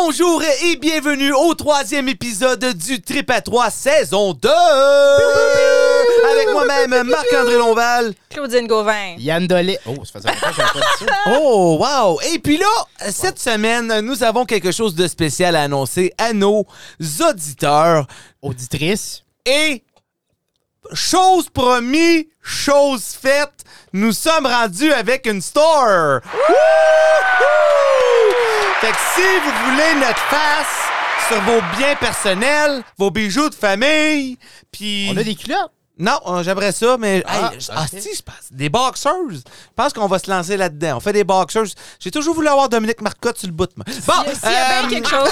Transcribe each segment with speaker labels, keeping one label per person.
Speaker 1: Bonjour et bienvenue au troisième épisode du Trip à 3 saison 2! Avec moi-même, Marc-André Lonval.
Speaker 2: Claudine Gauvin.
Speaker 3: Yann Dolé. Oh, ça faisait longtemps que j'avais pas dit ça.
Speaker 1: Oh, wow! Et puis là, cette semaine, nous avons quelque chose de spécial à annoncer à nos auditeurs.
Speaker 3: Auditrice.
Speaker 1: Et chose promise, chose faite, nous sommes rendus avec une store. Fait que si vous voulez notre face sur vos biens personnels, vos bijoux de famille, puis
Speaker 3: On a des culottes.
Speaker 1: non, euh, j'aimerais ça, mais
Speaker 3: Ah,
Speaker 1: Hey, je-
Speaker 3: ok.
Speaker 1: ah, si, je pense- des boxers. Je pense qu'on va se lancer là-dedans. On fait des boxers. J'ai toujours voulu avoir Dominique Marcotte sur le bout. de moi. Bon,
Speaker 2: S'il y a- S'il y a
Speaker 1: euh,
Speaker 2: bien quelque chose.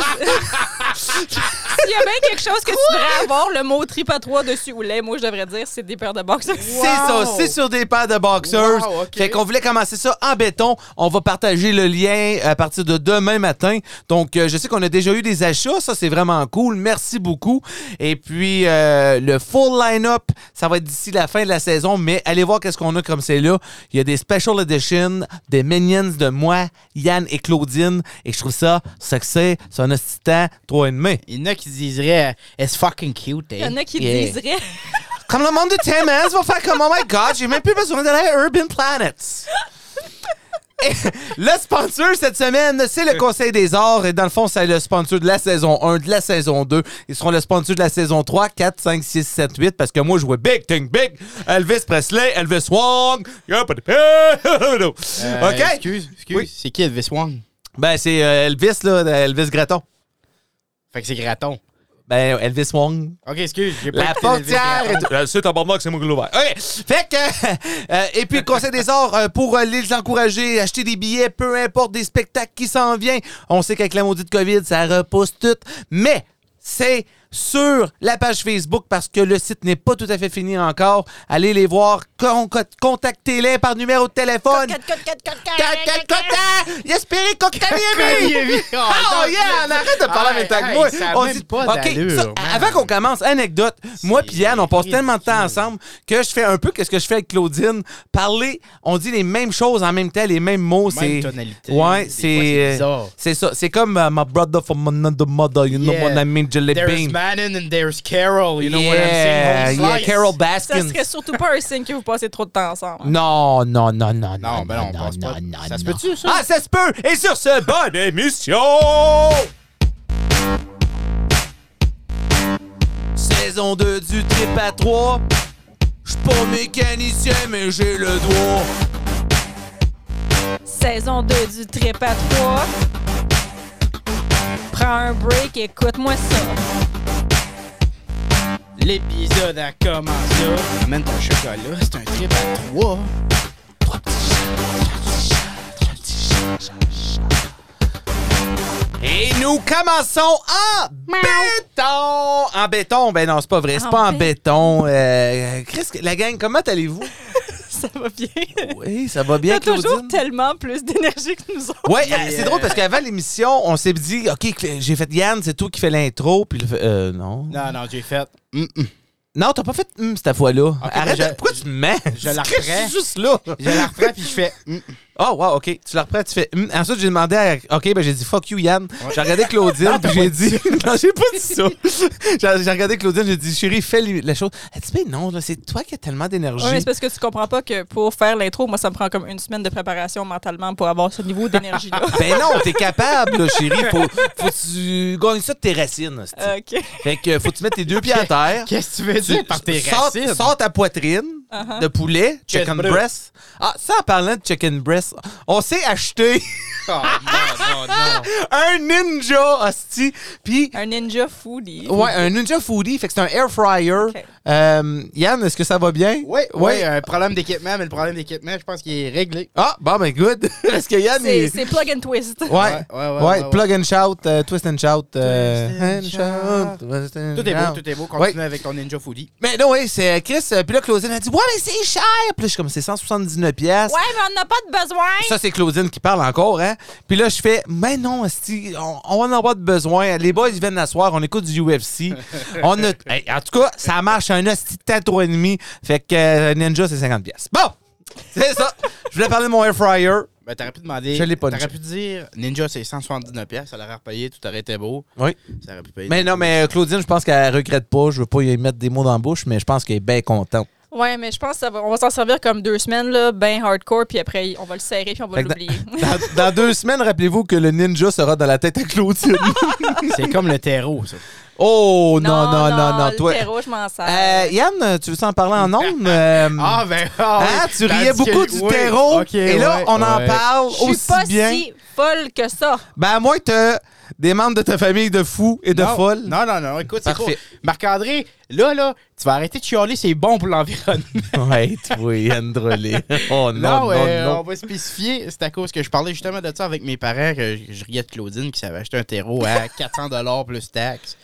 Speaker 2: S'il y a bien quelque chose que tu devrais avoir, le mot trip à trois dessus ou lait, moi je devrais dire, c'est des paires de boxe.
Speaker 1: C'est ça, c'est sur des paires de boxers.
Speaker 3: Wow, ok.
Speaker 1: Fait qu'on voulait commencer ça en béton. On va partager le lien à partir de demain matin. Donc, euh, je sais qu'on a déjà eu des achats. Ça, c'est vraiment cool. Merci beaucoup. Et puis, euh, le full line-up, ça va être d'ici la fin de la saison. Mais allez voir qu'est-ce qu'on a comme c'est là. Il y a des special editions, des minions de moi, Yann et Claudine. Et je trouve ça sexy. C'est un petit temps, 3 et demi.
Speaker 3: Il y en a qui diraient, it's fucking cute, eh.
Speaker 2: Il y en a qui
Speaker 1: Yeah.
Speaker 2: diraient.
Speaker 1: Comme le monde de TMS va faire comme Oh my God, j'ai même plus besoin d'aller à Urban Planets. Et Le sponsor cette semaine, c'est le Conseil des Arts. Et dans le fond, c'est le sponsor de la saison 1, de la saison 2. Ils seront le sponsor de la saison 3, 4, 5, 6, 7, 8. Parce que moi, je jouais Big Think Big, Elvis Presley, Elvis Wong. OK?
Speaker 3: Euh, Excuse, excuse.
Speaker 1: Oui.
Speaker 3: C'est qui Elvis Wong?
Speaker 1: Ben, c'est euh, Elvis, là, Elvis Graton.
Speaker 3: Fait que c'est Graton.
Speaker 1: Ben, Elvis Wong.
Speaker 3: Ok, excuse. j'ai pas
Speaker 1: La
Speaker 3: écouté Elvis
Speaker 1: portière
Speaker 3: Graton.
Speaker 1: est... C'est un que c'est moi qui l'ai ouvert. OK. Fait que... euh, et puis, le Conseil des arts, euh, pour euh, les encourager, acheter des billets, peu importe, des spectacles qui s'en viennent. On sait qu'avec la maudite COVID, ça repousse tout. Mais c'est sur la page Facebook parce que le site n'est pas tout à fait fini encore. Allez les voir. con- con- Contactez-les par numéro de téléphone. Espérez qu'on Oh yeah, on arrête de parler avec ta
Speaker 3: Hey,
Speaker 1: moi.
Speaker 3: hey, ça a
Speaker 1: on
Speaker 3: même
Speaker 1: dit
Speaker 3: pas
Speaker 1: OK,
Speaker 3: d'allure,
Speaker 1: ça,
Speaker 3: man.
Speaker 1: avant qu'on commence, anecdote. Moi puis Yann, on passe
Speaker 3: C'est
Speaker 1: tellement de temps
Speaker 3: ridicule.
Speaker 1: ensemble que je fais un peu qu'est-ce que je fais avec Claudine. Parler, on dit les mêmes choses en même temps, les mêmes mots. c'est
Speaker 3: Même tonalité.
Speaker 1: Ouais,
Speaker 3: Des fois, c'est
Speaker 1: c'est euh,
Speaker 3: bizarre.
Speaker 1: c'est ça. C'est comme euh, my brother from another mother, you know
Speaker 3: Yeah.
Speaker 1: what I mean, Jelly
Speaker 3: There's
Speaker 1: Bean.
Speaker 3: Manon and there's Carol. You know what I'm
Speaker 1: yeah,
Speaker 3: saying? Home
Speaker 1: yeah,
Speaker 3: slice.
Speaker 1: Carol
Speaker 2: Ça
Speaker 1: Baskin.
Speaker 2: serait surtout pas un signe que vous passez trop de temps ensemble.
Speaker 1: Non, non, non, non,
Speaker 3: Non, ben non, on passe pas. Ça se peut-tu, ça?
Speaker 1: Ah, ça se peut! Et sur ce, bonne émission! Saison 2 du trip à 3. J'suis pas mécanicien, mais j'ai le doigt.
Speaker 2: Saison 2 du trip à trois. Prends un break, écoute-moi ça.
Speaker 3: L'épisode a commencé. Amène ton chocolat, c'est un trip à trois.
Speaker 1: Et nous commençons en béton! En béton, ben non, c'est pas vrai, c'est
Speaker 2: En
Speaker 1: pas en béton. Euh, Chris, la gang, comment allez-vous?
Speaker 2: Ça va bien.
Speaker 1: Oui, ça va bien,
Speaker 2: T'as toujours
Speaker 1: Claudine?
Speaker 2: tellement plus d'énergie que nous autres.
Speaker 1: Ouais,
Speaker 3: Mais,
Speaker 1: euh, c'est
Speaker 3: euh,
Speaker 1: drôle parce qu'avant l'émission, on s'est dit, OK, Cl- j'ai fait Yann, c'est toi qui fais l'intro, puis le fait- euh, non. Non,
Speaker 3: Non, non, j'ai fait.
Speaker 1: t'as pas fait hum, cette fois-là. Arrête,
Speaker 3: mais ben je-
Speaker 1: pourquoi tu te mets?
Speaker 3: je la
Speaker 1: Chris,
Speaker 3: reprends.
Speaker 1: Je suis juste là.
Speaker 3: Je la reprends puis je fais. hum,
Speaker 1: Oh, wow, OK. Tu la reprends, tu fais. hum. Ensuite, j'ai demandé à. OK, ben j'ai dit fuck you, Yann. J'ai regardé Claudine, puis j'ai dit. non, j'ai pas dit ça. j'ai j'ai regardé Claudine, j'ai dit, chérie, fais li- la chose. Elle dit, ben non, là, c'est toi qui as tellement d'énergie.
Speaker 2: Oui, mais c'est parce que tu comprends pas que pour faire l'intro, moi, ça me prend comme une semaine de préparation mentalement pour avoir ce niveau d'énergie-là.
Speaker 1: ben non, t'es capable, là, chérie. Faut, faut que tu gagnes ça de tes racines. hostie.
Speaker 2: OK.
Speaker 1: Fait que faut que tu mettes tes deux pieds à terre.
Speaker 3: Qu'est-ce que tu veux dire par tes
Speaker 1: sors,
Speaker 3: racines?
Speaker 1: sors ta poitrine
Speaker 2: Uh-huh.
Speaker 1: de poulet, chicken
Speaker 3: brûle.
Speaker 1: breast. Ah, ça, en parlant de chicken breast, on s'est acheté
Speaker 3: Oh, non, non, non.
Speaker 1: un ninja, hostie. Puis,
Speaker 2: Un ninja foodie.
Speaker 1: ouais, un ninja foodie, fait que c'est un air fryer.
Speaker 2: Ok.
Speaker 1: Euh, Yann, est-ce que ça va bien?
Speaker 3: Oui, oui,
Speaker 1: Ouais.
Speaker 3: un problème d'équipement, mais le problème d'équipement, je pense qu'il est réglé.
Speaker 1: Ah, bon, ben good. Est-ce que Yann
Speaker 2: C'est
Speaker 1: est...
Speaker 2: c'est plug and twist.
Speaker 1: Ouais. Ouais,
Speaker 3: Ouais, ouais, ouais, ouais, ouais.
Speaker 1: plug and shout, euh, twist and shout. euh,
Speaker 3: Twist and shout.
Speaker 1: twist and
Speaker 3: Tout est beau,
Speaker 1: shout.
Speaker 3: tout est beau. Continue
Speaker 1: Ouais.
Speaker 3: avec ton Ninja Foodie.
Speaker 1: Mais non, ouais, c'est euh, Chris. euh, Puis là, Claudine a dit Ouais, mais c'est cher. Puis là, je suis comme C'est 179$. pièces.
Speaker 2: Ouais, mais on n'a pas de besoin.
Speaker 1: Ça, c'est Claudine qui parle encore, hein? Puis là, je fais, mais non, esti, on, on va en avoir de besoin. Les boys, ils viennent l'asseoir, on écoute du UFC. on a, Hey, en tout cas, ça marche un esti de temps, trois et demi. Fait que euh, Ninja, c'est 50 pièces. Bon! C'est ça! Je voulais parler de mon air fryer.
Speaker 3: Ben, t'aurais pu demander.
Speaker 1: Je l'ai pas,
Speaker 3: T'aurais
Speaker 1: Ninja.
Speaker 3: pu dire Ninja, c'est 179$, piastres, ça l'aurait repayé, tout aurait été beau.
Speaker 1: Oui.
Speaker 3: Ça aurait pu payer.
Speaker 1: Mais non, mais euh, Claudine, je pense qu'elle regrette pas. Je veux pas y mettre des mots dans la bouche, mais je pense qu'elle est bien contente.
Speaker 2: Ouais, mais je pense qu'on va, on va s'en servir comme deux semaines, là, ben hardcore, puis après, on va le serrer, puis on va
Speaker 1: Fait que dans-
Speaker 2: l'oublier.
Speaker 1: Dans, dans deux semaines, rappelez-vous que le ninja sera dans la tête à Claudine.
Speaker 3: C'est comme le terreau, ça.
Speaker 1: oh non, non, non, non.
Speaker 2: le
Speaker 1: toi.
Speaker 2: terreau, je m'en sers.
Speaker 1: Euh, Yann, tu veux s'en parler en ondes? Euh,
Speaker 3: Ah, ben. Ah,
Speaker 1: hein,
Speaker 3: oui.
Speaker 1: tu riais
Speaker 3: Tandis
Speaker 1: beaucoup
Speaker 3: que-
Speaker 1: du
Speaker 3: oui,
Speaker 1: terreau.
Speaker 3: ok,
Speaker 1: et là,
Speaker 3: ouais,
Speaker 1: on en
Speaker 3: ouais.
Speaker 1: parle
Speaker 2: je suis
Speaker 1: aussi
Speaker 2: pas
Speaker 1: bien.
Speaker 2: si folle que ça.
Speaker 1: Ben, à moins que t'as des membres de ta famille de fous et de
Speaker 3: non,
Speaker 1: folles.
Speaker 3: Non, non, non, écoute, c'est
Speaker 1: Parfait.
Speaker 3: cool. Marc-André, là, là, tu vas arrêter de chialer, c'est bon pour l'environnement.
Speaker 1: Ouais, tu vois, Yann Drolet. Oh non,
Speaker 3: Non,
Speaker 1: non,
Speaker 3: euh,
Speaker 1: non.
Speaker 3: on va spécifier. C'est à cause que je parlais justement de ça avec mes parents, que je, je riais de Claudine qui s'avait acheté un terreau à 400 plus taxes.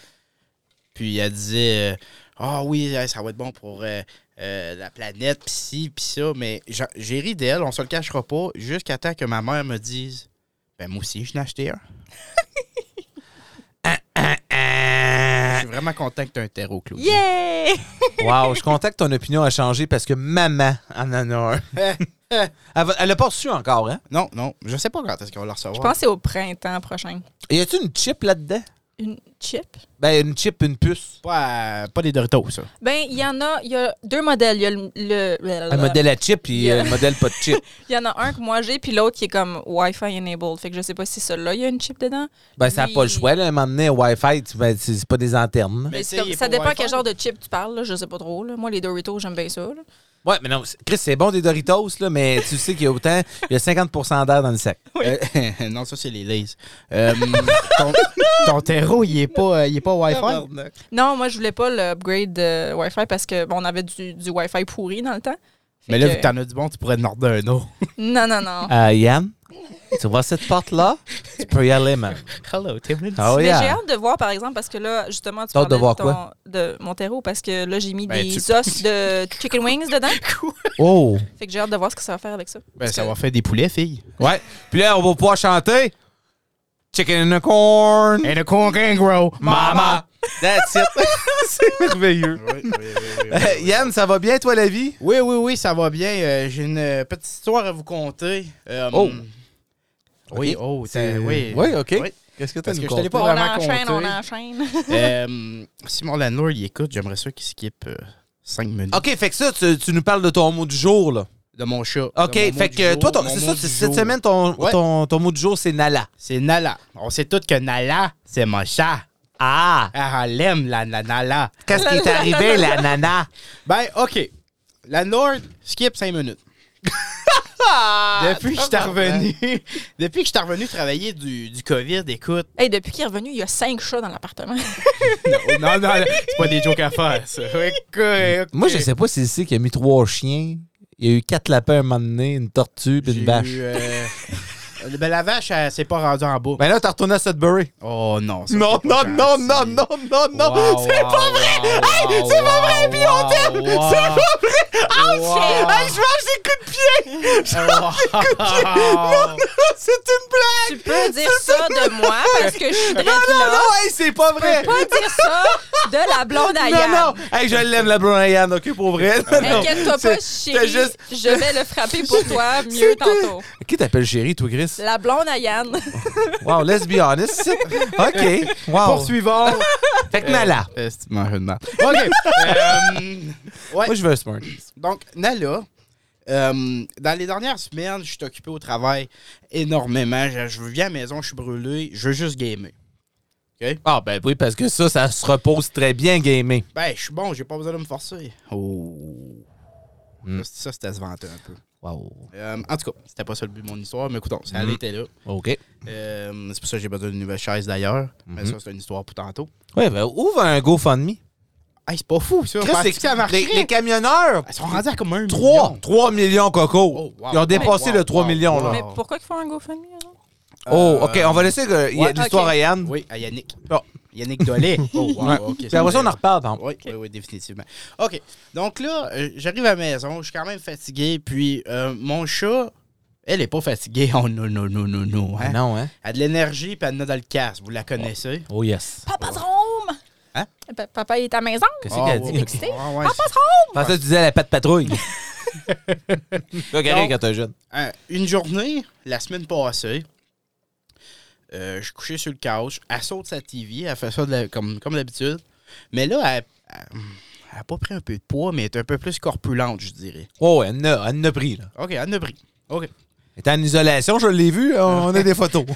Speaker 3: Puis elle disait euh, Ah oui, euh, ça va être bon pour euh, euh, la planète, pis ci, pis ça. Mais j'a- j'ai ri d'elle, on se le cachera pas, jusqu'à temps que ma mère me dise Ben moi aussi, je n'ai acheté un. Je suis vraiment content que tu un terreau, Claudine.
Speaker 2: Yeah!
Speaker 1: Wow, je contacte ton opinion a changé parce que maman en en a un. Elle va- Elle l'a pas reçu encore, hein?
Speaker 3: Non, non, je sais pas quand est-ce qu'on va le recevoir.
Speaker 2: Je pense que c'est au printemps prochain.
Speaker 1: Y a-tu une chip là-dedans?
Speaker 2: Une chip?
Speaker 1: Ben, une chip, une puce.
Speaker 3: Pas, à- pas des Doritos, ça.
Speaker 2: Ben, il y en a, il y a deux modèles. Il y a le, le-
Speaker 1: Un modèle à chip et
Speaker 2: Yeah.
Speaker 1: un modèle pas de chip.
Speaker 2: Il y en a un que moi j'ai, puis l'autre qui est comme Wi-Fi enabled. Fait que je sais pas si celui-là, il y a une chip dedans.
Speaker 1: Ben, ça n'a pas le choix, là. À un moment donné, Wi-Fi, tu- ben, c'est c'est pas des antennes.
Speaker 2: Mais
Speaker 3: Mais
Speaker 2: c'est
Speaker 3: tu sais,
Speaker 2: comme-
Speaker 3: il est
Speaker 2: ça
Speaker 3: pas
Speaker 2: dépend
Speaker 3: Wi-Fi.
Speaker 2: quel genre de chip tu parles, là, je sais pas trop. là. Moi, les Doritos, j'aime bien ça. là.
Speaker 1: Ouais, mais non, c'est- Chris, c'est bon des Doritos, là, mais tu sais qu'il y a autant, il y a 50 d'air dans le sac.
Speaker 3: Euh, non, ça, c'est les Lays. Euh, ton, ton terreau, il est pas, euh, il est pas Wi-Fi?
Speaker 2: Non, moi, je voulais pas l'upgrade de Wi-Fi parce que bon, on avait du, du Wi-Fi pourri dans le temps. Fait
Speaker 3: Mais là,
Speaker 2: que-
Speaker 3: vu que t'en as du bon, tu pourrais en order un autre.
Speaker 2: Non, non, non.
Speaker 1: Euh, Yann, tu vois cette porte-là? Tu peux y aller, man.
Speaker 3: Hello, Tim.
Speaker 1: Ah oui,
Speaker 2: Mais j'ai
Speaker 1: hein?
Speaker 2: hâte de voir, par exemple, parce que là, justement, tu
Speaker 1: T'as hâte
Speaker 2: parlais
Speaker 1: de
Speaker 2: de,
Speaker 1: voir
Speaker 2: ton- de mon terreau, parce que là, j'ai mis
Speaker 3: Ben,
Speaker 2: des
Speaker 3: tu-
Speaker 2: os de chicken wings dedans.
Speaker 1: Oh!
Speaker 2: Fait que j'ai hâte de voir ce que ça va faire avec ça.
Speaker 3: Ben, ça va faire des poulets, fille.
Speaker 1: Ouais. Puis là, on va pouvoir chanter Chicken and a corn.
Speaker 3: And a corn gro.
Speaker 1: Mama! That's it. c'est merveilleux.
Speaker 3: Oui, oui, oui.
Speaker 1: Euh, Yann, ça va bien, toi, la vie?
Speaker 3: Oui, oui, oui, ça va bien. Euh, J'ai une euh, petite histoire à vous conter. Euh,
Speaker 1: Oh.
Speaker 3: Oui,
Speaker 1: Ok.
Speaker 3: oh, t'as-
Speaker 1: C'est-
Speaker 3: oui.
Speaker 1: Oui, OK.
Speaker 3: Oui.
Speaker 1: Qu'est-ce que t'as
Speaker 3: Parce
Speaker 1: nous
Speaker 3: que je t'allais
Speaker 1: conter?
Speaker 3: pas
Speaker 2: on
Speaker 3: vraiment
Speaker 2: enchaîne,
Speaker 3: compter.
Speaker 2: on enchaîne.
Speaker 3: Euh, si mon landlord il écoute, j'aimerais ça qu'il skip 5 minutes.
Speaker 1: OK, fait que ça, tu, tu nous parles de ton mot du jour, là.
Speaker 3: De mon chat.
Speaker 1: OK,
Speaker 3: de mon mot
Speaker 1: fait
Speaker 3: du
Speaker 1: que
Speaker 3: jour,
Speaker 1: toi, ton-
Speaker 3: mon
Speaker 1: c'est
Speaker 3: mot
Speaker 1: ça,
Speaker 3: du
Speaker 1: c'est- cette
Speaker 3: jour.
Speaker 1: semaine, ton,
Speaker 3: Ouais.
Speaker 1: ton, ton mot du jour, c'est Nala.
Speaker 3: C'est Nala. On sait tous que Nala, c'est mon chat.
Speaker 1: Ah!
Speaker 3: Ah, elle aime la la- Nala.
Speaker 1: Qu'est-ce qui est arrivé, la nana?
Speaker 3: Ben, OK. La Nord, skip 5 minutes. depuis que je suis revenu, depuis que je suis revenu travailler du, du COVID, écoute.
Speaker 2: Hey, depuis qu'il est revenu, il y a cinq chats dans l'appartement.
Speaker 3: Non, Oh, non, non, c'est pas des jokes à faire, ça. Écoute,
Speaker 1: Moi, je sais pas si c'est ici qui a mis trois chiens. Il y a eu quatre lapins à un moment donné, une tortue puis
Speaker 3: J'ai
Speaker 1: une vache.
Speaker 3: eu, euh, ben, la vache, elle s'est pas rendue en bas.
Speaker 1: Ben là, t'as retourné à Sudbury.
Speaker 3: Oh non, ça,
Speaker 1: Non,
Speaker 3: c'est
Speaker 1: non,
Speaker 3: pas
Speaker 1: non,
Speaker 3: gentil.
Speaker 1: non, non, non, non,
Speaker 3: Wow,
Speaker 1: c'est
Speaker 3: wow,
Speaker 1: pas vrai!
Speaker 3: wow,
Speaker 1: hey,
Speaker 3: wow,
Speaker 1: c'est pas vrai,
Speaker 3: wow,
Speaker 1: puis on t'aime!
Speaker 3: wow.
Speaker 1: C'est pas vrai! Ah,
Speaker 3: Wow.
Speaker 1: Hey, je mange des coups de pied! Je
Speaker 3: Oh.
Speaker 1: mange des coups de pied! Non, non, c'est une blague!
Speaker 2: tu peux dire ça de moi parce que je suis drette
Speaker 1: Non, non,
Speaker 2: là.
Speaker 1: hey, c'est pas vrai!
Speaker 2: Pas dire ça de la blonde à
Speaker 1: Non,
Speaker 2: Yann.
Speaker 1: non! Hey, je l'aime, la blonde à Yann, ok, pour vrai? Non, non.
Speaker 2: Inquiète-toi
Speaker 1: C'est-
Speaker 2: pas,
Speaker 1: c'était
Speaker 2: chérie.
Speaker 1: juste-
Speaker 2: Je vais le frapper pour toi mieux
Speaker 1: C'était-
Speaker 2: tantôt.
Speaker 1: Qui t'appelle chérie, toi, Chris?
Speaker 2: La blonde à Yann.
Speaker 1: Wow, let's be honest. OK. Wow.
Speaker 3: Poursuivant.
Speaker 1: Fait que Nala.
Speaker 3: Euh, c'est une de merde. OK. euh, ouais.
Speaker 1: Moi, je veux un smart.
Speaker 3: Donc, Nala, euh, dans les dernières semaines, je suis occupé au travail énormément. Je, je viens à la maison, je suis brûlé, je veux juste gamer.
Speaker 1: Ah, ben oui, parce que ça, ça se repose très bien, gamer.
Speaker 3: Ben, je suis bon, j'ai pas besoin de me forcer. Oh. Ça, c'est- Ça, c'était à se vanter un peu.
Speaker 1: Wow.
Speaker 3: Euh, en tout cas, c'était pas ça le but de mon histoire, mais écoutons,
Speaker 1: Mm-hmm.
Speaker 3: ça allait était là.
Speaker 1: OK.
Speaker 3: Euh, c'est pour ça que j'ai besoin d'une nouvelle chaise d'ailleurs. Mais
Speaker 1: Mm-hmm.
Speaker 3: ça, c'est une histoire pour tantôt.
Speaker 1: Ouais, ben ouvre un GoFundMe.
Speaker 3: Hey, c'est pas fou, ça.
Speaker 1: Chris,
Speaker 3: Penses-tu
Speaker 1: les-
Speaker 3: que ça marcherait?
Speaker 1: les, les camionneurs,
Speaker 3: Ils sont rendus à comme un
Speaker 1: 3,
Speaker 3: million.
Speaker 1: 3 millions, Coco.
Speaker 3: Oh, wow.
Speaker 1: Ils ont dépassé
Speaker 3: Wow,
Speaker 1: le 3
Speaker 3: wow,
Speaker 1: millions,
Speaker 3: wow.
Speaker 1: là.
Speaker 2: Mais pourquoi ils font un GoFundMe? alors?
Speaker 1: Oh,
Speaker 3: Euh,
Speaker 1: OK, on va laisser que- il y a
Speaker 3: ouais.
Speaker 1: l'histoire
Speaker 2: OK.
Speaker 1: à Yann.
Speaker 3: Oui, à Yannick.
Speaker 1: Bon.
Speaker 3: Yannick Dollet. Oh, wow,
Speaker 1: Ouais.
Speaker 3: ok.
Speaker 1: Puis après ça, on en reparle, hein. par exemple.
Speaker 3: Oui, oui, oui, définitivement. OK. Donc là, euh, j'arrive à la maison, je suis quand même fatigué, puis euh, mon chat, elle est pas fatiguée. Oh non, non, non, non, non. hein.
Speaker 1: Ah Non, hein?
Speaker 3: Elle a de l'énergie, puis elle en a dans le casque. Vous la connaissez?
Speaker 1: Oh, yes.
Speaker 2: Papa's home!
Speaker 3: Hein?
Speaker 2: Pa- Papa il est à la maison?
Speaker 1: Qu'est-ce
Speaker 3: Ah,
Speaker 1: qu'elle
Speaker 3: ouais,
Speaker 1: dit?
Speaker 3: ouais.
Speaker 1: Je
Speaker 2: excité?
Speaker 3: Ah, ouais,
Speaker 2: Papa's home!
Speaker 1: pensais que tu disais la patte patrouille. Regarde
Speaker 3: Donc-
Speaker 1: quand t'es jeune.
Speaker 3: Euh, une journée, la semaine passée, euh, je suis couché sur le couch. Elle saute sa TV, elle fait ça de la- comme, comme d'habitude. Mais là, elle, elle- elle a pas pris un peu de poids, mais elle est un peu plus corpulente, je dirais.
Speaker 1: Oh, ouais, elle en a- elle en a pris, là.
Speaker 3: OK, elle en a pris. OK.
Speaker 1: Elle était en isolation, je l'ai vu, hein, on a des photos.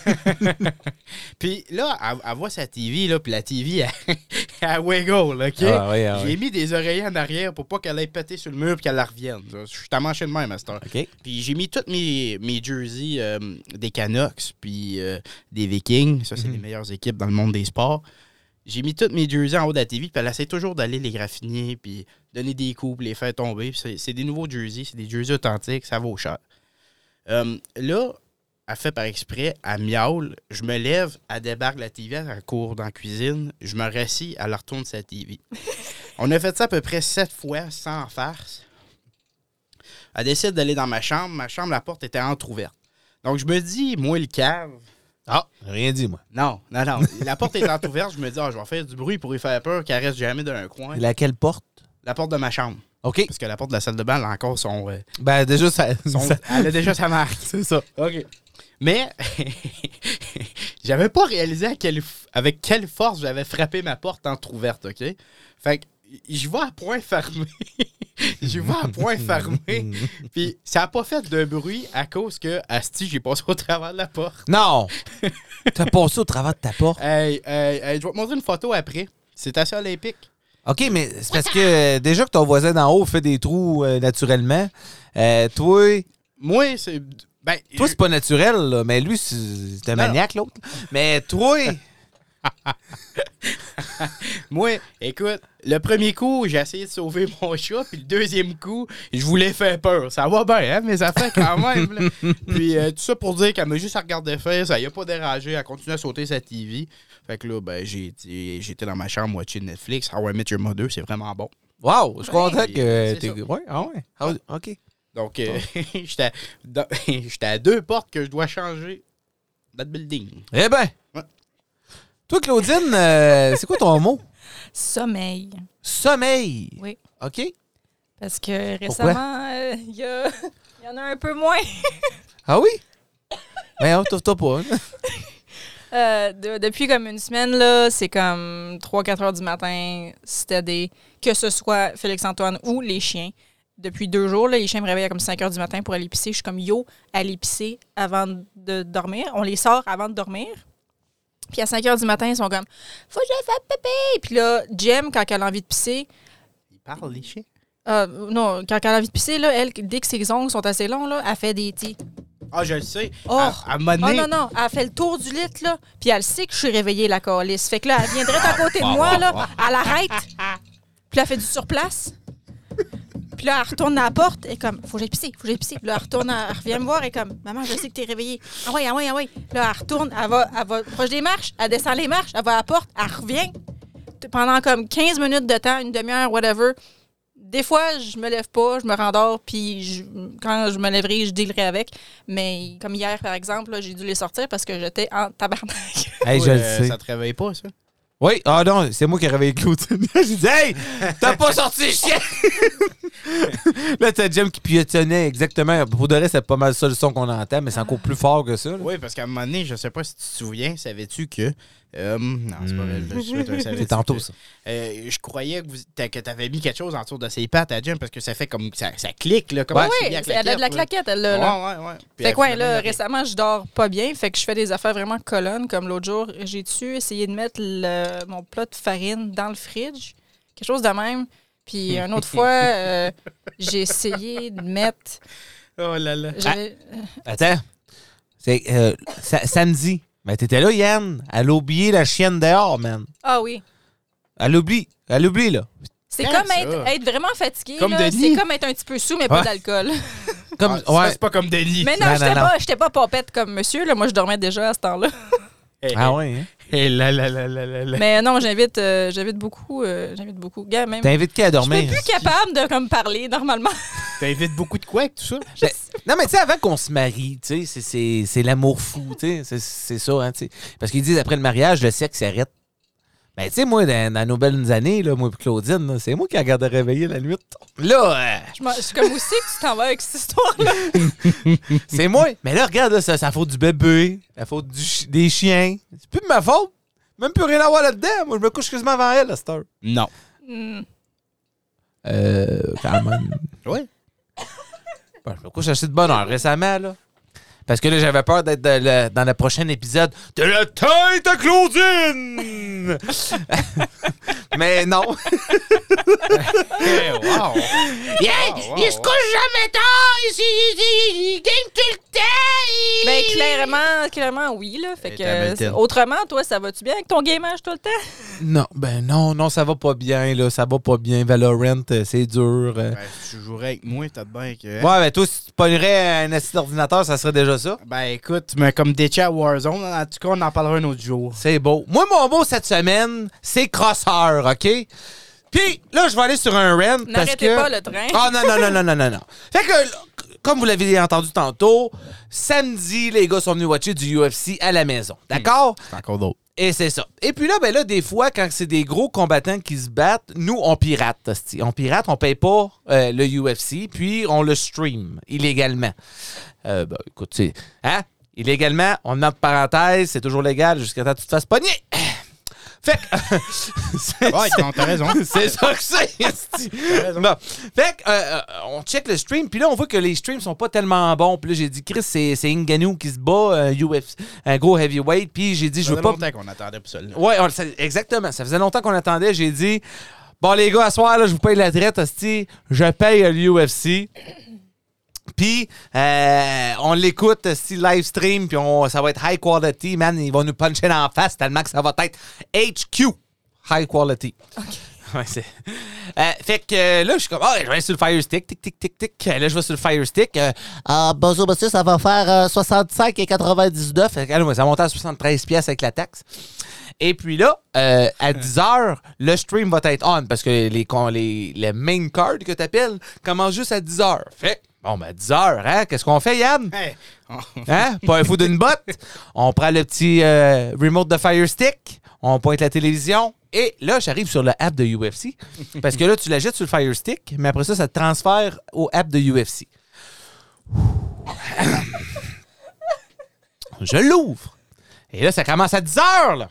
Speaker 3: Puis là, elle, elle voit sa TV, là, puis la TV, elle, elle wiggle, OK?
Speaker 1: Ah ouais, ah ouais.
Speaker 3: J'ai mis des oreillers en arrière pour pas qu'elle aille péter sur le mur puis qu'elle la revienne. Je suis à mancher de même à cette heure.
Speaker 1: OK.
Speaker 3: Puis j'ai mis toutes mes, mes jerseys euh, des Canucks, puis euh, des Vikings. Ça, c'est les meilleures équipes dans le monde des sports. J'ai mis toutes mes jerseys en haut de la TV, puis elle essaie toujours d'aller les graffiner, puis donner des coups, puis les faire tomber. Puis c'est- C'est des nouveaux jerseys, c'est des jerseys authentiques, ça vaut cher. Euh, là, elle fait par exprès, elle miaule, je me lève, elle débarque la TV, elle court dans la cuisine, je me rassis, elle retourne sa TV. On a fait ça à peu près sept fois, sans farce. Elle décide d'aller dans ma chambre. Ma chambre, la porte était entr'ouverte. Donc, je me dis, moi, le cave.
Speaker 1: Ah, j'ai rien dit, moi.
Speaker 3: Non, non, non. La porte est entr'ouverte. Je me dis, ah, je vais faire du bruit pour y faire peur qu'elle reste jamais dans un coin.
Speaker 1: Laquelle porte?
Speaker 3: La porte de ma chambre.
Speaker 1: OK.
Speaker 3: Parce que la porte de la salle de bain, elle a encore son. euh,
Speaker 1: Ben, déjà, ça.
Speaker 3: son-
Speaker 1: ça-
Speaker 3: Elle a déjà sa marque.
Speaker 1: C'est ça.
Speaker 3: OK. Mais, j'avais pas réalisé à quelle f- avec quelle force j'avais frappé ma porte entr'ouverte, OK? Fait que, je vais à point fermé. Je vais à point fermé. Puis, ça a pas fait de bruit à cause que, asti, j'ai passé au travers de la porte.
Speaker 1: Non! T'as passé au travers de ta porte.
Speaker 3: Hey, hey, hey, je vais te montrer une photo après. C'est assez olympique.
Speaker 1: OK, mais c'est parce que euh, déjà que ton voisin d'en haut fait des trous euh, naturellement, euh, toi,
Speaker 3: Moi, c'est... Ben,
Speaker 1: toi c'est pas naturel, là, mais lui, c'est c'est un
Speaker 3: Non, non.
Speaker 1: maniaque, l'autre. Mais toi,
Speaker 3: Moi, écoute, le premier coup, j'ai essayé de sauver mon chat, puis le deuxième coup, je voulais faire peur. Ça va bien, hein, mes affaires quand même. là. puis euh, tout ça pour dire qu'elle m'a juste regardé faire, ça y a pas dérangé, elle continue à sauter sa TV. Fait que là, ben, j'ai été- j'étais dans ma chambre moitié de Netflix. How I Met Your Mother, c'est vraiment bon.
Speaker 1: wow, je suis content que
Speaker 3: c'est
Speaker 1: t'es.
Speaker 3: ça.
Speaker 1: Ouais, ah ouais. Ah, OK.
Speaker 3: Donc, euh, j'étais à- dans- j'étais à deux portes que je dois changer. That building.
Speaker 1: Eh ben!
Speaker 3: Ouais.
Speaker 1: Toi, Claudine, euh, c'est quoi ton mot?
Speaker 2: Sommeil.
Speaker 1: Sommeil.
Speaker 2: Oui.
Speaker 1: OK.
Speaker 2: Parce que
Speaker 1: Pourquoi?
Speaker 2: récemment, euh, il y, a- il y en a un peu moins.
Speaker 1: Ah oui? Mais on trouve pas. hein?
Speaker 2: Euh, de- depuis comme une semaine, là, c'est comme 3-4 heures du matin, c'était des. Que ce soit Félix-Antoine ou les chiens. Depuis deux jours, là, les chiens me réveillent à comme 5 heures du matin pour aller pisser. Je suis comme yo, aller pisser avant de dormir. On les sort avant de dormir. Puis à 5 heures du matin, ils sont comme Faut que je fasse pépé. Puis là, Jem, quand elle a envie de pisser,
Speaker 3: Il parle, les chiens.
Speaker 2: euh, non, quand elle a envie de pisser, là, elle, dès que ses ongles sont assez longs, là, elle fait des petits.
Speaker 3: Ah, je le sais.
Speaker 2: Oh.
Speaker 3: À, à un moment
Speaker 2: Oh
Speaker 3: donné-
Speaker 2: non, non, elle fait le tour du lit, là, puis elle sait que je suis réveillée, la calice. Fait que là, elle viendrait à côté de moi, là, elle arrête, puis là, elle fait du surplace. Puis là, elle retourne à la porte, et comme, faut que j'aille pisser, faut que j'aille pisser. Puis là, elle retourne, elle revient me voir, et comme, maman, je sais que t'es réveillée. Ah ouais, ah ouais, ah ouais. Là, elle retourne, elle va, elle va proche des marches, elle descend les marches, elle va à la porte, elle revient. T- Pendant comme 15 minutes de temps, une demi-heure, whatever. Des fois, je me lève pas, je me rendors, puis je- quand je me lèverai, je dealerai avec. Mais comme hier, par exemple, là, j'ai dû les sortir parce que j'étais en tabarnak.
Speaker 1: Hey, je le
Speaker 3: Euh,
Speaker 1: sais.
Speaker 3: Ça te réveille pas, ça?
Speaker 1: Oui, ah non, c'est moi qui ai réveillé Claudine. J'ai dit, hey, t'as pas sorti chien! là, t'as Jim qui piétonnait exactement. Pour de reste, c'est pas mal ça le son qu'on entend, mais c'est encore plus fort que ça. là.
Speaker 3: Oui, parce qu'à un moment donné, je sais pas si tu te souviens, savais-tu que. euh, non, c'est pas vrai, je le souhaite, savais-tu
Speaker 1: C'est tantôt,
Speaker 3: que-
Speaker 1: ça.
Speaker 3: Euh, je croyais que, vous, t'as- que t'avais mis quelque chose autour de ses pattes à Jim parce que ça fait comme. Ça, ça clique, là. Comme
Speaker 2: oui, elle a de la claquette, elle là, là.
Speaker 3: Ouais, ouais, ouais. Puis
Speaker 2: Fait
Speaker 3: elle
Speaker 2: que ouais,
Speaker 3: fait
Speaker 2: là,
Speaker 3: la-
Speaker 2: récemment, je dors pas bien. Fait que je fais des affaires vraiment colonnes. Comme l'autre jour, j'ai dû essayer de mettre le- mon plat de farine dans le fridge. Quelque chose de même. Puis
Speaker 3: Hmm.
Speaker 2: une autre fois, euh, j'ai essayé de mettre...
Speaker 3: Oh là là.
Speaker 2: j'avais-
Speaker 1: Attends. C'est euh, sa- samedi. Mais t'étais là, Yann. Elle a oublié la chienne dehors, man.
Speaker 2: Ah oui.
Speaker 1: Elle oublie. Elle oublie, là.
Speaker 2: C'est
Speaker 3: Quand
Speaker 2: comme être,
Speaker 3: ça?
Speaker 2: être vraiment fatigué.
Speaker 3: Comme
Speaker 2: là.
Speaker 3: Denis.
Speaker 2: C'est comme être un petit peu sous, mais pas
Speaker 1: Ouais.
Speaker 2: d'alcool.
Speaker 1: Comme,
Speaker 3: Ah, c'est pas-
Speaker 1: ouais.
Speaker 3: C'est pas comme Denis.
Speaker 2: Mais non,
Speaker 1: Non, non,
Speaker 2: j'étais
Speaker 1: non.
Speaker 2: pas, j'étais pas pompette comme monsieur. Là. Moi, je dormais déjà à ce temps-là.
Speaker 3: Eh,
Speaker 1: Ah ouais, hein?
Speaker 3: eh, eh, là là là là là là.
Speaker 1: Ben.
Speaker 2: Mais non, j'invite, euh, j'invite beaucoup, euh, j'invite beaucoup. Gars, même.
Speaker 1: T'invites qui à
Speaker 2: Je suis
Speaker 1: dormir?
Speaker 2: plus capable de comme parler normalement.
Speaker 3: T'invites beaucoup de quoi avec tout ça?
Speaker 1: Ben, non, mais tu sais, avant qu'on se marie, tu sais, c'est- c'est- c'est l'amour fou, tu sais, c'est- c'est ça, hein, tu sais. Parce qu'ils disent après le mariage, le sexe s'arrête. Mais tu sais, moi, dans, dans nos belles années, là, moi et Claudine, là, c'est moi qui la gardais réveillée la nuit. Là, euh,
Speaker 2: Je m'en- je suis comme aussi que tu t'en vas avec cette histoire-là.
Speaker 1: c'est moi. Mais là, regarde, là, ça, ça faute du bébé, la faute du chi- des chiens. C'est plus de ma faute. Même plus rien à voir là-dedans. Moi, je me couche quasiment avant elle, à cette heure.
Speaker 3: Non.
Speaker 2: Hmm.
Speaker 1: Euh, quand même.
Speaker 3: Ouais.
Speaker 1: Ben, je me couche assez de bonne heure récemment, là. Parce que là, j'avais peur d'être dans le, dans le prochain épisode de la tête à Claudine! Mais non!
Speaker 3: Eh, wow. wow,
Speaker 1: il se
Speaker 3: wow.
Speaker 1: couche jamais tard! Il, se- il- il- il game tout le temps!
Speaker 2: Ben, clairement, clairement, oui, là. Fait
Speaker 1: Ben,
Speaker 3: Et
Speaker 2: que,
Speaker 3: ta
Speaker 2: euh,
Speaker 3: Beltane.
Speaker 2: autrement, toi, ça va-tu bien avec ton gamage tout le temps?
Speaker 1: Non, ben non, non, ça va pas bien, là. Ça va pas bien. Valorant, euh, c'est dur. euh.
Speaker 3: Ben, si tu jouerais avec moi, t'as de bien que. hein?
Speaker 1: Ouais, ben toi, si tu pognerais un assis d'ordinateur, ça serait déjà ça.
Speaker 3: Ben écoute, tu m'as comme déchet à Warzone. En tout cas, on en parlera un autre jour.
Speaker 1: C'est beau. Moi, mon mot cette semaine, c'est crosseur, OK? Puis là, je vais aller sur un rent. parce
Speaker 2: N'arrêtez
Speaker 1: que...
Speaker 2: pas le train.
Speaker 1: Ah non, non, non, non, non, non, non. Fait que, là, c- comme vous l'avez entendu tantôt, samedi, les gars sont venus watcher du UFC à la maison.
Speaker 2: Hmm.
Speaker 1: D'accord?
Speaker 3: C'est encore d'autres.
Speaker 1: Et c'est ça. Et puis là, ben là, des fois, quand c'est des gros combattants qui se battent, nous, on pirate. hostie. On pirate, on paye pas euh, le UFC, puis on le stream illégalement. Euh, ben, écoute, c'est... Hein? Illégalement, on note parenthèse, c'est toujours légal jusqu'à temps que tu te fasses pogner. Fait que... c'est
Speaker 3: Ouais, t'as t'as raison.
Speaker 1: c'est ça que c'est. esti. Bon. Fait que, euh, euh, on check le stream, puis là, on voit que les streams sont pas tellement bons. Puis là, j'ai dit, Chris, c'est, c'est Ngannou qui se bat, euh, un, UFC, un gros heavyweight. Puis j'ai dit, je
Speaker 3: Ça
Speaker 1: veux
Speaker 3: fait
Speaker 1: pas.
Speaker 3: longtemps qu'on attendait pour ça. là.
Speaker 1: Ouais, on le sait- exactement. Ça faisait longtemps qu'on attendait. J'ai dit, bon, les gars, à soir, là, je vous paye la traite, hostie. Je paye euh, le UFC. Puis, euh, on l'écoute, si live stream, puis on- ça va être high quality, man. Ils vont nous puncher dans la face tellement que ça va être HQ, high quality. Ouais, c'est- Euh, fait que euh, là, je suis comme, ah, je vais aller sur le Fire Stick, tic, tic, tic, tic. Euh, Là, je vais sur le Fire Stick. euh, Ah, bonjour, monsieur, ça va faire euh, 65 et 99. Fait que, allô, ça monte à 73 pièces avec la taxe. Et puis là, euh, à 10 h le stream va être on parce que les, con- les, le main card que t'appelles commence juste à 10 h Fait, que, bon, ben, à 10 h hein, qu'est-ce qu'on fait, Yann?
Speaker 3: Hey, on-
Speaker 1: Hein? Pas un fou d'une botte. On prend le petit euh, remote de Fire Stick, on pointe la télévision. Et là, j'arrive sur le app de UFC. Parce que là, tu la jettes sur le Fire Stick, mais après ça, ça te transfère au app de UFC. Je l'ouvre. Et là, ça commence à 10 heures, là.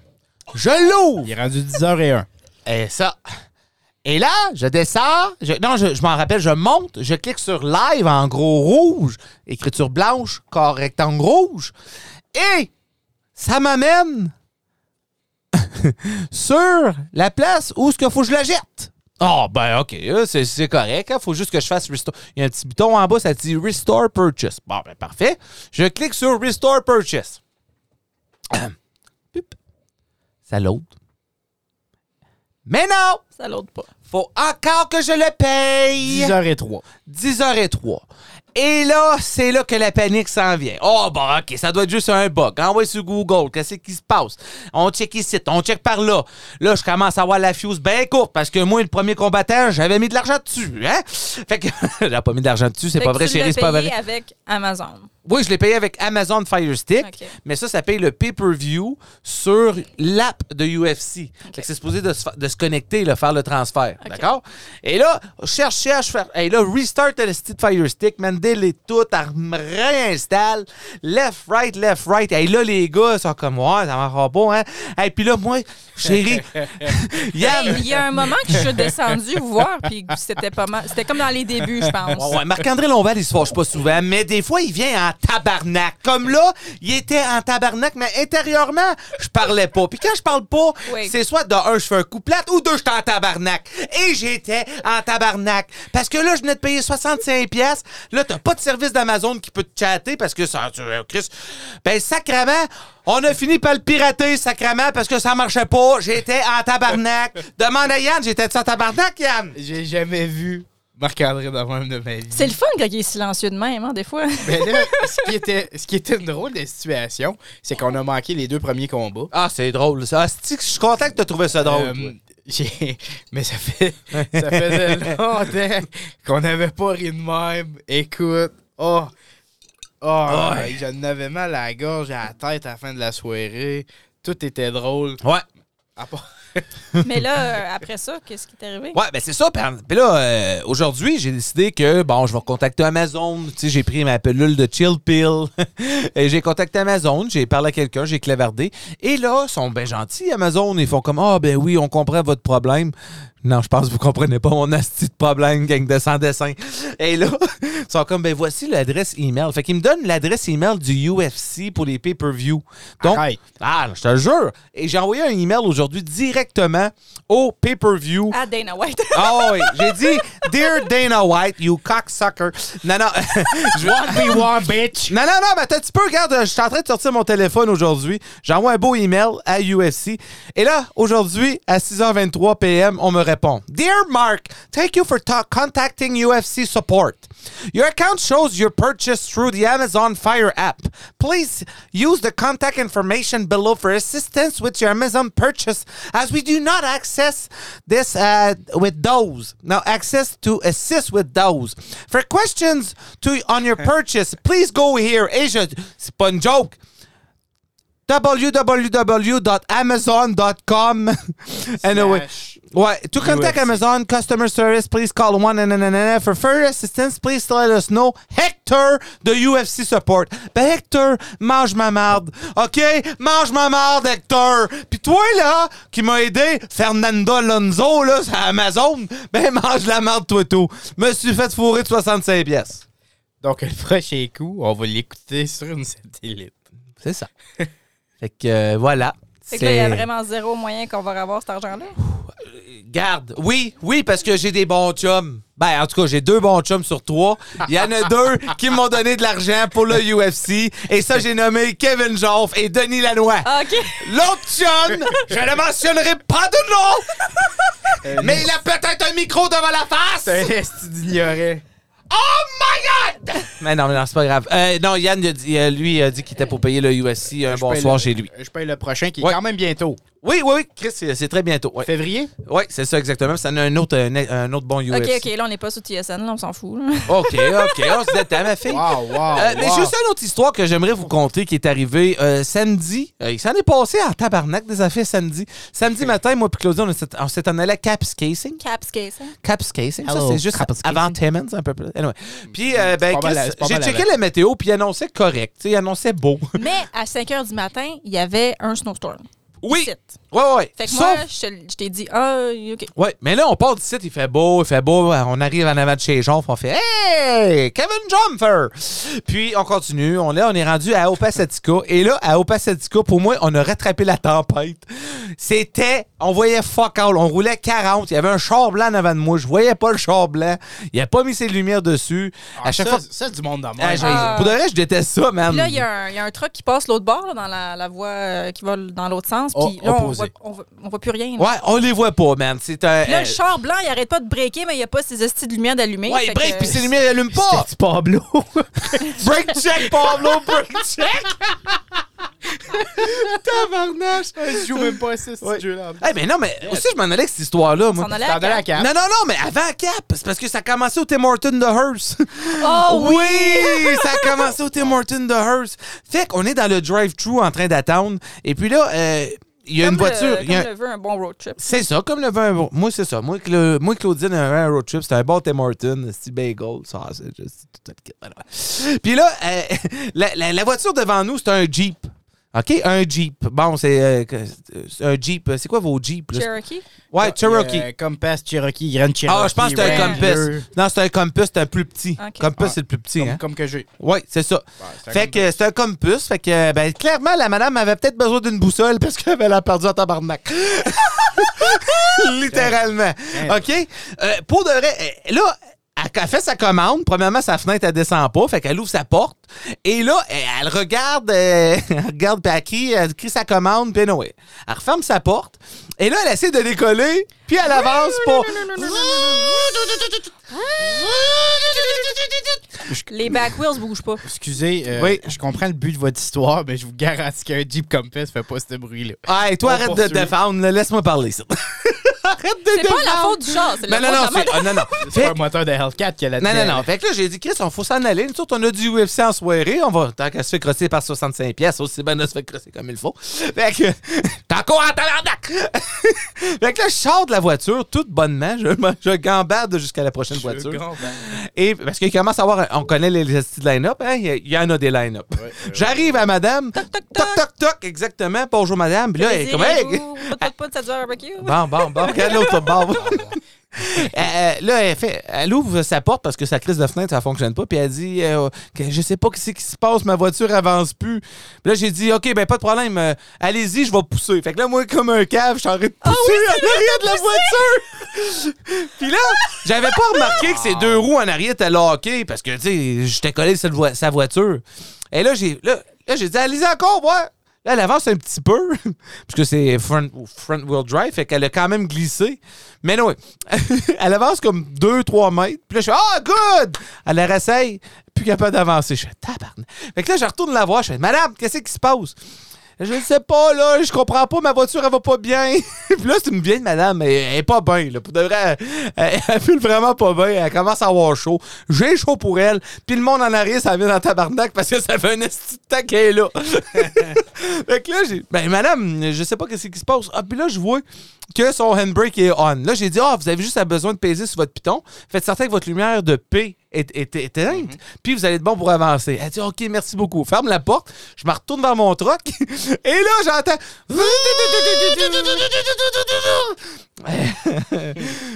Speaker 1: Je l'ouvre.
Speaker 3: Il est rendu 10h01.
Speaker 1: Et ça. Et là, je descends. je- non, je, je m'en rappelle, je monte, je clique sur live en gros rouge, écriture blanche, corps rectangle rouge. Et ça m'amène sur la place où ce que faut que je la jette. Ah, ben, OK, euh, c'est- c'est correct. Il faut juste que je fasse restore. Il y a un petit bouton en bas, ça dit Restore Purchase. Bon, ben, parfait. Je clique sur Restore Purchase. Pip. ça load. Mais non!
Speaker 2: Ça l'autre pas.
Speaker 1: Faut encore que je le paye!
Speaker 3: 10h03.
Speaker 1: 10h03. Et là, c'est là que la panique s'en vient. Oh, bah, OK, ça doit être juste un bug. Envoie sur Google, qu'est-ce qui se passe? On check ici, on check par là. Là, je commence à avoir la fuse bien courte parce que moi, le premier combattant, j'avais mis de l'argent dessus, hein? Fait que, j'avais pas mis de l'argent dessus, c'est
Speaker 2: Fait
Speaker 1: pas
Speaker 2: que
Speaker 1: vrai,
Speaker 2: tu l'as
Speaker 1: chérie, c'est pas
Speaker 2: payé
Speaker 1: vrai.
Speaker 2: avec Amazon.
Speaker 1: Oui, je l'ai payé avec Amazon Fire Stick,
Speaker 2: Ok.
Speaker 1: mais ça, ça paye le pay-per-view sur l'app de UFC. Fait que c'est supposé de se, fa- de se connecter, là, faire le transfert. D'accord? Et là, je cherche, cherche, faire. Et là, restart le site Fire Stick, man, les tout, elle me réinstalle. Left, right, left, right. Et là, les gars, ils sont comme, ouais, ça marchera pas, hein. Et puis là, moi, chérie, Yann.
Speaker 2: Hey, Ben, Il y a un moment que je suis descendue vous voir, puis c'était pas mal. C'était comme dans les débuts, je pense.
Speaker 1: Ouais, ouais, Marc-André Lonval, il se fâche pas souvent, mais des fois, il vient en tabarnak. Comme là, il était en tabarnak, mais intérieurement, je parlais pas. Puis quand je parle pas,
Speaker 2: Oui.
Speaker 1: c'est soit de un, je fais un coup plate, ou deux, j'étais en tabarnak. Et j'étais en tabarnak. Parce que là, je venais de payer 65 pièces. Là, t'as pas de service d'Amazon qui peut te chatter parce que ça, tu- euh, Chris. Ben, sacrament, on a fini par le pirater, sacrament, parce que ça marchait pas. J'étais en tabarnak. Demande à Yann, j'étais en tabarnak, Yann?
Speaker 3: J'ai jamais vu Marc-André dans le même de ma vie.
Speaker 2: C'est le fun quand il est silencieux de même, hein, des fois.
Speaker 3: Mais là, ce qui, était, ce qui était une drôle de situation, c'est qu'on a manqué les deux premiers combats.
Speaker 1: Ah, c'est drôle, ça. Asti, que Je suis content que tu trouvé ça drôle.
Speaker 3: Euh,
Speaker 1: toi.
Speaker 3: j'ai- mais ça fait ça faisait longtemps qu'on n'avait pas ri de même. Écoute, oh, oh, hey, j'en avais mal à la gorge, à la tête à la fin de la soirée. Tout était drôle.
Speaker 1: Ouais.
Speaker 3: À part-
Speaker 2: Mais là, euh, après ça, qu'est-ce qui est arrivé?
Speaker 1: Ouais, ben c'est ça. Puis puis là, euh, aujourd'hui, j'ai décidé que, bon, je vais contacter Amazon. Tu sais, j'ai pris ma pilule de chill pill. et j'ai contacté Amazon. J'ai parlé à quelqu'un, j'ai clavardé. Et là, ils sont bien gentils, Amazon. Ils font comme, ah, ben oui, on comprend votre problème. Non, je pense que vous comprenez pas mon asti de problème, gang de sans dessin. Et là, ils sont comme, ben voici l'adresse email. Fait qu'ils me donnent l'adresse email du UFC pour les pay-per-view. Donc,
Speaker 3: Arrête.
Speaker 1: ah, je te jure. Et j'ai envoyé un email aujourd'hui directement au pay-per-view.
Speaker 2: À Dana White.
Speaker 1: Ah oui, j'ai dit Dear Dana White, you cocksucker. Non, non. je vais-
Speaker 3: One bitch.
Speaker 1: Non, non, non, mais attends un petit peu, regarde, je suis en train de sortir mon téléphone aujourd'hui. J'envoie un beau email à UFC. Et là, aujourd'hui, à 6h23 p.m., on me répond. Dear Mark, thank you for ta- contacting UFC support. Your account shows your purchase through the Amazon Fire app. Please use the contact information below for assistance with your Amazon purchase as we do not access this uh, with those. Now, access to assist with those. For questions to on your purchase, please go here. Et je, c'est pas une joke. www.amazon.com. anyway.
Speaker 3: Slash
Speaker 1: Ouais, to contact
Speaker 3: UFC.
Speaker 1: Amazon customer service, please call one and for further assistance, please let us know Hector de UFC support. Ben Hector, mange ma marde, ok? Mange ma marde, Hector. Puis toi là, qui m'a aidé, Fernando Alonso là, sur Amazon, ben mange la marde toi tout. Me suis fait fourrer de 65 pièces.
Speaker 3: Donc, le prochain coup, on va l'écouter sur une satellite.
Speaker 1: C'est ça. fait que euh, voilà.
Speaker 2: Fait que là, il y a vraiment zéro moyen qu'on va revoir cet argent-là.
Speaker 1: Garde, oui, oui, parce que j'ai des bons chums. Ben, en tout cas, j'ai deux bons chums sur trois. Il y en a deux qui m'ont donné de l'argent pour le UFC. Et ça, j'ai nommé Kevin Joffre et Denis Lanois.
Speaker 2: Ah, OK.
Speaker 1: L'autre chum, je ne mentionnerai pas de nom,
Speaker 3: Euh,
Speaker 1: mais il a peut-être un micro devant la face.
Speaker 3: est d'ignorer.
Speaker 1: Oh my God! Mais non, mais non, c'est pas grave. Euh, non, Yann, il a dit, euh, lui, il a dit qu'il était pour payer le UFC un bon soir chez lui.
Speaker 3: Je paye le prochain qui
Speaker 1: Ouais.
Speaker 3: est quand même bientôt.
Speaker 1: Oui, oui, oui, Chris, c'est c'est très bientôt. Oui,
Speaker 3: Février?
Speaker 1: Ouais, c'est ça exactement. Ça en a un autre, un, un autre bon UFC.
Speaker 2: OK, OK. Là, on n'est pas sous TSN. Là, on s'en fout. là.
Speaker 1: OK, OK, Ah, on se détend, ma fille.
Speaker 3: Wow, wow,
Speaker 1: Euh, Mais
Speaker 3: wow.
Speaker 1: j'ai aussi une autre histoire que j'aimerais vous conter qui est arrivée euh, samedi. Euh, il s'en est passé en tabarnak des affaires samedi. Samedi matin, moi puis Claudia, on s'est- on s'est en allé à Caps Casing.
Speaker 2: Caps case. hein?
Speaker 1: Caps Casing, ça
Speaker 3: Hello,
Speaker 1: c'est juste
Speaker 3: Caps Casing.
Speaker 1: avant Timmins, un peu plus. Anyway. Puis, euh, ben,
Speaker 3: C'est pas mal à-
Speaker 1: Chris,
Speaker 3: c'est pas
Speaker 1: j'ai
Speaker 3: mal à
Speaker 1: checké
Speaker 3: la-
Speaker 1: la météo puis il annonçait correct. tu sais, Il annonçait beau.
Speaker 2: Mais à 5 h du matin, il y avait un snowstorm.
Speaker 1: oui!
Speaker 2: Ici.
Speaker 1: Ouais, ouais, ouais.
Speaker 2: Fait que
Speaker 1: Sauf-
Speaker 2: moi, je te- je t'ai dit, ah, OK.
Speaker 1: Ouais, mais là, on part d'ici, il fait beau, il fait beau, on arrive en avant de chez Jonf, on fait Hey, Kevin Jumper! Puis on continue, on, là, on est rendu à Opasatica, et là, à Opasatica, pour moi, on a rattrapé la tempête. C'était, on voyait fuck all, on roulait 40, il y avait un char blanc en avant de moi, je voyais pas le char blanc, il a pas mis ses lumières dessus. à
Speaker 3: Ah,
Speaker 1: chaque
Speaker 3: ça,
Speaker 1: fois.
Speaker 3: ça, c'est du monde dans
Speaker 1: Ah, j'ai- Pour de vrai, je déteste ça, man.
Speaker 2: Puis là, il y, a un- il y a un truck qui passe l'autre bord, là, dans la, la voie euh, qui va l- dans l'autre sens. Puis
Speaker 3: O-
Speaker 2: là, on voit,
Speaker 3: opposé.
Speaker 2: on, voit, on voit plus rien. Là.
Speaker 1: Oh, Ouais, on les voit pas, man. C'est un.
Speaker 2: Puis là,
Speaker 1: euh,
Speaker 2: le char blanc, il arrête pas de breaker, mais il n'y a pas ses hosties de lumière d'allumer.
Speaker 1: Ouais,
Speaker 2: Fait
Speaker 1: il break,
Speaker 2: que-
Speaker 1: puis ses lumières allument pas!
Speaker 3: C'est Pablo.
Speaker 1: Break check, Pablo, break check! Tabarnache!
Speaker 3: je joue même pas à ça,
Speaker 1: Ouais.
Speaker 3: ce jeu-là.
Speaker 1: Eh ben non, mais aussi, je m'en allais avec cette histoire-là, moi.
Speaker 2: s'en allait
Speaker 3: T'en
Speaker 2: à
Speaker 3: donnes à
Speaker 2: Cap.
Speaker 1: Non,
Speaker 3: quatre.
Speaker 1: non, non, mais avant à Cap, c'est parce que ça a commencé au Tim Horton de Hearst.
Speaker 2: Oh, oui!
Speaker 1: ça a commencé au Tim Horton de Hearst. Fait qu'on est dans le drive-thru en train d'attendre. Et puis là, euh, il y a
Speaker 2: Comme
Speaker 1: une voiture.
Speaker 2: Le,
Speaker 1: il y a un-
Speaker 2: comme le veut un bon road trip.
Speaker 1: C'est ça, comme le vin. Moi, c'est ça. Moi, Cla- moi Claudine, a un road trip. C'était un bon Tim Horton, un petit bagel, ça, c'est juste tout le kit. Voilà. Puis là, euh, la, la- la voiture devant nous, c'est un Jeep. OK? Un Jeep. Bon, c'est euh, que- c'est un Jeep. C'est quoi vos Jeeps? là?
Speaker 2: Cherokee.
Speaker 1: Ouais, Cherokee.
Speaker 3: Euh, Compass, Cherokee, Grand Cherokee.
Speaker 1: ah, je pense que c'est un
Speaker 2: Wrangler.
Speaker 1: Compass. Non, c'est un Compass, c'est un plus petit.
Speaker 2: OK.
Speaker 1: Compass,
Speaker 3: Ah.
Speaker 1: c'est le plus petit.
Speaker 3: Comme,
Speaker 1: hein?
Speaker 3: comme que j'ai.
Speaker 1: Oui, c'est ça.
Speaker 3: Ouais, c'est un
Speaker 1: fait que c'est un compus. Fait que, ben, clairement, la madame avait peut-être besoin d'une boussole parce qu'elle avait la perdu en tabarnak. Littéralement. OK? Euh, pour de vrai, euh, là, elle elle fait sa commande. Premièrement, sa fenêtre, elle descend pas. Fait qu'elle ouvre sa porte. Et là, elle elle regarde, euh, elle regarde, puis elle crie, elle crie sa commande, puis anyway. Elle referme sa porte. Et là, elle essaie de décoller, puis elle avance pour.
Speaker 2: Les back wheels bougent pas.
Speaker 3: Excusez, euh,
Speaker 1: Oui.
Speaker 3: je comprends le but de votre histoire, mais je vous garantis qu'un Jeep Compass fait pas ce bruit-là.
Speaker 1: Hey, toi,
Speaker 3: On
Speaker 1: arrête de
Speaker 3: poursuit.
Speaker 1: défendre, là. laisse-moi parler, ça. arrête de
Speaker 2: C'est
Speaker 1: défendre.
Speaker 2: pas la faute du char, c'est
Speaker 1: Non,
Speaker 2: la
Speaker 1: non,
Speaker 2: faute
Speaker 1: non,
Speaker 2: de la
Speaker 1: c'est. ah, non, non.
Speaker 3: C'est pas
Speaker 1: Fait-
Speaker 3: un moteur de Hellcat qui a la
Speaker 1: Non, non,
Speaker 3: tienne.
Speaker 1: non. Fait que là, j'ai dit, Chris, on faut s'en aller. Nous autres, on a du UFC en soirée. On va, tant qu'à se faire crosser par ben, 65 pièces, aussi bien de se faire crosser comme il faut. Fait que, t'es encore en tabarnak! Fait que là, je sors de la voiture, toute bonnement. Je, je gambarde jusqu'à la prochaine voiture.
Speaker 3: Ben,
Speaker 1: Et parce qu'il commence à avoir, on connaît les, les styles de line-up, hein, il y a- il y, en a des line-up. J'arrive à madame, toc toc toc, toc exactement, bonjour madame. Puis là, elle est comme, hey, Bah,
Speaker 2: Désirez-vous? Pas de pote, ça dure un barbecue.
Speaker 1: bon, bon, bon, regarde l'autre bord. Euh, là, elle, fait, elle ouvre sa porte parce que sa crise de fenêtre, ça fonctionne pas. Puis elle dit euh, que Je sais pas ce qui se passe, ma voiture avance plus. Puis là, j'ai dit Ok, ben pas de problème, euh, allez-y, je vais pousser. Fait que là, moi, comme un cave, je suis en train de pousser en arrière de la voiture. Puis là, j'avais pas remarqué que ses deux roues en arrière étaient lockées parce que, tu sais, j'étais collé sur le vo- sa voiture. Et là, j'ai là, là, j'ai dit Allez-y encore, moi. Là, elle avance un petit peu, parce que c'est front, front wheel drive, fait qu'elle a quand même glissé. Mais non, elle avance comme 2-3 mètres. Puis là, je fais Ah, good! Elle la réessaye, plus capable d'avancer. Je fais Tabarnak. Fait que là, je retourne la voir. Je fais Madame, qu'est-ce qui se passe? Je ne sais pas, là, je comprends pas, ma voiture, elle va pas bien. Puis là, c'est une vieille madame, elle, elle est pas bien, là. Pour de vrai, elle, elle, elle file vraiment pas bien, elle commence à avoir chaud. J'ai chaud pour elle, puis le monde en arrière, ça vient dans tabarnak parce que ça fait un esti de temps qu'elle est là. fait que là, j'ai. Ben, madame, je sais pas qu'est-ce qui se passe. Ah, puis là, je vois que son handbrake est on. Là, j'ai dit, ah, vous avez juste besoin de peser sur votre piton. Faites certain que votre lumière de P est, est- est éteinte, puis vous allez être bon pour avancer. Elle dit, OK, merci beaucoup. Ferme la porte. Je me retourne vers mon truck. Et là, j'entends.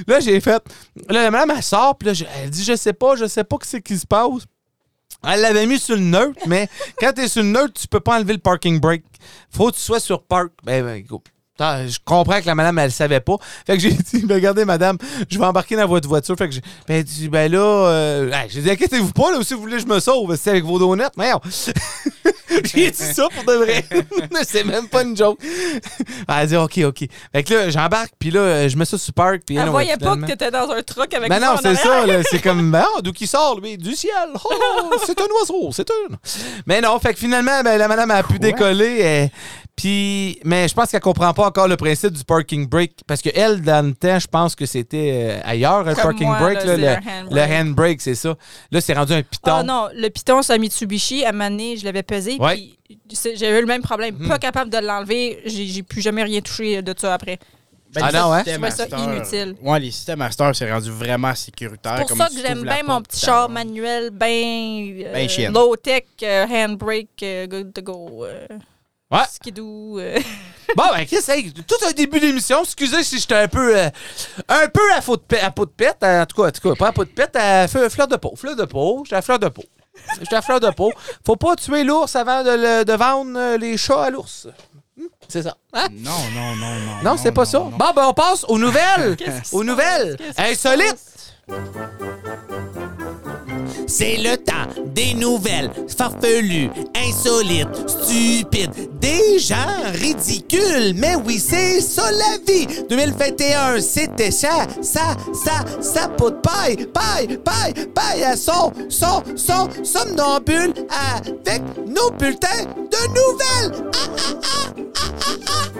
Speaker 1: là, j'ai fait. Là, la madame, elle sort, puis là, je- elle dit, je sais pas, je sais pas ce qui se passe. Elle l'avait mis sur le neutre, mais quand t'es sur le neutre, tu peux pas enlever le parking brake. Faut que tu sois sur park. Ben, ben, écoute, putain, je comprends que la madame, elle savait pas. Fait que j'ai dit, ben, regardez, madame, je vais embarquer dans votre voiture. Fait que j'ai ben, elle dit, ben là, euh, hey, j'ai dit, inquiétez-vous pas, là, si vous voulez, je me sauve. C'est avec vos donuts, merde. j'ai dit ça pour de vrai. C'est même pas une joke. Elle dit, OK, OK. Fait que là, j'embarque, puis là, euh, je mets ça sur park. Puis
Speaker 2: Elle
Speaker 1: anyway,
Speaker 2: voyait pas que
Speaker 1: finalement-
Speaker 2: t'étais dans un truck avec
Speaker 1: ben
Speaker 2: moi
Speaker 1: non,
Speaker 2: en
Speaker 1: c'est
Speaker 2: arrière.
Speaker 1: ça, là. c'est comme ben, ah, d'où qui sort lui du ciel. Oh, c'est un oiseau, c'est un. Mais non, fait que finalement ben, la madame a pu décoller eh, puis mais je pense qu'elle comprend pas encore le principe du parking brake parce que elle dans le temps, je pense que c'était euh, ailleurs le
Speaker 2: Comme
Speaker 1: parking
Speaker 2: moi,
Speaker 1: brake
Speaker 2: là,
Speaker 1: là,
Speaker 2: c'est un
Speaker 1: le,
Speaker 2: handbrake.
Speaker 1: le handbrake, c'est ça. Là, c'est rendu un piton.
Speaker 2: Ah non, le piton sur la Mitsubishi, à un moment donné, je l'avais pesé.
Speaker 1: Ouais. Hmm.
Speaker 2: puis c'est- J'ai eu le même problème. Pas capable de l'enlever. J'ai j'ai plus jamais rien touché de ça après.
Speaker 1: Ah non, hein?
Speaker 2: Je trouvais ça inutile.
Speaker 3: Ouais, les systèmes Master, c'est rendu vraiment
Speaker 1: Ah,
Speaker 3: sécuritaire.
Speaker 2: C'est pour
Speaker 3: comme
Speaker 2: ça
Speaker 3: tu
Speaker 2: que
Speaker 3: t'ouvres
Speaker 2: j'aime
Speaker 3: la
Speaker 2: bien mon
Speaker 3: porte,
Speaker 2: petit
Speaker 3: t'as-
Speaker 2: char manuel, ben, euh,
Speaker 3: Ben chienne.
Speaker 2: low-tech, euh, handbrake, euh, good to go, euh,
Speaker 1: Ouais.
Speaker 2: skidoo. euh.
Speaker 1: Bon ben qu'est-ce que c'est? tout un début d'émission, excusez si j'étais un peu euh, un peu à faux de pe- à peau de pète, hein, en tout cas, en tout cas, pas à peau de pète, à feu- fleur de peau, fleur de peau, j'étais à fleur de peau. J'étais à fleur de peau. Faut pas tuer l'ours avant de, le- de vendre euh, les chats à l'ours. Hmm, C'est ça. Hein?
Speaker 3: Non, non, non, non.
Speaker 1: Non, c'est pas ça.
Speaker 3: non, non.
Speaker 1: Bon, ben on passe aux nouvelles. aux nouvelles.
Speaker 2: Qu'est-ce qui se
Speaker 1: Insolites.
Speaker 2: passe?
Speaker 1: C'est le temps des nouvelles farfelues, insolites, stupides, des gens ridicules. Mais oui, c'est ça la vie. 2021, c'était ça, ça, ça, ça, pot de paille, paille, paille, paille à son, son, son, somnambule avec nos bulletins de nouvelles. Ah, ah, ah.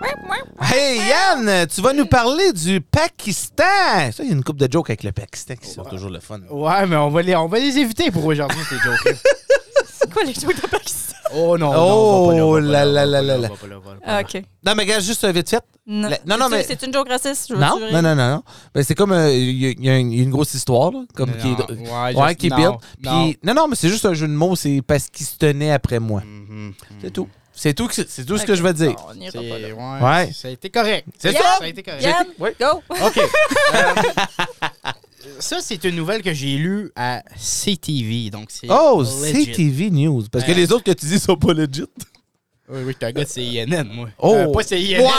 Speaker 2: Ouais, ouais.
Speaker 1: Hey Yann, tu vas nous parler du Pakistan. Ça, il y a une coupe de jokes avec le Pakistan
Speaker 2: Oh,
Speaker 1: qui sont toujours le fun.
Speaker 3: Ouais, mais on va les, on va les éviter pour aujourd'hui, ces jokes-là.
Speaker 2: C'est quoi les jokes de Pakistan?
Speaker 3: Oh non, non,
Speaker 1: Oh
Speaker 3: on va pas là, on va
Speaker 1: là
Speaker 3: pas
Speaker 1: là là
Speaker 3: là, on
Speaker 1: là.
Speaker 3: va pas là, on va pas là.
Speaker 2: Ah, OK.
Speaker 1: Non, mais regarde, juste euh, vite fait.
Speaker 2: Non,
Speaker 1: La- non, non,
Speaker 2: C'est-
Speaker 1: mais-
Speaker 2: C'est une joke raciste, je veux
Speaker 1: Non,
Speaker 2: dire.
Speaker 1: non, non, non, non. Ben, c'est comme euh, il y, a- il y a un- il y a une grosse histoire, là, comme
Speaker 3: Non,
Speaker 1: qui est,
Speaker 3: ouais,
Speaker 1: ouais,
Speaker 3: juste-
Speaker 1: qui est
Speaker 3: non,
Speaker 1: pire.
Speaker 3: non.
Speaker 1: Puis- non, non, mais c'est juste un jeu de mots, c'est parce qu'il se tenait après moi.
Speaker 3: Mhm.
Speaker 1: C'est tout. C'est tout, que- c'est tout ce que je veux dire.
Speaker 2: Non, on
Speaker 3: C'est-
Speaker 2: n'ira pas là.
Speaker 3: Ouais,
Speaker 1: Ouais.
Speaker 3: Ça a été correct.
Speaker 1: C'est
Speaker 2: ça?
Speaker 3: Ça a été correct.
Speaker 2: Yann,
Speaker 1: Oui.
Speaker 2: go!
Speaker 3: OK. Euh, ça, c'est une nouvelle que j'ai lue à CTV. Donc, c'est.
Speaker 1: Oh,
Speaker 3: legit.
Speaker 1: CTV News. Parce que
Speaker 3: Ouais.
Speaker 1: les autres que tu dis sont pas legit.
Speaker 3: Oui, oui, t'as un gars de CNN, moi.
Speaker 1: Oh.
Speaker 3: Euh, pas CNN.
Speaker 1: Wow!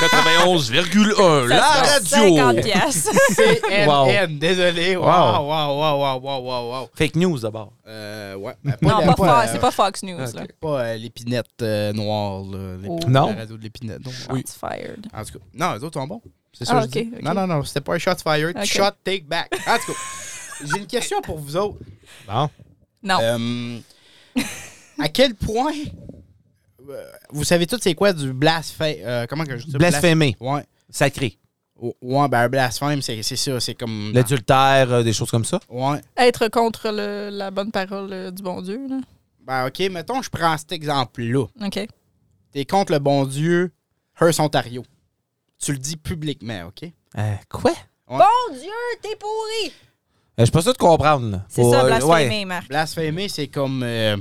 Speaker 1: 91,1, la
Speaker 2: Ça se passe 50
Speaker 1: radio!
Speaker 2: piastres.
Speaker 3: CNN.
Speaker 1: Wow.
Speaker 3: Désolé. Wow,
Speaker 1: Wow.
Speaker 3: wow, wow, wow, wow, wow, wow.
Speaker 1: Fake news d'abord.
Speaker 3: Euh, ouais. mais
Speaker 2: Non, pas,
Speaker 3: la-
Speaker 2: Fox,
Speaker 3: euh,
Speaker 2: c'est pas Fox News,
Speaker 1: Ok.
Speaker 2: là.
Speaker 3: Pas euh, l'épinette euh, noire, là. l'ép-
Speaker 2: Oh.
Speaker 1: Non.
Speaker 3: La radio de l'épinette. non.
Speaker 2: Shots fired.
Speaker 3: En tout cas, non, les autres sont bons. C'est
Speaker 2: Ah,
Speaker 3: ça.
Speaker 2: ok,
Speaker 3: que je dis.
Speaker 2: ok.
Speaker 3: Non, non, non, c'était pas un shot fired.
Speaker 2: Ok.
Speaker 3: Shot take back. En tout cas, j'ai une question pour vous autres.
Speaker 1: Bon. Oh.
Speaker 2: Non.
Speaker 3: Euh, à quel point. euh, Vous savez tous c'est quoi du blasphème. comment que je dis ça?
Speaker 1: Blasphémé.
Speaker 3: Blas- Ouais.
Speaker 1: Sacré.
Speaker 3: O- Ouais, ben un blasphème, c'est c'est ça. C'est comme. ben,
Speaker 1: L'adultère, euh, des choses comme ça.
Speaker 3: Ouais.
Speaker 2: Être contre le- la bonne parole euh, du bon Dieu, là.
Speaker 3: Ben, ok, mettons, je prends cet exemple-là.
Speaker 2: OK.
Speaker 3: T'es contre le bon Dieu, Hearst, Ontario. Tu le dis publiquement, OK?
Speaker 1: Euh, quoi?
Speaker 2: Bon Dieu, t'es pourri!
Speaker 1: Euh, je suis pas sûr de comprendre. là.
Speaker 2: C'est
Speaker 1: Faut,
Speaker 2: ça,
Speaker 1: euh,
Speaker 2: blasphémer, Marc.
Speaker 3: Blasphémer, c'est comme euh,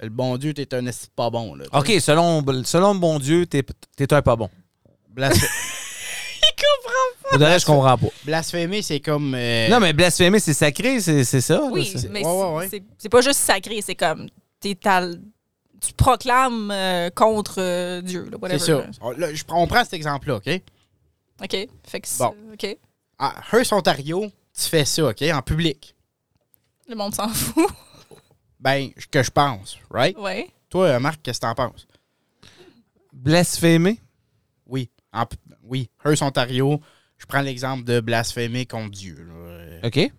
Speaker 3: le bon Dieu, t'es un esti pas bon. Là.
Speaker 1: OK, selon, selon bon Dieu, t'es t'es un pas bon.
Speaker 3: Blasphé-
Speaker 1: Pour de vrai, je comprends pas.
Speaker 3: Blasphémer, c'est comme. euh,
Speaker 1: Non, mais blasphémer, c'est sacré, c'est c'est ça. là,
Speaker 2: Oui,
Speaker 1: c'est-
Speaker 2: mais
Speaker 3: Ouais, ouais, ouais.
Speaker 2: c'est- c'est pas juste sacré, c'est comme t'es tal- tu proclames euh, contre euh, Dieu, là, whatever.
Speaker 3: c'est ça.
Speaker 2: là.
Speaker 3: On, là, je prends- on prend cet exemple-là, OK?
Speaker 2: OK. Fait que c'est-
Speaker 3: Bon.
Speaker 2: OK.
Speaker 3: À Hearst, Ontario, tu fais ça, OK? En public.
Speaker 2: Le monde s'en fout.
Speaker 3: Ben, je- que je pense, right?
Speaker 2: ouais.
Speaker 3: Toi, euh, Marc, qu'est-ce que t'en penses?
Speaker 1: Blasphémer?
Speaker 3: Oui. En pu- oui. Hearst, Ontario, je prends l'exemple de blasphémer contre Dieu. là. Euh,
Speaker 1: OK.
Speaker 3: T'es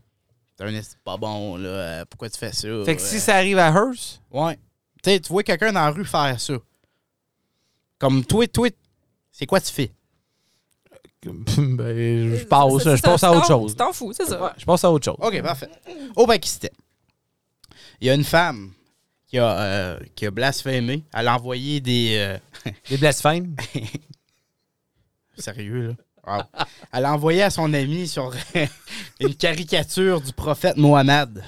Speaker 3: un esti pas bon, là. euh, Pourquoi tu fais ça?
Speaker 1: Fait que si
Speaker 3: Euh,
Speaker 1: ça arrive à Hearst,
Speaker 3: Ouais. Tu sais, tu vois quelqu'un dans la rue faire ça. Comme toi, toi, c'est quoi tu fais?
Speaker 1: ben, je
Speaker 2: C'est-
Speaker 1: passe,
Speaker 2: c'est
Speaker 1: je
Speaker 2: ça,
Speaker 1: passe à
Speaker 2: tu
Speaker 1: autre
Speaker 2: t'en-
Speaker 1: chose.
Speaker 2: Tu t'en fous, c'est ça.
Speaker 1: Je passe à autre chose.
Speaker 3: OK, parfait. Au Pakistan, il y a une femme qui a, euh, qui a blasphémé. Elle a envoyé des. euh,
Speaker 1: Des blasphèmes?
Speaker 3: sérieux, là? Wow. Elle a envoyé à son ami sur une caricature du prophète Mohammed.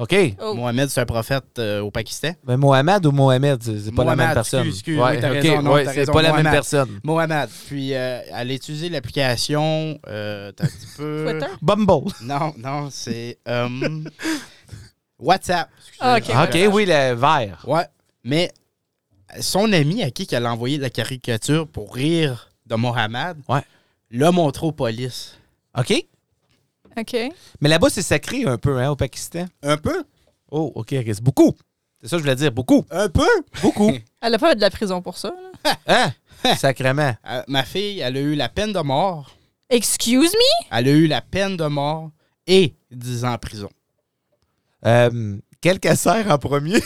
Speaker 1: OK.
Speaker 2: Oh.
Speaker 3: Mohammed, c'est un prophète euh, au Pakistan.
Speaker 1: Ben, Mohamed ou Mohamed, c'est c'est pas la même
Speaker 3: Mohamed,
Speaker 1: personne.
Speaker 3: excuse, excuse,
Speaker 1: ouais,
Speaker 3: oui, t'as
Speaker 1: ok,
Speaker 3: raison, non,
Speaker 1: ouais,
Speaker 3: t'as
Speaker 1: c'est
Speaker 3: raison,
Speaker 1: pas la même
Speaker 3: Mohamed.
Speaker 1: personne.
Speaker 3: Mohammed. Puis euh, elle a utilisé l'application. euh, t'as un petit peu.
Speaker 2: Twitter?
Speaker 1: Bumble.
Speaker 3: Non, non, c'est euh, WhatsApp.
Speaker 2: Ah, ok.
Speaker 3: Excusez-moi.
Speaker 1: OK, oui, le vert.
Speaker 3: Ouais, mais son ami à qui qu'elle a envoyé la caricature pour rire de Mohamed
Speaker 1: Ouais.
Speaker 3: l'a montré aux polices.
Speaker 1: OK.
Speaker 2: OK.
Speaker 1: Mais là-bas, c'est sacré un peu, hein, au Pakistan.
Speaker 3: Un peu,
Speaker 1: Oh, OK, ok, c'est beaucoup. Hein? C'est ça que je voulais dire, beaucoup.
Speaker 3: un peu.
Speaker 1: Beaucoup.
Speaker 2: Elle a pas eu de la prison pour ça. là.
Speaker 1: hein? Sacrément.
Speaker 3: Euh, ma fille, elle a eu la peine de mort.
Speaker 2: Excuse me?
Speaker 3: Elle a eu la peine de mort et 10 ans en prison.
Speaker 1: Euh, quel casser en premier?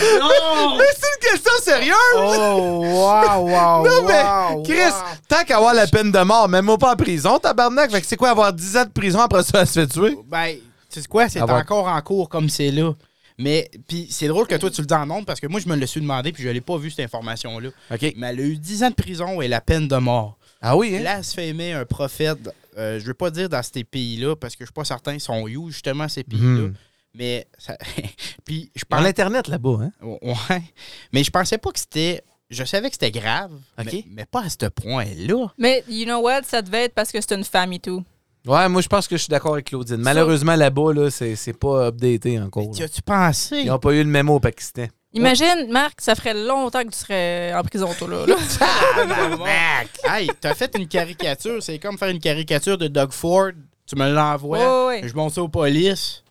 Speaker 3: Non!
Speaker 1: Mais c'est une question sérieuse!
Speaker 3: Oh, wow, wow,
Speaker 1: Non, mais
Speaker 3: wow,
Speaker 1: Chris,
Speaker 3: wow.
Speaker 1: tant qu'à avoir la peine de mort, même pas en prison, tabarnak. Fait que c'est quoi avoir 10 ans de prison après ça, elle se fait tuer?
Speaker 3: Ben, tu sais quoi, c'est
Speaker 1: Ah ouais.
Speaker 3: encore en cours comme c'est là. Mais, puis c'est drôle que toi, tu le dis en nombre parce que moi, je me le suis demandé puis je l'ai pas vu, cette information-là.
Speaker 1: OK.
Speaker 3: Mais elle a eu 10 ans de prison et la peine de mort.
Speaker 1: Ah oui, hein?
Speaker 3: Blasphémer un prophète, euh, je veux pas dire dans ces pays-là parce que je suis pas certain, ils sont où justement ces pays-là.
Speaker 1: Mhm.
Speaker 3: Mais, ça- puis je
Speaker 1: Par
Speaker 3: pense.
Speaker 1: l'Internet là-bas, hein?
Speaker 3: Oh, Ouais. Mais je pensais pas que c'était. Je savais que c'était grave,
Speaker 1: Ok.
Speaker 3: mais, mais pas à ce point-là.
Speaker 2: Mais you know what? Ça devait être parce que c'est une femme et tout.
Speaker 1: Ouais, moi, je pense que je suis d'accord avec Claudine. Malheureusement, là-bas, là, c'est c'est pas updaté encore.
Speaker 3: Qu'y
Speaker 1: là.
Speaker 3: as-tu pensé?
Speaker 1: Ils ont pas eu le mémo au Pakistan.
Speaker 2: Imagine, Marc, ça ferait longtemps que tu serais en prison, toi, là. là.
Speaker 3: Hey, t'as fait une caricature. C'est comme faire une caricature de Doug Ford. Tu me l'envoies.
Speaker 2: Ouais, ouais, ouais.
Speaker 3: Je monte ça aux polices.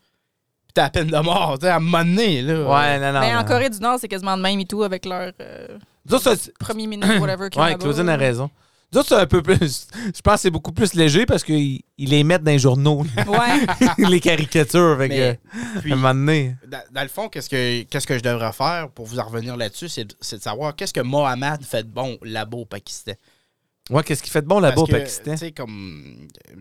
Speaker 3: Puis t'as la peine de mort. tu sais, à un moment donné, là.
Speaker 1: Ouais, non, non.
Speaker 2: Mais en
Speaker 1: non.
Speaker 2: Corée du Nord, c'est quasiment de même et tout avec leur euh,
Speaker 1: Nous autres, c'est-
Speaker 2: premier ministre, whatever. qui est
Speaker 1: Ouais,
Speaker 2: là-bas,
Speaker 1: Claudine
Speaker 2: là.
Speaker 1: a raison. Nous autres, c'est un peu plus. Je pense que c'est beaucoup plus léger parce qu'ils ils les mettent dans les journaux, là.
Speaker 2: Ouais.
Speaker 1: les caricatures. Fait que,
Speaker 3: Mais, puis-
Speaker 1: à un moment donné.
Speaker 3: Dans, dans le fond, qu'est-ce que, qu'est-ce que je devrais faire pour vous en revenir là-dessus? C'est, de- c'est de savoir qu'est-ce que Mohamed fait de bon là-bas au Pakistan.
Speaker 1: Ouais, qu'est-ce qui fait de bon là-bas
Speaker 3: Parce
Speaker 1: au
Speaker 3: que,
Speaker 1: Pakistan?
Speaker 3: Tu sais, comme. euh,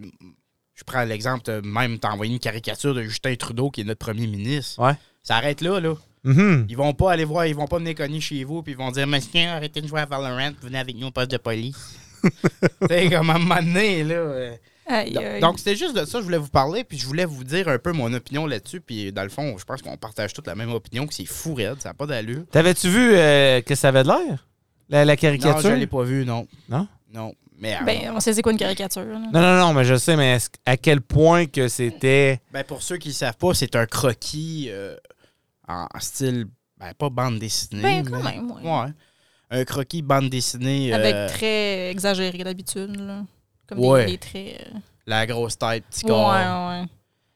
Speaker 3: Je prends l'exemple, de même t'as envoyé une caricature de Justin Trudeau, qui est notre premier ministre.
Speaker 1: Ouais.
Speaker 3: Ça arrête là, là.
Speaker 1: Mhm.
Speaker 3: Ils vont pas aller voir, ils vont pas venir cogner chez vous, puis ils vont dire Monsieur, arrêtez de jouer à Valorant, venez avec nous au poste de police. tu sais, comme à un moment donné, là. euh.
Speaker 2: Aïe,
Speaker 3: Donc,
Speaker 2: aïe.
Speaker 3: donc, c'était juste de ça que je voulais vous parler, puis je voulais vous dire un peu mon opinion là-dessus, puis dans le fond, je pense qu'on partage toute la même opinion, que c'est fou, raide, ça n'a pas d'allure.
Speaker 1: T'avais-tu vu euh, que ça avait de l'air? La, la
Speaker 3: Non, je
Speaker 1: caricature?
Speaker 3: l'ai pas vu, non.
Speaker 1: Non?
Speaker 3: Non. Mais euh,
Speaker 2: ben, on sait c'est quoi une caricature. là.
Speaker 1: non, non, non, mais je sais, mais est-ce- à quel point que c'était.
Speaker 3: ben, pour ceux qui ne savent pas, c'est un croquis euh, en en style, ben, pas bande dessinée.
Speaker 2: Ben, quand
Speaker 3: mais-
Speaker 2: même, ouais.
Speaker 3: Ouais. Un croquis bande dessinée. euh,
Speaker 2: Avec traits exagérés d'habitude, là. Comme des-
Speaker 3: Ouais.
Speaker 2: des, traits. euh,
Speaker 3: La grosse tête, petit
Speaker 2: Ouais,
Speaker 3: corps.
Speaker 2: ouais.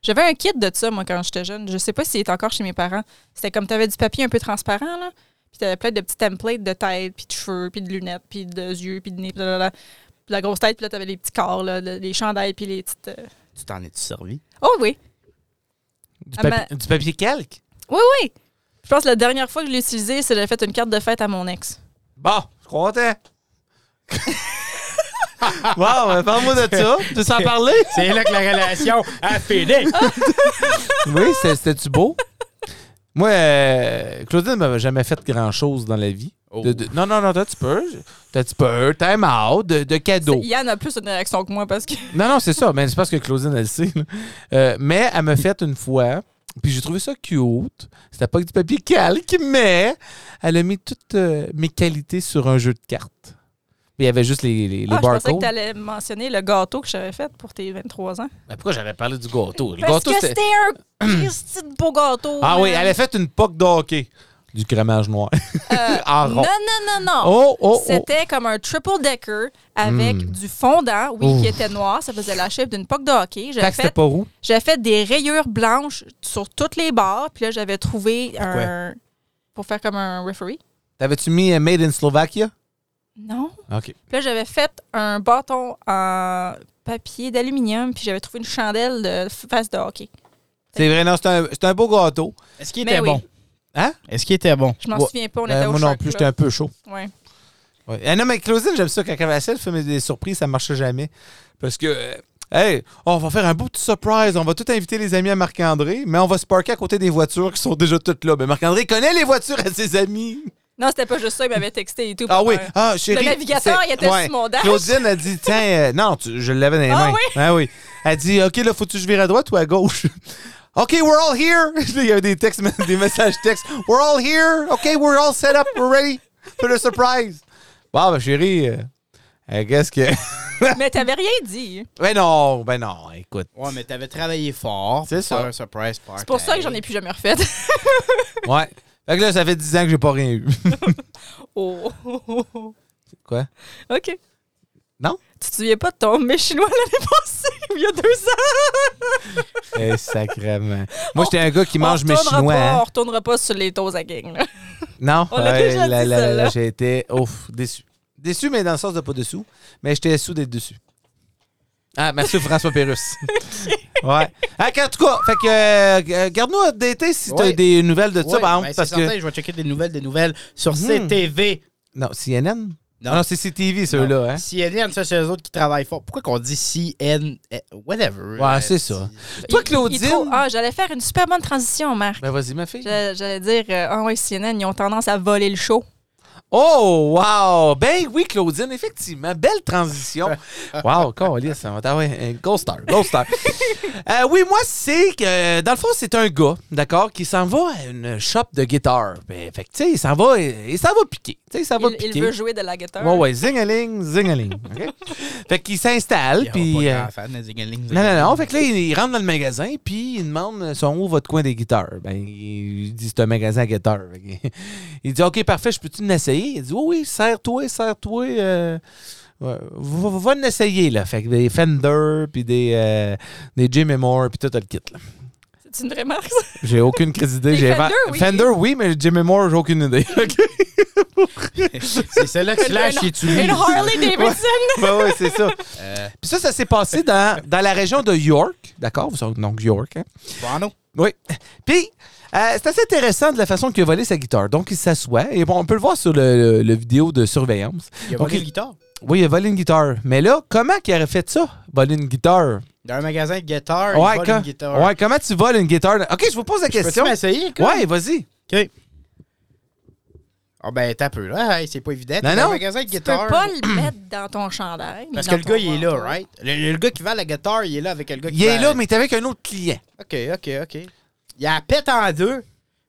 Speaker 2: J'avais un kit de ça, moi, quand j'étais jeune. Je sais pas s'il est encore chez mes parents. C'était comme t'avais du papier un peu transparent, là. Puis t'avais plein de petits templates de tête, puis de cheveux, puis de lunettes, puis de yeux, puis de nez, puis blablabla. Puis la grosse tête, puis là, t'avais les petits corps, là, le- les chandails, puis les petites. euh,
Speaker 3: Tu t'en es-tu servi?
Speaker 2: Oh oui!
Speaker 1: Du,
Speaker 2: Ah,
Speaker 1: papi- du papier calque?
Speaker 2: Oui, oui! Je pense que la dernière fois que je l'ai utilisé, c'est que j'ai fait une carte de fête à mon ex.
Speaker 1: Bon, je suis content. wow, ben, parle-moi de ça. Tu veux s'en parler?
Speaker 2: Ah!
Speaker 3: C'est là que la relation a fini.
Speaker 1: Oui, c'est- c'était-tu beau? Moi, euh, Claudine m'avait jamais fait grand-chose dans la vie.
Speaker 3: Oh.
Speaker 1: De- de- non, non, non, t'as tu peux. T'as tu peux. Time out. De, de cadeaux.
Speaker 2: Yann a plus une réaction que moi parce que.
Speaker 1: Non, non, c'est ça. Mais c'est parce que Claudine, elle le sait. là. Euh, mais elle me fait une fois. Puis j'ai trouvé ça cute. C'était pas que du papier calque, mais elle a mis toutes euh, mes qualités sur un jeu de cartes. Mais il y avait juste les, les, les
Speaker 2: Ah, je pensais que
Speaker 1: barcodes.
Speaker 2: tu allais mentionner le gâteau que j'avais fait pour tes 23 ans.
Speaker 1: Mais pourquoi j'avais parlé du gâteau? Le
Speaker 2: Parce
Speaker 1: gâteau,
Speaker 2: que
Speaker 1: c'était-
Speaker 2: c'était un Christy de beau gâteau.
Speaker 1: Ah oui,
Speaker 2: man.
Speaker 1: elle a fait une poque de hockey. Du crémage noir.
Speaker 2: Euh,
Speaker 1: en rond.
Speaker 2: Non, non, non, non.
Speaker 1: Oh, oh, oh.
Speaker 2: C'était comme un triple decker avec du fondant, oui,
Speaker 1: Ouf.
Speaker 2: qui était noir. Ça faisait la chef d'une poque de
Speaker 1: Fait
Speaker 2: hockey. J'avais
Speaker 1: que c'était
Speaker 2: fait,
Speaker 1: pas roux.
Speaker 2: j'avais fait des rayures blanches sur toutes les barres. Puis là, j'avais trouvé un. Pour faire comme un referee.
Speaker 1: T'avais-tu mis euh, Made in Slovakia?
Speaker 2: Non.
Speaker 1: OK.
Speaker 2: Puis là, j'avais fait un bâton en papier d'aluminium. Puis j'avais trouvé une chandelle de face de hockey.
Speaker 1: C'est vrai, non, c'est un, c'est un beau gâteau.
Speaker 3: Est-ce qu'il
Speaker 2: Mais
Speaker 3: était
Speaker 2: Ben oui.
Speaker 3: bon?
Speaker 1: Hein?
Speaker 3: Est-ce qu'il était bon?
Speaker 2: Je m'en
Speaker 1: Ouais.
Speaker 2: souviens pas, on était
Speaker 1: Euh,
Speaker 2: au
Speaker 1: moi non
Speaker 2: Shark
Speaker 1: plus, j'étais
Speaker 2: Club.
Speaker 1: un peu chaud.
Speaker 2: Ouais.
Speaker 1: Ouais. Ah non, mais Claudine, j'aime ça quand elle fait ça, elle fait des surprises, ça marche jamais. Parce que, euh, hey, on va faire un beau petit surprise, on va tout inviter les amis à Marc-André, mais on va se parker à côté des voitures qui sont déjà toutes là. Mais Marc-André connaît les voitures à ses amis.
Speaker 2: Non, c'était pas juste ça, il m'avait texté et tout.
Speaker 1: Ah
Speaker 2: pour
Speaker 1: oui,
Speaker 2: faire-
Speaker 1: ah chérie.
Speaker 2: navigateur,
Speaker 1: c'est-
Speaker 2: il était sur mon dash.
Speaker 1: Claudine a dit, tiens, euh, non, tu- je l'avais dans les
Speaker 2: Ah
Speaker 1: mains.
Speaker 2: oui?
Speaker 1: Ah oui. Elle dit, OK, là, faut-tu que je vire à droite ou à gauche? OK, we're all here. il y avait des textes, des messages textes. We're all here. OK, we're all set up. We're ready for the surprise. Bon, ben, chérie, euh, I guess que.
Speaker 2: Mais t'avais rien dit.
Speaker 1: ben non, ben non, écoute.
Speaker 3: Ouais, mais t'avais travaillé fort.
Speaker 1: C'est
Speaker 3: pour
Speaker 1: ça.
Speaker 3: faire un surprise party.
Speaker 2: C'est pour ça que j'en ai plus jamais refait.
Speaker 1: Ouais. Fait que là, ça fait 10 ans que j'ai pas rien eu.
Speaker 2: oh.
Speaker 1: Quoi?
Speaker 2: OK.
Speaker 1: Non?
Speaker 2: Tu te souviens pas de ton mais chinois l'année passée, il y a deux ans?
Speaker 1: Eh, sacrément. Moi, j'étais un gars qui mange mes
Speaker 2: on retournera
Speaker 1: chinois.
Speaker 2: Pas,
Speaker 1: hein.
Speaker 2: On retournera pas sur les toasts à gang. là.
Speaker 1: Non,
Speaker 2: On l'a
Speaker 1: ouais,
Speaker 2: déjà
Speaker 1: là,
Speaker 2: dit,
Speaker 1: là, là,
Speaker 2: celle-là.
Speaker 1: là, j'ai été ouf, déçu. Déçu, mais dans le sens de pas dessous. Mais j'étais sous d'être dessus. Ah, merci François Pérusse. ouais. Ah, en tout cas, fait que euh, euh, garde-nous updatés si t'as
Speaker 3: Ouais.
Speaker 1: des nouvelles de ça,
Speaker 3: Ouais,
Speaker 1: par
Speaker 3: ben,
Speaker 1: exemple,
Speaker 3: c'est
Speaker 1: parce
Speaker 3: certain,
Speaker 1: que.
Speaker 3: je vais checker des nouvelles, des nouvelles sur CTV.
Speaker 1: Non, CNN? Non, Hmm. Ah, non c'est CTV, ceux-là, hein?
Speaker 3: CNN, ça, c'est eux autres qui travaillent fort. Pourquoi qu'on dit CN... eh, Whatever.
Speaker 1: Ouais,
Speaker 3: Euh,
Speaker 1: c'est ça.
Speaker 3: c'est-
Speaker 1: Toi,
Speaker 2: Il- il
Speaker 1: Claudine?
Speaker 2: trouve- Ah, j'allais faire une super bonne transition, Marc.
Speaker 1: Ben, vas-y, ma fille.
Speaker 2: J'allais j'allais dire, euh, ah ouais, CNN, ils ont tendance à voler le show.
Speaker 1: Oh, wow! Ben oui, Claudine, effectivement. Belle transition. Wow, Colis, ça va. Ah ouais, euh, Gold Star, Gold Star. Euh, oui, moi, c'est que, euh, dans le fond, c'est un gars, d'accord, qui s'en va à une shop de guitare. Ben, fait que, tu sais, il s'en va, et ça va piquer. Tu sais, ça va
Speaker 2: Il, il
Speaker 1: piquer.
Speaker 2: veut jouer de la guitare.
Speaker 1: Ouais, ouais, zing-a-ling, zing-a-ling. OK? fait qu'il s'installe,
Speaker 3: Il y aura
Speaker 1: puis.
Speaker 3: pas
Speaker 1: euh,
Speaker 3: grand fan, les Zingalings.
Speaker 1: non, non, non. Fait que là, il, il rentre dans le magasin, puis il demande euh, sont où votre coin des guitares. Ben, il, il dit c'est un magasin à guitares. Fait que- Il dit OK, parfait, je peux-tu l'essayer Il dit Oui, oui, serre-toi, serre-toi. euh, ouais, va, va- va l'essayer, là. Fait que des Fender, puis des, euh, des Jimmy Moore, puis tout le kit, là.
Speaker 2: C'est une remarque, ça?
Speaker 1: J'ai aucune crise d'idée.
Speaker 2: Les
Speaker 1: J'ai
Speaker 2: Fender,
Speaker 1: vend-
Speaker 2: oui.
Speaker 1: Fender, oui, mais Jimmy Moore, j'ai aucune idée. OK.
Speaker 3: C'est celle-là que tu lâches
Speaker 2: Une-
Speaker 3: et tu lis.
Speaker 2: Une Harley Davidson!
Speaker 1: Ben oui, c'est ça.
Speaker 3: Euh,
Speaker 1: Puis ça, ça s'est passé dans, dans la région de York, d'accord Vous savez, donc York, hein?
Speaker 3: Bono.
Speaker 1: Oui. Puis, euh, c'est assez intéressant de la façon qu'il a volé sa guitare. Donc, il s'assoit. Et bon, on peut le voir sur le, le vidéo de surveillance.
Speaker 3: Il y a
Speaker 1: Donc,
Speaker 3: volé
Speaker 1: il-
Speaker 3: une guitare.
Speaker 1: Oui, il a volé une guitare. Mais là, comment qu'il aurait fait ça, voler une guitare?
Speaker 3: Dans un magasin de guitare, il vole
Speaker 1: quand-
Speaker 3: une guitare.
Speaker 1: ouais, comment tu voles une guitare? OK, je vous pose la
Speaker 3: Peux-tu
Speaker 1: question.
Speaker 3: m'essayer, quoi?
Speaker 1: Ouais, vas-y.
Speaker 3: OK. Ah ben, t'as peu, là. Hey, c'est pas évident. T'es
Speaker 1: Non,
Speaker 3: dans
Speaker 1: non.
Speaker 3: un magasin de
Speaker 2: Tu peux
Speaker 3: guitare.
Speaker 2: pas le mettre dans ton chandail.
Speaker 3: Parce
Speaker 2: ni
Speaker 3: que
Speaker 2: dans
Speaker 3: le gars,
Speaker 2: ton
Speaker 3: il est là,
Speaker 2: manteau.
Speaker 3: right? Le, le gars qui vend la guitare, il est là avec le gars qui
Speaker 1: Il est
Speaker 3: vend-
Speaker 1: là, mais t'es avec un autre client.
Speaker 3: OK, OK, OK. Il la pète en deux.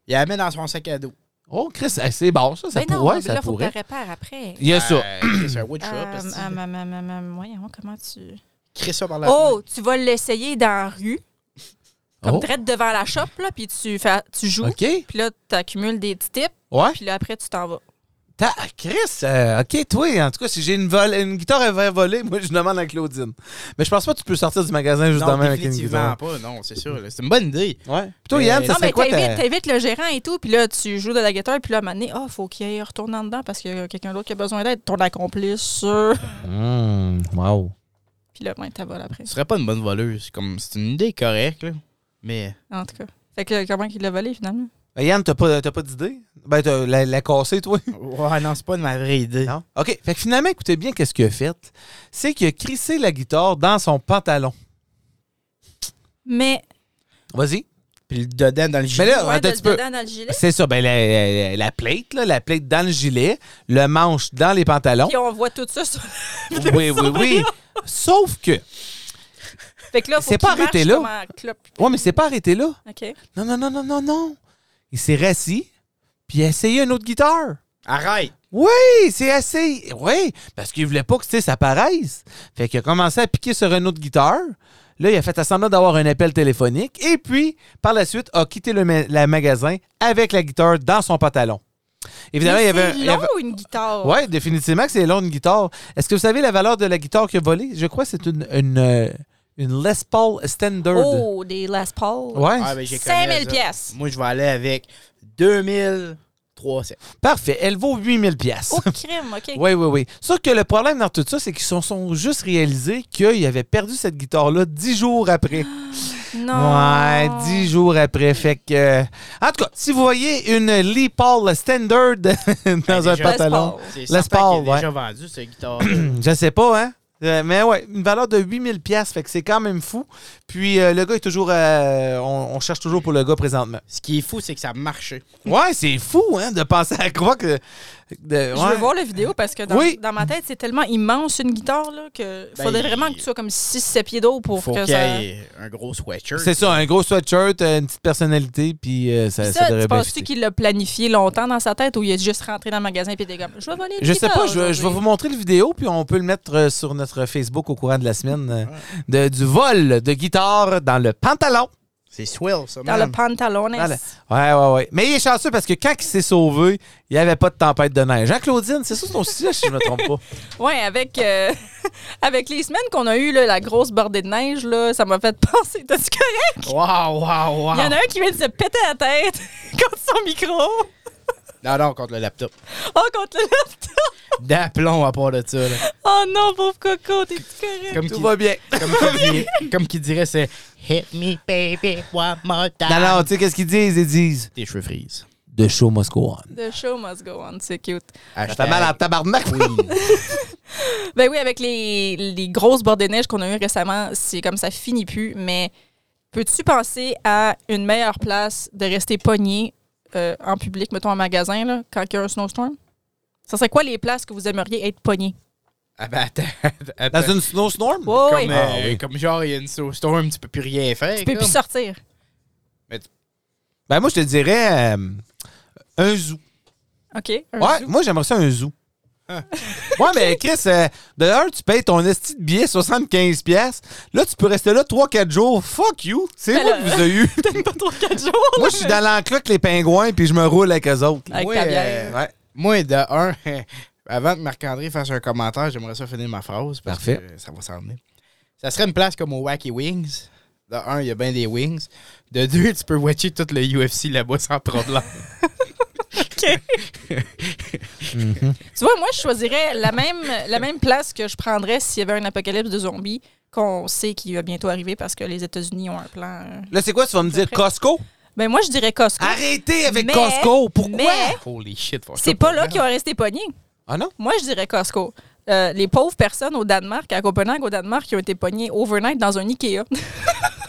Speaker 3: Il la met dans son sac à dos.
Speaker 1: Oh, Chris, eh, c'est bon, ça. Ça
Speaker 2: Ben non,
Speaker 1: pourrait,
Speaker 2: mais
Speaker 1: ça
Speaker 2: là, faut que
Speaker 1: pourrait.
Speaker 2: tu répares après.
Speaker 1: Il y a ça.
Speaker 3: Euh, c'est un wood shop.
Speaker 2: Euh,
Speaker 3: esti.
Speaker 2: euh, ma- ma- ma- ma- voyons, comment tu...
Speaker 3: Crée ça par la fenêtre.
Speaker 2: Oh, tu vas l'essayer dans la rue, comme
Speaker 1: Oh,
Speaker 2: direct devant la shop, là, puis tu, fais, tu joues,
Speaker 1: OK.
Speaker 2: puis là, tu accumules des petits tips,
Speaker 1: Ouais.
Speaker 2: puis là, après, tu t'en vas.
Speaker 1: Ta- ah, Chris, euh, ok, toi, en tout cas, si j'ai une, vol- une guitare à faire voler, moi, je demande à Claudine. Mais je pense pas que tu peux sortir du magasin juste
Speaker 3: Non,
Speaker 1: demain avec une
Speaker 3: définitivement
Speaker 1: guitare.
Speaker 3: pas. Non, c'est sûr. là. C'est une bonne idée.
Speaker 1: Ouais. Puis toi, Yann,
Speaker 3: Mais-
Speaker 1: ça
Speaker 2: non,
Speaker 1: serait
Speaker 2: mais
Speaker 1: quoi
Speaker 2: t'invites,
Speaker 1: ta...
Speaker 2: t'invites le gérant et tout, puis là, tu joues de la guitare, puis là, à un moment donné, oh, faut qu'il aille retourner en dedans parce qu'il y a quelqu'un d'autre qui a besoin d'aide, ton accomplice, euh.
Speaker 1: Hum, wow.
Speaker 2: puis là, ben, t'as vol après,
Speaker 3: Ce serait pas une bonne voleuse. Comme, c'est une idée correcte, là. Mais
Speaker 2: en tout cas. Fait que euh, comment qu'il l'a volé, finalement?
Speaker 1: Ben, Yann, t'as pas, t'as pas d'idée? Ben, t'as la, la cassée, toi?
Speaker 3: ouais, non, c'est pas de ma vraie idée.
Speaker 1: Non? OK. Fait que finalement, écoutez bien qu'est-ce qu'il a fait. C'est qu'il a crissé la guitare dans son pantalon.
Speaker 2: Mais
Speaker 1: Vas-y.
Speaker 3: Puis le dedans dans le
Speaker 1: Mais
Speaker 3: gilet.
Speaker 1: là,
Speaker 2: Ouais,
Speaker 1: attends un
Speaker 2: de-
Speaker 1: petit peu.
Speaker 2: dedans dans le gilet.
Speaker 1: C'est ça, ben, la, la- la plate, là, la plate dans le gilet, le manche dans les pantalons.
Speaker 2: Puis on voit tout ça sur
Speaker 1: Oui, oui, oui. Sauf que.
Speaker 2: Fait que là, faut
Speaker 1: C'est
Speaker 2: qu'il
Speaker 1: pas arrêté là.
Speaker 2: marche comme un clope.
Speaker 1: Ouais, mais c'est pas arrêté là.
Speaker 2: OK.
Speaker 1: Non, non, non, non, non, non. Il s'est rassis, puis il a essayé une autre guitare.
Speaker 3: Arrête!
Speaker 1: Oui, c'est assez. Oui, parce qu'il voulait pas que tu sais, ça paraisse. Fait qu'il a commencé à piquer sur une autre guitare. Là, il a fait semblant d'avoir un appel téléphonique. Et puis, par la suite, a quitté le ma- la magasin avec la guitare dans son pantalon. Évidemment, il y avait.
Speaker 2: Mais
Speaker 1: il
Speaker 2: C'est
Speaker 1: y avait-
Speaker 2: long, une guitare.
Speaker 1: Oui, définitivement que c'est long une guitare. Est-ce que vous savez la valeur de la guitare qu'il a volée? Je crois que c'est une, une, euh, une Les Paul Standard.
Speaker 2: Oh, des Les Paul.
Speaker 1: Ouais.
Speaker 3: Ah, ben, j'ai connu
Speaker 2: 5000
Speaker 3: ça.
Speaker 2: pièces.
Speaker 3: Moi, je vais aller avec 2300.
Speaker 1: Parfait. Elle vaut 8000 pièces.
Speaker 2: Oh, crime, OK.
Speaker 1: Oui, oui, oui. Sauf que le problème dans tout ça, c'est qu'ils se sont juste réalisés qu'ils avaient perdu cette guitare-là dix jours après.
Speaker 2: Non.
Speaker 1: Ouais,
Speaker 2: Oh.
Speaker 1: dix jours après. Fait que. euh, En tout cas, si vous voyez une Lee Paul Standard dans un
Speaker 3: déjà-
Speaker 1: pantalon,
Speaker 3: C'est
Speaker 1: Les
Speaker 3: certain
Speaker 1: Paul,
Speaker 3: qu'il est
Speaker 1: ouais.
Speaker 3: déjà vendu, cette guitare.
Speaker 1: je sais pas, hein. Euh, mais ouais, une valeur de 8000 pièces, fait que c'est quand même fou. Puis euh, le gars est toujours, euh, on, on cherche toujours pour le gars présentement.
Speaker 3: Ce qui est fou, c'est que ça marchait.
Speaker 1: Ouais, c'est fou, hein, de penser à quoi que. de-
Speaker 2: Je
Speaker 1: ouais.
Speaker 2: veux voir la vidéo parce que dans,
Speaker 1: Oui.
Speaker 2: dans ma tête, c'est tellement immense une guitare là, que
Speaker 3: Ben,
Speaker 2: faudrait
Speaker 3: il-
Speaker 2: vraiment que tu sois comme 6-7 pieds d'eau pour
Speaker 3: Faut
Speaker 2: que
Speaker 3: qu'il y
Speaker 2: ça.
Speaker 3: ait un gros sweatshirt.
Speaker 1: C'est ça, un gros sweatshirt, euh, une petite personnalité, puis euh, ça,
Speaker 2: Puis
Speaker 1: ça
Speaker 2: Ça,
Speaker 1: devrait
Speaker 2: tu
Speaker 1: bien
Speaker 2: penses-tu
Speaker 1: fitter.
Speaker 2: qu'il l'a planifié longtemps dans sa tête ou il est juste rentré dans le magasin et il était comme Je vais voler une
Speaker 1: Je sais
Speaker 2: guitare
Speaker 1: pas, je, vais- je vais
Speaker 2: aujourd'hui.
Speaker 1: vous montrer le vidéo, puis on peut le mettre euh, sur notre Facebook au courant de la semaine euh, de- du vol de guitare dans le pantalon.
Speaker 3: C'est swell, ça,
Speaker 2: Dans
Speaker 3: man.
Speaker 2: le pantalon.
Speaker 1: Dans le- Ouais, ouais, ouais. Mais il est chanceux parce que quand il s'est sauvé, il n'y avait pas de tempête de neige. Jean-Claudine, c'est ça ton sujet, si je ne me trompe pas.
Speaker 2: Oui, avec, euh, avec les semaines qu'on a eues, là, la grosse bordée de neige, là, ça m'a fait penser. T'as-tu correct?
Speaker 3: Wow, wow, wow.
Speaker 2: Il y en a un qui vient de se péter la tête contre son micro.
Speaker 3: Non, non, contre le laptop.
Speaker 2: Oh, contre le laptop.
Speaker 3: D'aplomb à part de ça. là.
Speaker 2: Oh non, pauvre Coco, t'es-tu correct?
Speaker 3: Comme
Speaker 1: Tout
Speaker 3: qui-
Speaker 1: va bien.
Speaker 3: Comme qui dirait, comme qui dirait, c'est Hit me, baby, one more time.
Speaker 1: Non, non, tu sais, qu'est-ce qu'ils disent? Ils disent
Speaker 3: Tes cheveux frisent.
Speaker 1: The show must go on.
Speaker 2: The show must go on, c'est cute.
Speaker 1: Ça fait mal en tabarnak.
Speaker 2: Ben oui, avec les, les grosses bords de neige qu'on a eues récemment, c'est comme ça finit plus. Mais peux-tu penser à une meilleure place de rester pogné euh, en public, mettons en magasin, là, quand il y a un snowstorm? Ça serait quoi les places que vous aimeriez être pogné?
Speaker 3: Ah ben attends, attends.
Speaker 1: Dans une snowstorm?
Speaker 2: Ouais,
Speaker 3: Comme,
Speaker 2: ouais.
Speaker 3: euh,
Speaker 1: Ah oui.
Speaker 3: comme genre, il y a une snowstorm, tu peux plus rien faire.
Speaker 2: Tu peux
Speaker 3: comme.
Speaker 2: plus sortir.
Speaker 1: Ben, moi, je te dirais euh, un zoo.
Speaker 2: OK? un
Speaker 1: Ouais,
Speaker 2: zoo. Ah.
Speaker 1: moi j'aimerais ça un zoo. ouais, mais Chris, euh, de l'heure, tu payes ton esti de billet 75$. piastres. Là, tu peux rester là 3-4 jours. Fuck you! C'est
Speaker 2: Ben
Speaker 1: moi qui
Speaker 2: là-
Speaker 1: vous ai eu.
Speaker 2: Peut-être pas trop quatre jours.
Speaker 1: moi, je suis dans l'enclos les pingouins puis je me roule avec eux autres.
Speaker 2: Avec
Speaker 3: Moi,
Speaker 2: ta
Speaker 3: euh,
Speaker 2: bière.
Speaker 1: Ouais.
Speaker 3: Moi, de un, avant que Marc-André fasse un commentaire, j'aimerais ça finir ma phrase parce
Speaker 1: Parfait.
Speaker 3: que euh, ça va s'en venir. Ça serait une place comme au Wacky Wings. De un, il y a bien des wings. De deux, tu peux watcher tout le UFC là-bas sans problème.
Speaker 2: Tu vois, moi, je choisirais la même, la même place que je prendrais s'il y avait un apocalypse de zombies qu'on sait qui va bientôt arriver parce que les États-Unis ont un plan. euh.
Speaker 1: Là, c'est quoi? Tu vas me dire
Speaker 2: Après.
Speaker 1: Costco?
Speaker 2: Ben moi, je dirais Costco.
Speaker 1: Ah, Arrêtez avec
Speaker 2: Mais-
Speaker 1: Costco! Pourquoi?
Speaker 2: mais-
Speaker 3: Holy shit. faut que
Speaker 2: Eh? C'est
Speaker 3: je
Speaker 2: pas
Speaker 3: te
Speaker 2: là
Speaker 3: parle.
Speaker 2: qu'ils ont resté pognés.
Speaker 1: Ah non?
Speaker 2: Moi, je dirais Costco. Euh, les pauvres personnes au Danemark, à Copenhague, au Danemark, qui ont été pognées overnight dans un Ikea.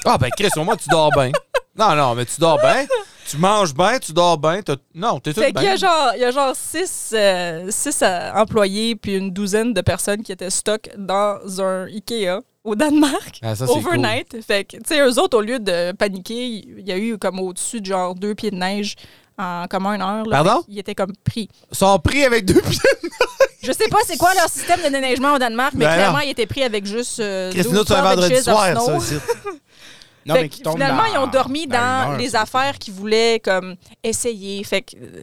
Speaker 1: Ah ben Chris, au moins tu dors bien. Non, non, mais tu dors bien. Tu manges bien, tu dors bien. t'as- Non, t'es tout
Speaker 2: fait qu'il y
Speaker 1: bien.
Speaker 2: a genre, il y a genre six, euh, six, euh, employés puis une douzaine de personnes qui étaient stock dans un Ikea au Danemark.
Speaker 1: Ah, ça, c'est cool.
Speaker 2: overnight. Fait que, tu sais, eux autres, au lieu de paniquer, il y a eu comme au-dessus de genre deux pieds de neige en comme une heure. là.
Speaker 1: Pardon?
Speaker 2: Fait qu'ils étaient comme pris.
Speaker 1: Sont pris avec deux pieds.
Speaker 2: Je sais pas c'est quoi leur système de déneigement au Danemark, mais
Speaker 1: Ben
Speaker 2: clairement,
Speaker 1: non.
Speaker 2: ils étaient pris avec juste. euh,
Speaker 1: Christine,
Speaker 2: 12
Speaker 1: c'est un
Speaker 2: heures de
Speaker 1: vendredi
Speaker 2: chaises of
Speaker 1: soir,
Speaker 2: snow.
Speaker 1: ça, ici.
Speaker 3: Non,
Speaker 2: Fait
Speaker 3: mais
Speaker 2: que
Speaker 3: qui tombe
Speaker 2: finalement,
Speaker 3: dans-
Speaker 2: ils ont dormi
Speaker 3: dans une
Speaker 2: dans
Speaker 3: heure.
Speaker 2: les affaires qu'ils voulaient comme essayer. Fait que, euh,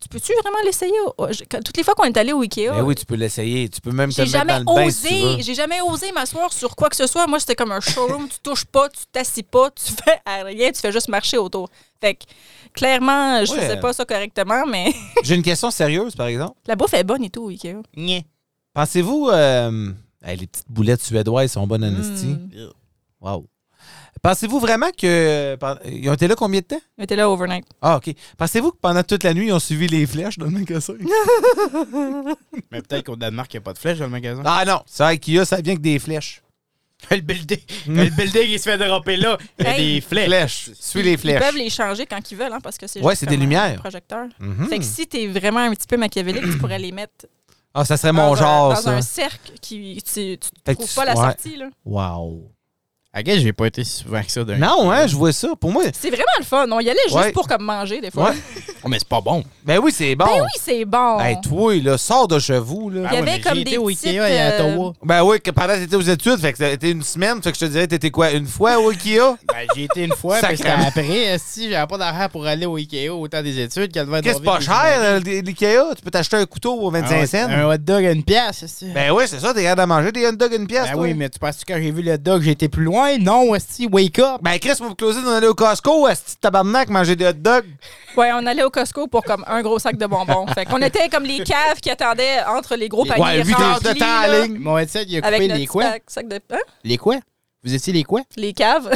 Speaker 2: tu peux-tu vraiment l'essayer? Oh, je- quand- Toutes les fois qu'on est allé au Ikea,
Speaker 1: Ben oui, tu peux l'essayer. Tu peux même te
Speaker 2: j'ai
Speaker 1: le mettre
Speaker 2: jamais
Speaker 1: dans le bain si tu veux.
Speaker 2: osé, j'ai jamais osé m'asseoir sur quoi que ce soit. Moi, c'était comme un showroom. tu touches pas, tu t'assis pas, tu fais à rien, tu fais juste marcher autour. Fait que, clairement, je
Speaker 1: Ouais.
Speaker 2: faisais pas ça correctement, mais
Speaker 1: J'ai une question sérieuse, par exemple.
Speaker 2: la bouffe est bonne et tout au Ikea.
Speaker 3: Nya.
Speaker 1: Pensez-vous. euh, hey, les petites boulettes suédoises sont bonnes en esti.
Speaker 2: Mm.
Speaker 1: Wow. Pensez-vous vraiment que. pen- Ils ont été là combien de temps?
Speaker 2: On était là overnight.
Speaker 1: Ah, OK. Pensez-vous que pendant toute la nuit, ils ont suivi les flèches dans le magasin?
Speaker 3: Mais peut-être qu'au Danemark, il n'y a pas de flèche dans le magasin.
Speaker 1: ah non, ça, IKEA, ça vient que des flèches.
Speaker 3: Le building, le building, il se fait dropper là. Il y a
Speaker 2: Hey.
Speaker 3: des flèches.
Speaker 1: Flèches. Suis les
Speaker 2: Ils peuvent
Speaker 1: flèches.
Speaker 2: les changer quand ils veulent, hein, parce que c'est
Speaker 1: Ouais,
Speaker 2: juste
Speaker 1: c'est des
Speaker 2: comme un
Speaker 1: lumières.
Speaker 2: projecteur.
Speaker 1: Mhm.
Speaker 2: Fait que si t'es vraiment un petit peu machiavélique, tu pourrais les mettre
Speaker 1: Ah, ça serait
Speaker 2: dans,
Speaker 1: mon
Speaker 2: un,
Speaker 1: genre,
Speaker 2: dans
Speaker 1: ça.
Speaker 2: un cercle qui tu, tu
Speaker 1: Fait que
Speaker 2: trouves
Speaker 1: tu-
Speaker 2: pas la
Speaker 1: ouais.
Speaker 2: sortie. Là.
Speaker 1: Wow.
Speaker 3: Ok, j'ai pas été si souvent que ça d'un.
Speaker 1: Non, hein, je vois ça. Pour moi,
Speaker 2: C'est vraiment le fun. On y allait juste
Speaker 1: Ouais.
Speaker 2: pour comme manger des fois.
Speaker 1: ouais.
Speaker 3: Oh, mais c'est pas bon.
Speaker 1: Ben oui, c'est bon.
Speaker 2: Ben oui, c'est bon.
Speaker 1: Hey, toi, là, sors de chez vous,
Speaker 3: Ah
Speaker 1: là.
Speaker 2: y
Speaker 3: ouais,
Speaker 2: avait
Speaker 3: mais
Speaker 2: comme
Speaker 3: j'ai
Speaker 2: des
Speaker 3: été au
Speaker 2: petites,
Speaker 3: Ikea et à
Speaker 2: euh,
Speaker 3: Ottawa.
Speaker 1: Ben oui, que pendant que t'étais aux études, fait que ça a été une semaine, fait que je te dirais, t'étais quoi, une fois au Ikea?
Speaker 3: Ben, j'y ai été une fois,
Speaker 1: Sacré.
Speaker 3: puis c'était après. Si j'avais pas d'argent pour aller au Ikea au temps des études, qu'elle devait être
Speaker 1: Qu'est-ce que c'est pas
Speaker 3: dorée,
Speaker 1: cher, euh, l'Ikea? Tu peux t'acheter un couteau au
Speaker 3: Un,
Speaker 1: 25 cents?
Speaker 3: Ah un hot dog à une pièce, esti.
Speaker 1: Ben oui, c'est ça, t'es capable de manger des hot dogs une pièce,
Speaker 3: Ben
Speaker 1: toi.
Speaker 3: oui, mais tu penses que quand j'ai vu le hot dog, j'étais plus loin? Non, esti, wake up!
Speaker 1: Ben Chris, pour vous closer, on allait au Costco, à ce tabarnak, manger des hot dogs.
Speaker 2: Ouais, on allait au Costco pour comme un gros sac de bonbons. fait qu'on était comme les caves qui attendaient entre les gros
Speaker 3: Ouais,
Speaker 2: paniers.
Speaker 1: huit
Speaker 2: remplis,
Speaker 1: heures de temps à
Speaker 2: là,
Speaker 1: ligne.
Speaker 3: Mon headset, il a
Speaker 2: Avec
Speaker 3: coupé
Speaker 2: notre
Speaker 3: les quoi?
Speaker 2: sac, sac de. Hein?
Speaker 3: Les quoi? Vous étiez les quoi?
Speaker 2: Les caves.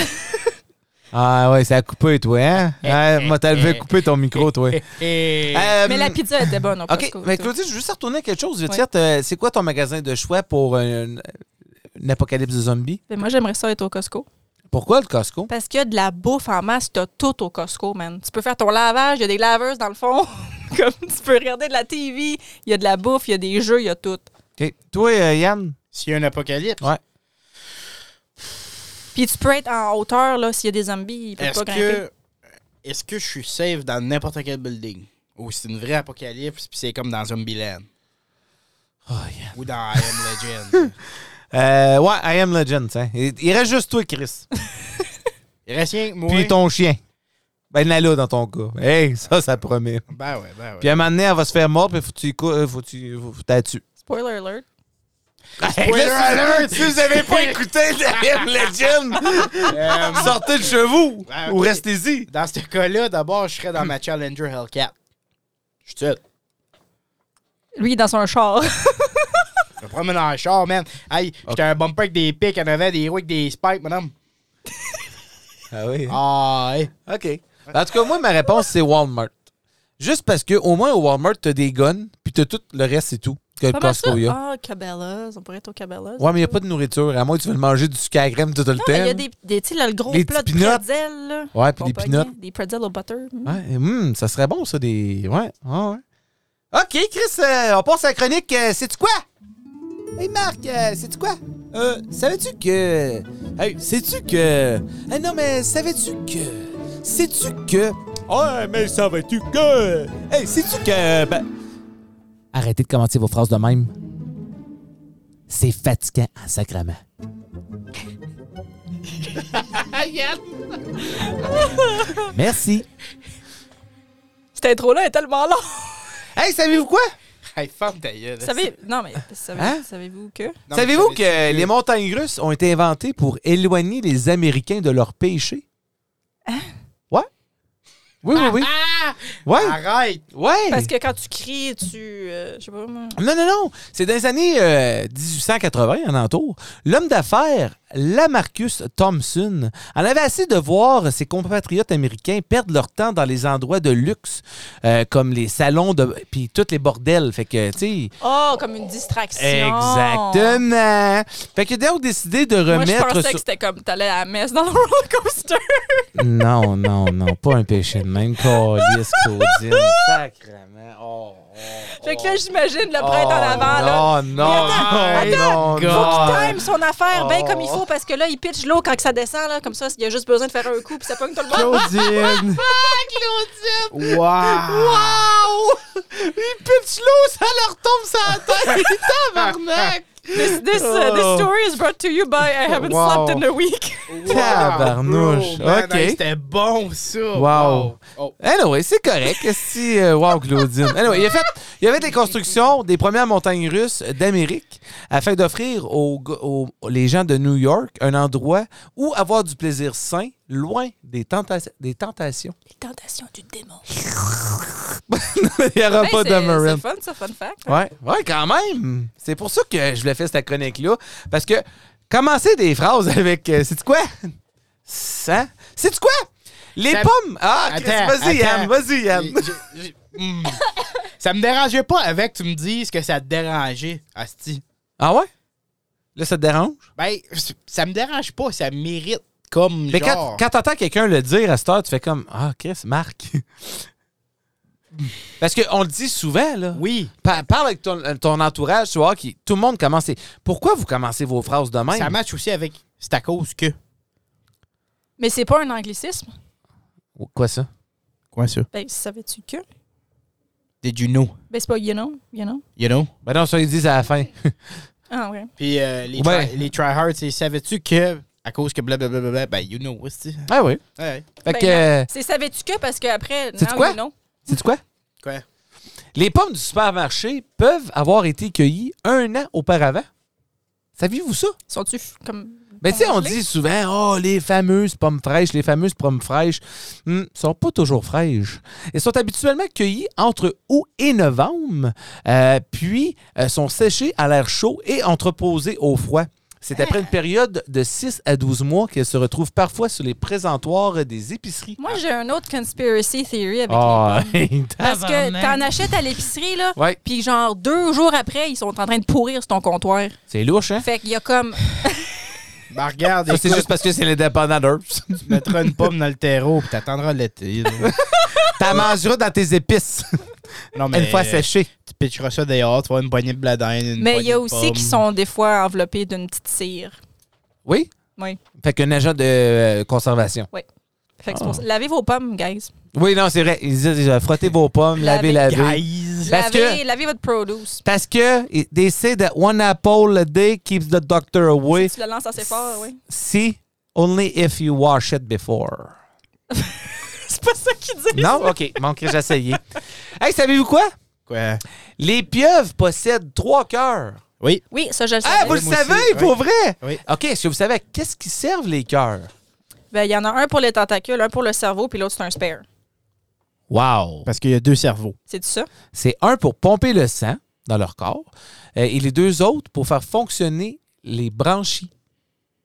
Speaker 1: Ah ouais, ça a coupé, toi, hein? ouais, moi, t'as levé couper ton micro, toi.
Speaker 3: Et...
Speaker 1: Euh,
Speaker 2: Mais la pizza était bonne au
Speaker 1: OK,
Speaker 2: Costco.
Speaker 1: mais
Speaker 2: tu sais.
Speaker 1: Claudie, je veux juste retourner à quelque chose. vite
Speaker 2: Ouais.
Speaker 1: fait. Euh, c'est quoi ton magasin de choix pour euh, une, une apocalypse de zombies?
Speaker 2: Mais moi, j'aimerais ça être au Costco.
Speaker 1: Pourquoi le Costco?
Speaker 2: Parce qu'il y a de la bouffe en masse, t'as tout au Costco, man. Tu peux faire ton lavage, il y a des laveuses dans le fond. Comme tu peux regarder de la TV, il y a de la bouffe, il y a des jeux, il y a tout.
Speaker 1: OK. Toi, euh, Yann?
Speaker 3: S'il y a un apocalypse,
Speaker 1: Ouais.
Speaker 2: Puis tu peux être en hauteur, là, s'il y a des zombies, ils peuvent
Speaker 3: est-ce
Speaker 2: pas grimper.
Speaker 3: que, est que je suis safe dans n'importe quel building? Ou c'est une vraie apocalypse, puis c'est comme dans Zombieland?
Speaker 1: Oh, Yann.
Speaker 3: Ou dans I Am Legend?
Speaker 1: Euh, ouais, I am legend, tiens. Il, il reste juste toi, Chris.
Speaker 3: Il reste rien que moi.
Speaker 1: Puis ton chien. Ben, Nala, dans ton cas. Hey, ça, ça promet.
Speaker 3: Ben ouais, ben ouais.
Speaker 1: Puis à un moment donné, elle va se faire mort, puis faut que tu y cou- euh, faut que tu faut que t'ailles dessus.
Speaker 2: Spoiler alert.
Speaker 1: Hey,
Speaker 3: Spoiler
Speaker 1: là, si-
Speaker 3: alert!
Speaker 1: Si vous avez pas écouté I am legend,
Speaker 3: Euh,
Speaker 1: sortez de chez vous
Speaker 3: Ah,
Speaker 1: ou
Speaker 3: ok.
Speaker 1: restez-y.
Speaker 3: dans ce cas-là, d'abord, je serais dans ma Challenger Hellcat. Je suis tout.
Speaker 2: Lui, dans son char.
Speaker 3: Je me promène dans le char, man. Hey, j'étais un bumper avec des pics en avant, des roues avec des spikes, madame.
Speaker 1: Ah oui.
Speaker 3: Ah, hey.
Speaker 1: OK. En tout cas, moi, ma réponse, c'est Walmart. Juste parce que au moins au Walmart, t'as des guns, puis t'as tout le reste, c'est tout. Que le
Speaker 2: Pas mal ça.
Speaker 1: Costco, il y a.
Speaker 2: Ah, Cabela's. On pourrait être au Cabela's.
Speaker 1: Ouais, mais il n'y a pas de nourriture. À moins que tu veux le manger du sucre à la crème tout le
Speaker 2: Non,
Speaker 1: temps.
Speaker 2: mais il y a des, des tu sais, là, le gros
Speaker 1: Les
Speaker 2: plat de
Speaker 1: petits peanuts.
Speaker 2: pretzels, là.
Speaker 1: Ouais, puis des
Speaker 2: Compagnie.
Speaker 1: peanuts.
Speaker 2: Des pretzels au butter. Mm.
Speaker 1: Ouais, et, hum, ça serait bon, ça, des. Ouais, ouais, ouais. OK, Chris, euh, on passe à la chronique. euh, C'est-tu quoi? Hey, Marc, euh, c'est-tu quoi? Euh, savais-tu que. Hey, sais-tu que. Ah non, mais savais-tu que. Sais-tu que. Ah, mais savais-tu que. Hey, sais-tu que. Ben... Arrêtez de commenter vos phrases de même. C'est fatigant en sacrament. Merci.
Speaker 2: Cette intro-là est tellement longue.
Speaker 1: Hey, savez-vous quoi?
Speaker 3: Hey, ferme ta gueule.
Speaker 2: Savez... Non, mais savez-
Speaker 1: Hein?
Speaker 2: savez-vous que...
Speaker 3: Non, mais
Speaker 1: Savez-vous
Speaker 3: savais-tu
Speaker 1: que les montagnes russes ont été inventées pour éloigner les Américains de leur péché?
Speaker 2: Hein?
Speaker 1: Ouais. Oui, oui, Hein? oui.
Speaker 3: Ah!
Speaker 1: Ouais.
Speaker 3: Arrête!
Speaker 1: Ouais.
Speaker 2: Parce que quand tu cries, tu... euh, je sais pas... moi.
Speaker 1: Non, non, non. C'est dans les années euh, 1880, en entour. L'homme d'affaires, Lamarcus Thompson, en avait assez de voir ses compatriotes américains perdre leur temps dans les endroits de luxe, euh, comme les salons de. puis tous les bordels. Fait que, tu sais.
Speaker 2: Oh, comme une distraction.
Speaker 1: Exactement. Fait que d'ailleurs décidé de
Speaker 2: Moi, je
Speaker 1: remettre.
Speaker 2: pensais
Speaker 1: sur-
Speaker 2: que c'était comme t'allais à la messe dans le roller coaster.
Speaker 1: Non, non, non, pas un péché de même. Calice, Claudine. Sacrement. Oh,
Speaker 2: Fait que là, j'imagine le prêtre en avant,
Speaker 1: non,
Speaker 2: là.
Speaker 1: non,
Speaker 3: Mais
Speaker 1: non,
Speaker 3: attends,
Speaker 1: non.
Speaker 2: Faut qu'il time son affaire bien
Speaker 1: Oh.
Speaker 2: comme il faut parce que là, il pitch l'eau quand que ça descend, là. Comme ça, il a juste besoin de faire un coup puis ça pogne tout le monde.
Speaker 1: Claudine!
Speaker 3: Wow! wow.
Speaker 1: Wow! Il pitch l'eau, ça leur tombe sur la tête! Tabarnak!
Speaker 2: This, this, uh, this story is brought to you by I haven't
Speaker 1: Oh. Wow.
Speaker 2: slept in a week.
Speaker 1: Tabarnouche.
Speaker 3: Bro, man,
Speaker 1: Ok.
Speaker 3: hey, C'était bon, ça!
Speaker 1: Wow.
Speaker 3: Oh.
Speaker 1: Anyway, c'est correct. Si, euh, wow, Claudine. Anyway, il a fait, il a fait les constructions des premières montagnes russes d'Amérique afin d'offrir aux, go- aux- les gens de New York un endroit où avoir du plaisir sain, loin des, tenta- des tentations.
Speaker 2: Les tentations du démon.
Speaker 1: il n'y aura Ah,
Speaker 2: Hey,
Speaker 1: pas
Speaker 2: c'est-
Speaker 1: de
Speaker 2: c'est
Speaker 1: marine.
Speaker 2: fun, ça, fun fact.
Speaker 1: Ouais, ouais, quand même. C'est pour ça que je voulais faire cette chronique-là. Parce que commencer des phrases avec euh, c'est quoi? Ça? C'est quoi? Les
Speaker 3: Ça-
Speaker 1: pommes! Ah, Chris,
Speaker 3: Attends,
Speaker 1: vas-y,
Speaker 3: attends.
Speaker 1: Yann, vas-y, Yann.
Speaker 3: J'ai- j'ai- hmm. ça me dérangeait pas avec que tu me dises que ça te dérangeait, Asti.
Speaker 1: Ah ouais? Là, ça te dérange?
Speaker 3: Ben, c- ça me dérange pas, ça mérite comme
Speaker 1: Mais quand,
Speaker 3: genre.
Speaker 1: quand t'entends quelqu'un le dire à cette heure, tu fais comme Ah, Chris, Marc. Parce qu'on le dit souvent, là.
Speaker 3: Oui,
Speaker 1: Pa- parle avec ton, euh, ton entourage, tu vois, qui, tout le monde commence. Pourquoi vous commencez vos phrases de même?
Speaker 3: ça match aussi avec c'est à cause que.
Speaker 2: Mais c'est pas un anglicisme.
Speaker 1: Quoi ça?
Speaker 3: Quoi ça?
Speaker 2: Ben, savais-tu que?
Speaker 3: Did you know?
Speaker 2: Ben, c'est pas you know, you know.
Speaker 3: You know?
Speaker 1: Ben non, ça, ils disent à la fin.
Speaker 2: Ah, ouais.
Speaker 3: Puis euh, les,
Speaker 1: Ouais.
Speaker 3: try, les tryhards, c'est savais-tu que à cause que blablabla, ben you know aussi.
Speaker 1: ah oui.
Speaker 3: Ouais.
Speaker 1: Fait
Speaker 2: Ben
Speaker 1: que.
Speaker 2: non.
Speaker 1: euh,
Speaker 2: C'est savais-tu que? Parce qu'après,
Speaker 1: C'est-tu
Speaker 2: non,
Speaker 1: quoi?
Speaker 2: you know.
Speaker 1: sais-tu quoi?
Speaker 3: Quoi?
Speaker 1: Les pommes du supermarché peuvent avoir été cueillies un an auparavant. Saviez-vous ça?
Speaker 2: Sont-tu f- comme.
Speaker 1: Mais tu sais, on
Speaker 2: congelés?
Speaker 1: dit souvent, oh, les fameuses pommes fraîches, les fameuses pommes fraîches, ne sont pas toujours fraîches. Elles sont habituellement cueillies entre août et novembre, euh, puis euh, sont séchées à l'air chaud et entreposées au froid. C'est après une période de 6 à 12 mois qu'elles se retrouvent parfois sur les présentoirs des épiceries.
Speaker 2: Moi, j'ai un autre conspiracy theory avec
Speaker 1: Ah,
Speaker 2: les pommes. Parce que t'en achètes à l'épicerie, là.
Speaker 1: Ouais.
Speaker 2: Puis genre deux jours après, ils sont en train de pourrir sur ton comptoir.
Speaker 1: c'est louche, hein?
Speaker 2: Fait qu'il y a comme.
Speaker 3: Ben regarde,
Speaker 1: Ça, c'est
Speaker 3: écoute,
Speaker 1: juste parce que c'est l'indépendant d'Herbs.
Speaker 3: tu mettras une pomme dans le terreau puis t'attendras l'été. là.
Speaker 1: T'en mangeras dans tes épices
Speaker 3: non,
Speaker 1: une fois séchées.
Speaker 3: Tu pitcheras ça dehors, tu vas une poignée de bladin. une
Speaker 2: Mais il y a
Speaker 3: poignée de
Speaker 2: aussi qui
Speaker 3: pommes.
Speaker 2: sont des fois enveloppés d'une petite cire.
Speaker 1: Oui?
Speaker 2: Oui.
Speaker 1: Fait qu'un agent de euh, conservation.
Speaker 2: Fait que c'est
Speaker 1: Ah.
Speaker 2: pour ça. Lavez vos pommes, guys.
Speaker 1: Oui, non, c'est vrai. Ils disent euh, frottez vos pommes, lavez,
Speaker 2: Lavez.
Speaker 1: lavez.
Speaker 3: Guys.
Speaker 1: Parce que-
Speaker 2: Lavez, lavez votre produce.
Speaker 1: Parce que it- they say that one apple a day keeps the doctor away.
Speaker 2: Tu le lances assez fort, oui.
Speaker 1: Si only if you wash it before.
Speaker 2: C'est pas ça qu'ils disent.
Speaker 1: Non? OK. Manquerait j'ai essayé. Hey, savez-vous quoi?
Speaker 3: Quoi?
Speaker 1: Les pieuvres possèdent trois cœurs.
Speaker 3: Oui.
Speaker 2: Oui, ça, je le
Speaker 1: Ah,
Speaker 2: savais.
Speaker 1: vous le
Speaker 3: moi
Speaker 1: savez,
Speaker 3: aussi,
Speaker 1: pour vrai?
Speaker 3: Oui.
Speaker 1: OK, est-ce que vous savez à qu'est-ce qui servent les cœurs?
Speaker 2: Ben, il y en a un pour les tentacules, un pour le cerveau, puis l'autre, c'est un spare.
Speaker 1: Wow!
Speaker 3: Parce qu'il y a deux cerveaux.
Speaker 2: C'est ça?
Speaker 1: C'est un pour pomper le sang dans leur corps euh, et les deux autres pour faire fonctionner les branchies.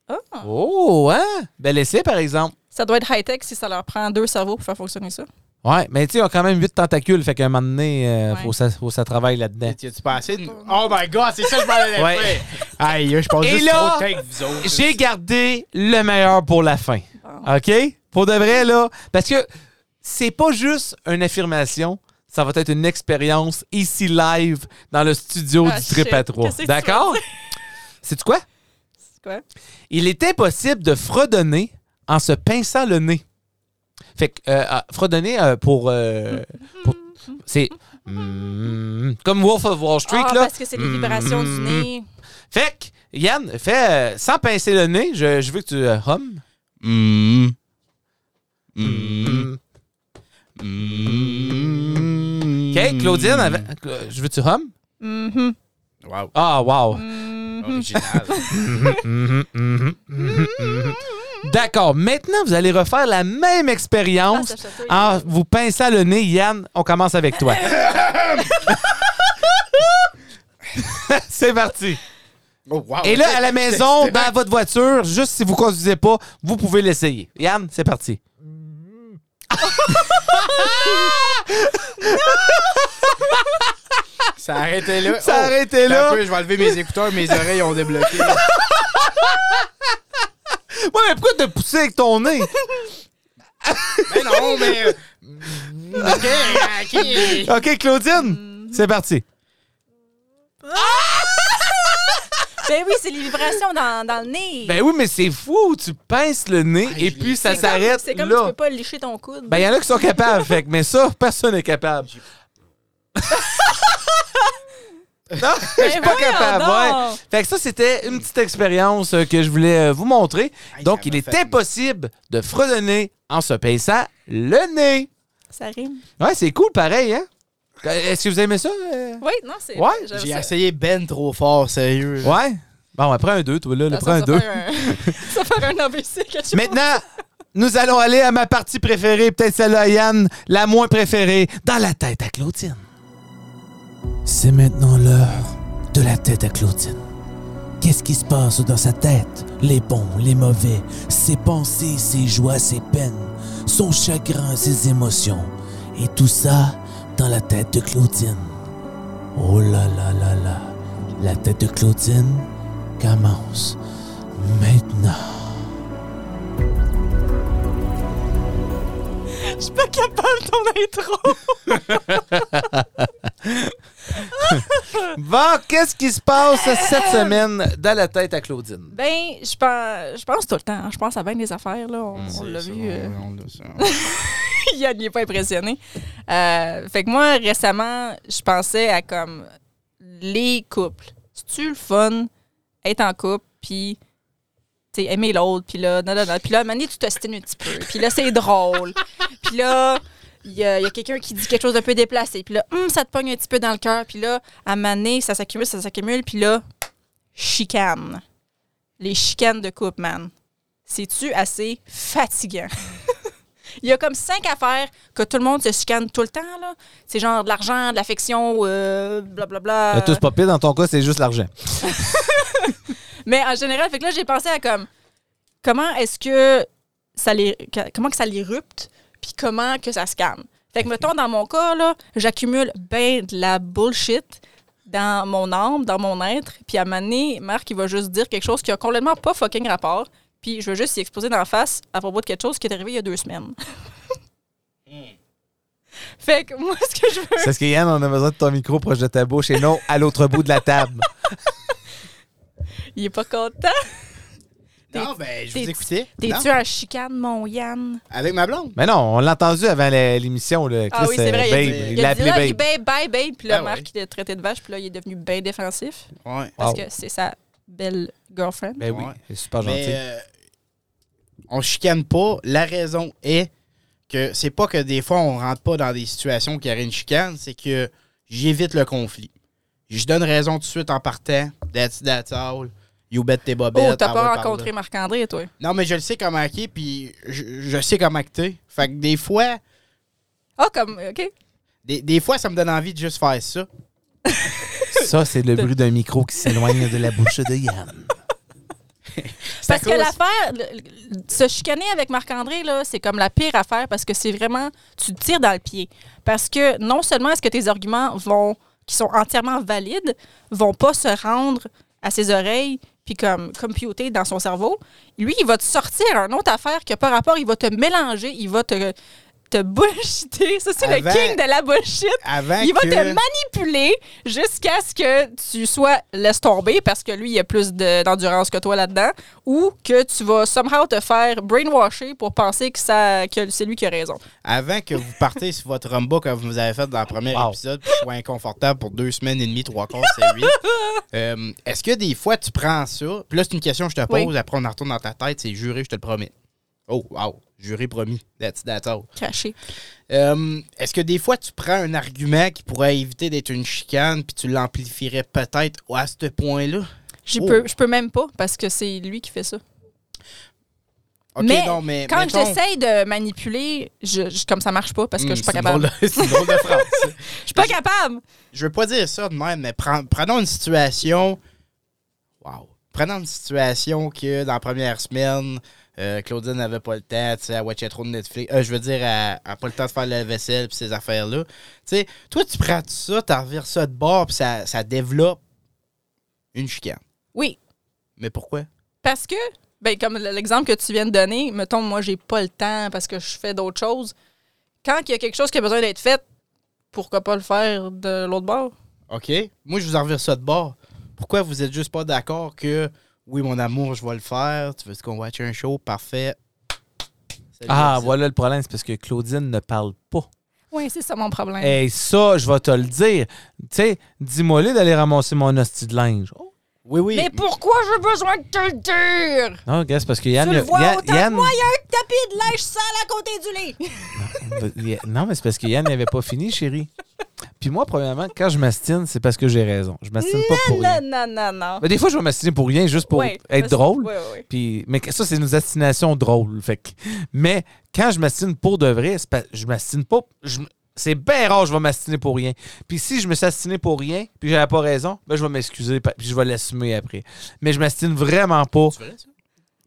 Speaker 2: Ah.
Speaker 1: Oh, hein? Bel essai, par exemple.
Speaker 2: Ça doit être high-tech si ça leur prend deux cerveaux pour faire fonctionner ça.
Speaker 1: Ouais, mais tu sais, ils ont quand même huit tentacules, fait qu'à un moment donné, euh,
Speaker 2: Ouais.
Speaker 1: faut, ça, faut ça travaille là-dedans.
Speaker 3: tu passé une- Oh my god, c'est ça que je m'en allais
Speaker 1: Ouais.
Speaker 3: faire. Aïe, je pense
Speaker 1: Et
Speaker 3: juste
Speaker 1: là,
Speaker 3: trop de temps avec vous autres.
Speaker 1: J'ai gardé le meilleur pour la fin.
Speaker 2: Bon.
Speaker 1: OK? Pour de vrai, là. Parce que c'est pas juste une affirmation, ça va être une expérience ici live dans le studio
Speaker 2: Ah,
Speaker 1: du Trip à
Speaker 2: shit.
Speaker 1: 3.
Speaker 2: Qu'est-ce que tu
Speaker 1: D'accord? C'est quoi?
Speaker 2: C'est quoi?
Speaker 1: Il est impossible de fredonner en se pinçant le nez. Fait que euh, ah, fredonner euh, pour, euh, pour- c'est mm, comme Wolf of Wall Street
Speaker 2: Ah,
Speaker 1: là.
Speaker 2: parce que c'est les vibrations du
Speaker 1: Mm.
Speaker 2: nez.
Speaker 1: Fait que Yann, fais euh, sans pincer le nez, je, je veux que tu euh, hum.
Speaker 3: Mm.
Speaker 1: Mm.
Speaker 3: Mm.
Speaker 1: OK, Claudine, avant- Cla- je veux que tu hum.
Speaker 2: Mhm.
Speaker 3: Wow.
Speaker 1: Ah wow.
Speaker 2: Mhm.
Speaker 3: Original.
Speaker 1: Mhm, mhm, mhm, mhm. D'accord, maintenant vous allez refaire la même
Speaker 2: Ah,
Speaker 1: expérience
Speaker 2: ça chatouille.
Speaker 1: en vous pinçant le nez, Yann, on commence avec toi. C'est parti.
Speaker 3: Oh, wow.
Speaker 1: Et là, à la maison,
Speaker 3: c'est-
Speaker 1: dans votre voiture, juste si vous conduisez pas, vous pouvez l'essayer. Yann, c'est parti.
Speaker 3: Ça a arrêté là.
Speaker 1: Ça a
Speaker 3: Oh,
Speaker 1: arrêté
Speaker 3: t'as
Speaker 1: là.
Speaker 3: un peu, je vais enlever mes écouteurs, mes oreilles ont débloqué.
Speaker 1: Ouais, mais pourquoi te pousser avec ton nez?
Speaker 3: mais non, mais. euh, Ok, ok.
Speaker 1: OK,
Speaker 2: Mm.
Speaker 1: Claudine, c'est parti.
Speaker 2: Ben oui, c'est les vibrations dans, dans le nez.
Speaker 1: Ben oui, mais c'est fou, tu pinces le nez et
Speaker 3: je
Speaker 1: puis
Speaker 3: l'ai
Speaker 1: ça
Speaker 2: C'est comme-
Speaker 1: s'arrête
Speaker 2: Bah, C'est comme tu
Speaker 1: là.
Speaker 2: peux pas licher ton coude.
Speaker 1: Ben, il y en a qui sont capables, fait que- mais ça, personne n'est capable. non, je suis
Speaker 2: Ben
Speaker 1: pas
Speaker 2: voyons
Speaker 1: capable.
Speaker 2: donc.
Speaker 1: ouais. Fait que ça, c'était une petite expérience euh, que je voulais euh, vous montrer.
Speaker 3: Hey,
Speaker 1: Donc,
Speaker 3: ça
Speaker 1: il
Speaker 3: m'a
Speaker 1: est
Speaker 3: fait-
Speaker 1: impossible de fredonner en se pinçant le nez.
Speaker 2: Ça rime.
Speaker 1: Ouais, c'est cool, pareil, hein? Euh, Est-ce que vous aimez ça? euh?
Speaker 2: Oui, non, c'est.
Speaker 1: Ouais,
Speaker 2: j'aime
Speaker 3: J'ai
Speaker 2: ça.
Speaker 3: essayé ben trop fort, sérieux.
Speaker 1: Ouais? Bon, après un 2, toi, là, le
Speaker 2: Ça,
Speaker 1: prends un
Speaker 2: ça va
Speaker 1: 2.
Speaker 2: faire un- Ça va faire un AVC, quelque chose.
Speaker 1: Maintenant, nous allons aller à ma partie préférée, peut-être celle à Yann, la moins préférée, dans la tête à Claudine. C'est maintenant l'heure de la tête à Claudine. Qu'est-ce qui se passe dans sa tête? Les bons, les mauvais, ses pensées, ses joies, ses peines, son chagrin, ses émotions. Et tout ça dans la tête de Claudine. Oh là là là là. La tête de Claudine commence maintenant.
Speaker 2: Je suis pas capable de ton intro.
Speaker 1: Bon, qu'est-ce qui se passe cette semaine dans la tête à Claudine?
Speaker 2: Ben, je pense, je pense tout le temps. Je pense à bien des affaires, là. On, on l'a
Speaker 3: C'est
Speaker 2: vu.
Speaker 3: ça,
Speaker 2: euh,
Speaker 3: on- on l'a- ça, on-
Speaker 2: Yann n'est pas impressionné. Euh, fait que moi, récemment, je pensais à comme les couples. C'est-tu le fun être en couple, puis tu sais, aimer l'autre, puis là, non, non, non. Puis là, à un moment donné, tu t'ostines un petit peu. Puis là, c'est drôle. Puis là, il y a, il y a quelqu'un qui dit quelque chose d'un peu déplacé. Puis là, hum, ça te pogne un petit peu dans le cœur. Puis là, à un moment donné, ça s'accumule, ça s'accumule. Puis là, chicane. Les chicanes de couple, man. C'est-tu assez fatigant? Il y a comme cinq affaires que tout le monde se chicane tout le temps. là. C'est genre de l'argent, de l'affection, euh, blablabla.
Speaker 1: Tout se pas pire, dans ton cas, c'est juste l'argent.
Speaker 2: Mais en général, fait que là, j'ai pensé à comme comment est-ce que ça les que- comment que ça l'érupte puis comment que ça se calme. Fait que mettons dans mon cas là, j'accumule ben de la bullshit dans mon âme, dans mon être, puis à un moment donné, Marc il va juste dire quelque chose qui a complètement pas fucking rapport, puis je veux juste s'y exploser dans la face à propos de quelque chose qui est arrivé il y a deux semaines. fait que moi ce que je veux
Speaker 1: C'est ce que Yann, on a besoin de ton micro proche de ta bouche et non à l'autre bout de la table.
Speaker 2: il est pas content.
Speaker 3: Non, ben, je
Speaker 2: t'es-
Speaker 3: vous écoutais. Non.
Speaker 2: T'es-tu en chicane, mon Yann?
Speaker 3: Avec ma blonde.
Speaker 1: Mais non, on l'a entendu avant la- l'émission. là.
Speaker 2: Ah
Speaker 1: Chris,
Speaker 2: oui, c'est vrai.
Speaker 1: euh,
Speaker 2: il a
Speaker 1: Babe,
Speaker 2: dit- il
Speaker 1: il l'a
Speaker 2: a dit, là, il
Speaker 1: appelé
Speaker 2: est
Speaker 1: Babe.
Speaker 2: bien, bien, bien. Puis là,
Speaker 3: Ah ouais.
Speaker 2: Marc, il a traité de vache. Puis là, il est devenu bien défensif
Speaker 3: Ouais.
Speaker 2: parce
Speaker 1: Wow.
Speaker 2: que c'est sa belle girlfriend.
Speaker 1: Ben oui,
Speaker 3: Ouais.
Speaker 1: c'est super
Speaker 3: Mais
Speaker 1: gentil.
Speaker 3: euh, on chicane pas. La raison est que c'est pas que des fois on rentre pas dans des situations qui auraient une chicane, c'est que j'évite le conflit. Je donne raison tout de suite en partant. That's, that's all. You bet tes bobettes.
Speaker 2: oh, t'as
Speaker 3: par là,
Speaker 2: pas
Speaker 3: par
Speaker 2: rencontré Marc-André, toi?
Speaker 3: là. Non, mais je le sais comment qui, puis je, je sais comment que t'es. Fait que des fois,
Speaker 2: Ah, comme, OK.
Speaker 3: des, des fois, ça me donne envie de juste faire ça.
Speaker 1: Ça, c'est le bruit d'un micro qui s'éloigne de la bouche de Yann.
Speaker 2: Parce
Speaker 3: à
Speaker 2: que
Speaker 3: cause-
Speaker 2: l'affaire, le- le- se chicaner avec Marc-André, là, c'est comme la pire affaire parce que c'est vraiment, tu te tires dans le pied. Parce que non seulement est-ce que tes arguments vont, qui sont entièrement valides, vont pas se rendre à ses oreilles puis comme computer dans son cerveau, lui, il va te sortir une autre affaire qui n'a pas rapport, il va te mélanger, il va te, te bullshiter. Ça, c'est le
Speaker 3: Avant-
Speaker 2: king de la bullshit.
Speaker 3: Avant
Speaker 2: Il va
Speaker 3: Ben que...
Speaker 2: te manipuler jusqu'à ce que tu sois laisse tomber parce que lui, il a plus de- d'endurance que toi là-dedans ou que tu vas somehow te faire brainwasher pour penser que, ça, que c'est lui qui a raison.
Speaker 3: avant que vous partez sur votre rumba comme vous avez fait dans le premier
Speaker 1: Wow.
Speaker 3: épisode, puis je sois inconfortable pour deux semaines et demie, trois quarts, c'est huit. euh, Est-ce que des fois tu prends ça, puis là c'est une question que je te
Speaker 2: Oui.
Speaker 3: pose, après on en retourne dans ta tête, c'est juré, je te le promets. Oh, wow, juré promis, that's, that's all.
Speaker 2: Craché.
Speaker 3: Euh, Est-ce que des fois tu prends un argument qui pourrait éviter d'être une chicane, puis tu l'amplifierais peut-être à ce point-là?
Speaker 2: Je
Speaker 3: Oh.
Speaker 2: peux, je peux même pas parce que c'est lui qui fait ça.
Speaker 3: Ok,
Speaker 2: Mais
Speaker 3: non, mais
Speaker 2: Quand
Speaker 3: mettons-
Speaker 2: j'essaye de manipuler, je, je- comme ça marche pas parce que
Speaker 3: Hmm,
Speaker 2: je suis pas
Speaker 3: c'est une drôle
Speaker 2: capable.
Speaker 3: de- C'est une drôle de phrase. ça.
Speaker 2: Je suis pas capable.
Speaker 3: je veux pas dire ça de même, mais pren- prenons une situation. Wow. Prenons une situation que dans la première semaine, euh, Claudine n'avait pas le temps, tu sais, elle watchait trop de Netflix. Euh, je veux dire, elle n'a pas le temps de faire la vaisselle puis ces affaires-là. Tu sais, toi, tu prends tout ça, tu revires ça de bord puis ça, ça développe une chicane.
Speaker 2: Oui,
Speaker 3: Mais pourquoi?
Speaker 2: Parce que, ben, comme l- l'exemple que tu viens de donner, mettons, moi, j'ai pas le temps parce que je fais d'autres choses. Quand il y a quelque chose qui a besoin d'être fait, pourquoi pas le faire de l'autre bord?
Speaker 3: OK? Moi, je vous en revire ça de bord. Pourquoi vous êtes juste pas d'accord que, oui, mon amour, je vais le faire, tu veux qu'on watch un show, parfait. Salut,
Speaker 1: Ah,
Speaker 3: merci.
Speaker 1: voilà le problème, c'est parce que Claudine ne parle pas.
Speaker 2: Oui, c'est ça mon problème.
Speaker 1: Et ça, je vais te le dire. Tu sais, dis-moi d'aller ramasser mon hostie de linge. Oh.
Speaker 3: Oui, oui.
Speaker 2: Mais pourquoi j'ai besoin de te le dire?
Speaker 1: Non, regarde, c'est parce que Yann.
Speaker 2: tu le
Speaker 1: il a-
Speaker 2: vois
Speaker 1: Yann-
Speaker 2: autant
Speaker 1: Yann-
Speaker 2: que moi, il y a un tapis de linge sale à côté du lit.
Speaker 1: Il- Non, mais c'est parce que Yann n'avait pas fini, chérie. Puis moi, premièrement, quand je m'astine, c'est parce que j'ai raison. Je m'astine pas pour rien.
Speaker 2: non, non, non, non.
Speaker 1: Mais des fois, je vais m'astiner pour rien, juste pour
Speaker 2: Ouais,
Speaker 1: être
Speaker 2: parce-
Speaker 1: drôle.
Speaker 2: ouais, ouais.
Speaker 1: Puis, mais que- ça, c'est nos astinations drôles. Fait que- mais quand je m'astine pour de vrai, c'est pas- je m'astine pas. je m- c'est bien rare, que je vais m'astiner pour rien. Puis si je me suis astiné pour rien, puis j'avais pas raison, ben je vais m'excuser, pa- puis je vais l'assumer après. Mais je m'astine vraiment pas.
Speaker 3: Tu verrais ça?